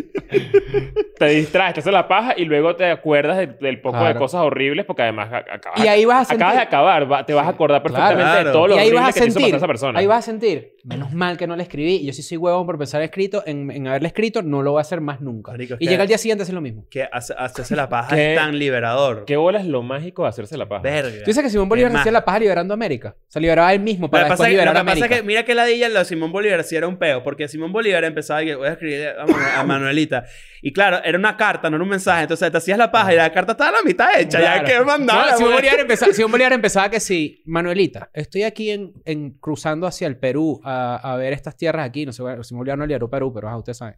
Speaker 2: Te distraes, te haces la paja y luego te acuerdas del, del poco de
Speaker 4: Claro.
Speaker 2: cosas horribles porque además a- acabas,
Speaker 4: Y ahí vas a
Speaker 2: acabas de
Speaker 4: sentir-
Speaker 2: acabar. va- te vas a acordar
Speaker 4: claro.
Speaker 2: perfectamente de todo lo
Speaker 4: y ahí
Speaker 2: horrible
Speaker 4: vas a
Speaker 2: que te hizo pasar
Speaker 4: sentir,
Speaker 2: esa persona.
Speaker 4: ahí vas a sentir, menos mal que no le escribí, yo sí soy huevón por pensar escrito, en, en haberle escrito no lo voy a hacer más nunca.
Speaker 3: Marico, es
Speaker 4: y
Speaker 3: que-
Speaker 4: llega el día siguiente es lo mismo.
Speaker 3: que hace- hacerse la paja
Speaker 2: ¿Qué?
Speaker 3: es tan liberador.
Speaker 2: ¿Qué bola es lo mágico de hacerse la paja?
Speaker 3: Verga.
Speaker 4: Tú dices que Simón Bolívar
Speaker 3: Es más.
Speaker 4: hacía la paja liberando a América. Se liberaba él mismo
Speaker 3: Lo
Speaker 4: para
Speaker 3: que
Speaker 4: después
Speaker 3: pasa es que, lo
Speaker 4: liberar
Speaker 3: que
Speaker 4: a
Speaker 3: pasa
Speaker 4: América.
Speaker 3: es que mira que la dilla lo de Simón Bolívar sí era un peo, porque Simón Bolívar empezaba y que voy a escribir a, Manu- a Manuelita. Y claro, era una carta, no era un mensaje. Entonces te hacías la paja y la carta estaba a la mitad hecha. Ya
Speaker 4: Claro.
Speaker 3: que mandaba.
Speaker 4: No, Simón Bolívar, empezaba, Simón Bolívar empezaba que sí, Manuelita, estoy aquí en, en- cruzando hacia el Perú a, a ver estas tierras aquí. No sé, bueno, Simón Bolívar no lideró Perú, pero ajá, ustedes saben.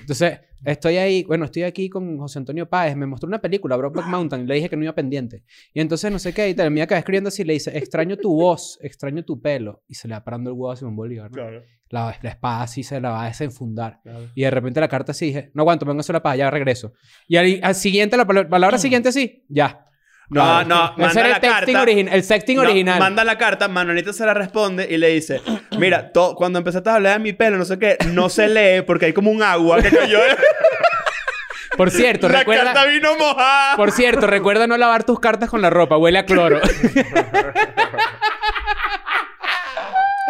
Speaker 4: Entonces, estoy ahí, bueno, estoy aquí con José Antonio Páez. Me mostró una película, Brokeback Mountain. Le dije que no iba pendiente. Y entonces, no sé qué, y terminé acá escribiendo así. Le dice, extraño tu voz, extraño tu pelo. Y se le va parando el huevo a Simón Bolívar. ¿no? La, la espada así se la va a desenfundar. Y de repente la carta así dije, no aguanto, vengo a hacer la paja, ya regreso. Y al, al siguiente, la pala- palabra siguiente sí, ya.
Speaker 3: No, no,
Speaker 4: Ese
Speaker 3: manda
Speaker 4: era
Speaker 3: la
Speaker 4: el texting,
Speaker 3: carta.
Speaker 4: origi- el sexting
Speaker 3: No,
Speaker 4: original.
Speaker 3: Manda la carta, Manuelita se la responde y le dice: Mira, to- cuando empezaste a hablar de mi pelo, no sé qué, no se lee porque hay como un agua que cayó.
Speaker 4: Por cierto,
Speaker 3: La
Speaker 4: recuerda...
Speaker 3: carta vino mojada.
Speaker 4: Por cierto, recuerda no lavar tus cartas con la ropa, huele a cloro.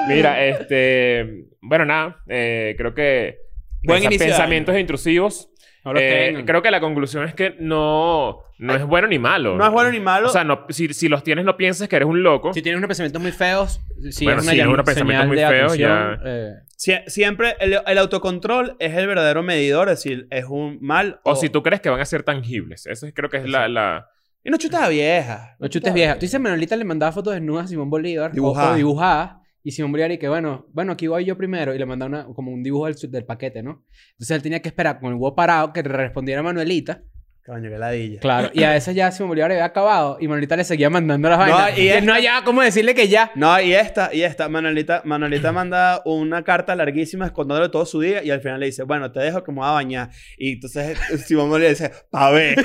Speaker 2: Mira, este. Bueno, nada. eh, creo que.
Speaker 3: Buen inicio de
Speaker 2: pensamientos intrusivos.
Speaker 4: No los
Speaker 2: Eh,
Speaker 4: tengan.
Speaker 2: creo que la conclusión es que no, no es bueno ni malo.
Speaker 3: No es bueno ni malo.
Speaker 2: O sea, no- si, si los tienes, no pienses que eres un loco.
Speaker 4: Si tienes unos pensamientos muy feos, si
Speaker 2: Bueno,
Speaker 4: es una
Speaker 2: sí,
Speaker 4: llam-
Speaker 2: unos
Speaker 4: señal
Speaker 2: pensamientos muy
Speaker 4: de
Speaker 2: feos,
Speaker 4: atención,
Speaker 2: ya.
Speaker 4: eh,
Speaker 3: Sie- siempre el, el autocontrol es el verdadero medidor, es decir, es un mal.
Speaker 2: O si tú crees que van a ser tangibles. Eso es- creo que es la, la-
Speaker 3: Y no chutas a vieja.
Speaker 4: no chutes viejas. Tú dices, Manolita le mandaba fotos desnudas a Simón Bolívar. o-
Speaker 3: Dibujadas.
Speaker 4: O, dibujadas. Y Simón Bolívar y que, bueno, bueno, aquí voy yo primero. Y le mandaba una- como un dibujo del, su- del paquete, ¿no? Entonces él tenía que esperar con el huevo parado que le respondiera Manuelita.
Speaker 3: Coño, que ladilla.
Speaker 4: Claro. Y a veces ya Simón Bolívar había acabado. Y Manuelita le seguía mandando las
Speaker 3: No,
Speaker 4: vainas.
Speaker 3: y
Speaker 4: y él
Speaker 3: es-
Speaker 4: no hallaba cómo decirle que ya.
Speaker 3: No, y esta, y esta, Manuelita, Manuelita manda una carta larguísima escondiéndole todo su día y al final le dice, bueno, te dejo que me voy a bañar. Y entonces eh, Simón Bolívar dice, pa' ver.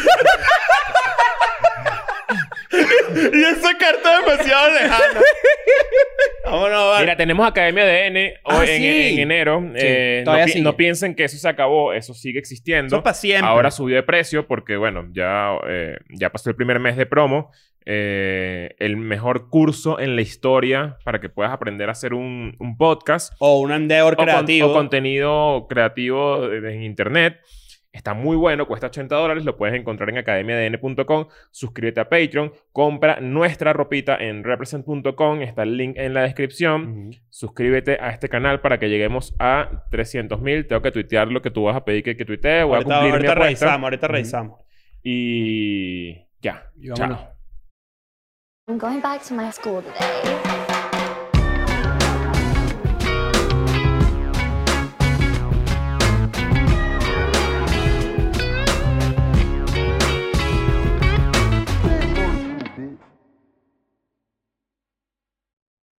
Speaker 3: y esa carta es demasiado lejana. Vámonos, vale.
Speaker 2: Mira, tenemos Academia de N hoy
Speaker 3: Ah,
Speaker 2: en,
Speaker 3: sí.
Speaker 2: en enero. Eh, no,
Speaker 4: todavía
Speaker 2: pi-
Speaker 4: sigue.
Speaker 2: no piensen que eso se acabó. Eso sigue existiendo.
Speaker 3: Eso es para siempre.
Speaker 2: Ahora subió de precio porque, bueno, ya, eh, ya pasó el primer mes de promo. Eh, el mejor curso en la historia para que puedas aprender a hacer un, un podcast
Speaker 3: o un endeavor
Speaker 2: o, con-
Speaker 3: creativo.
Speaker 2: o contenido creativo en internet. Está muy bueno, cuesta 80 dólares, lo puedes encontrar en academiadn.com. Suscríbete a Patreon, compra nuestra ropita en represent.com, está el link en la descripción.
Speaker 3: Mm.
Speaker 2: Suscríbete a este canal para que lleguemos a 300 mil. Tengo que tuitear lo que tú vas a pedir que, que tuitee. Voy a
Speaker 3: ahorita
Speaker 2: cumplir mi
Speaker 3: ahorita
Speaker 2: apuesta.
Speaker 3: revisamos, ahorita
Speaker 2: Ujú.
Speaker 3: revisamos.
Speaker 2: Y ya.
Speaker 4: Y vámonos.
Speaker 2: Chao.
Speaker 1: I'm going back to my school today.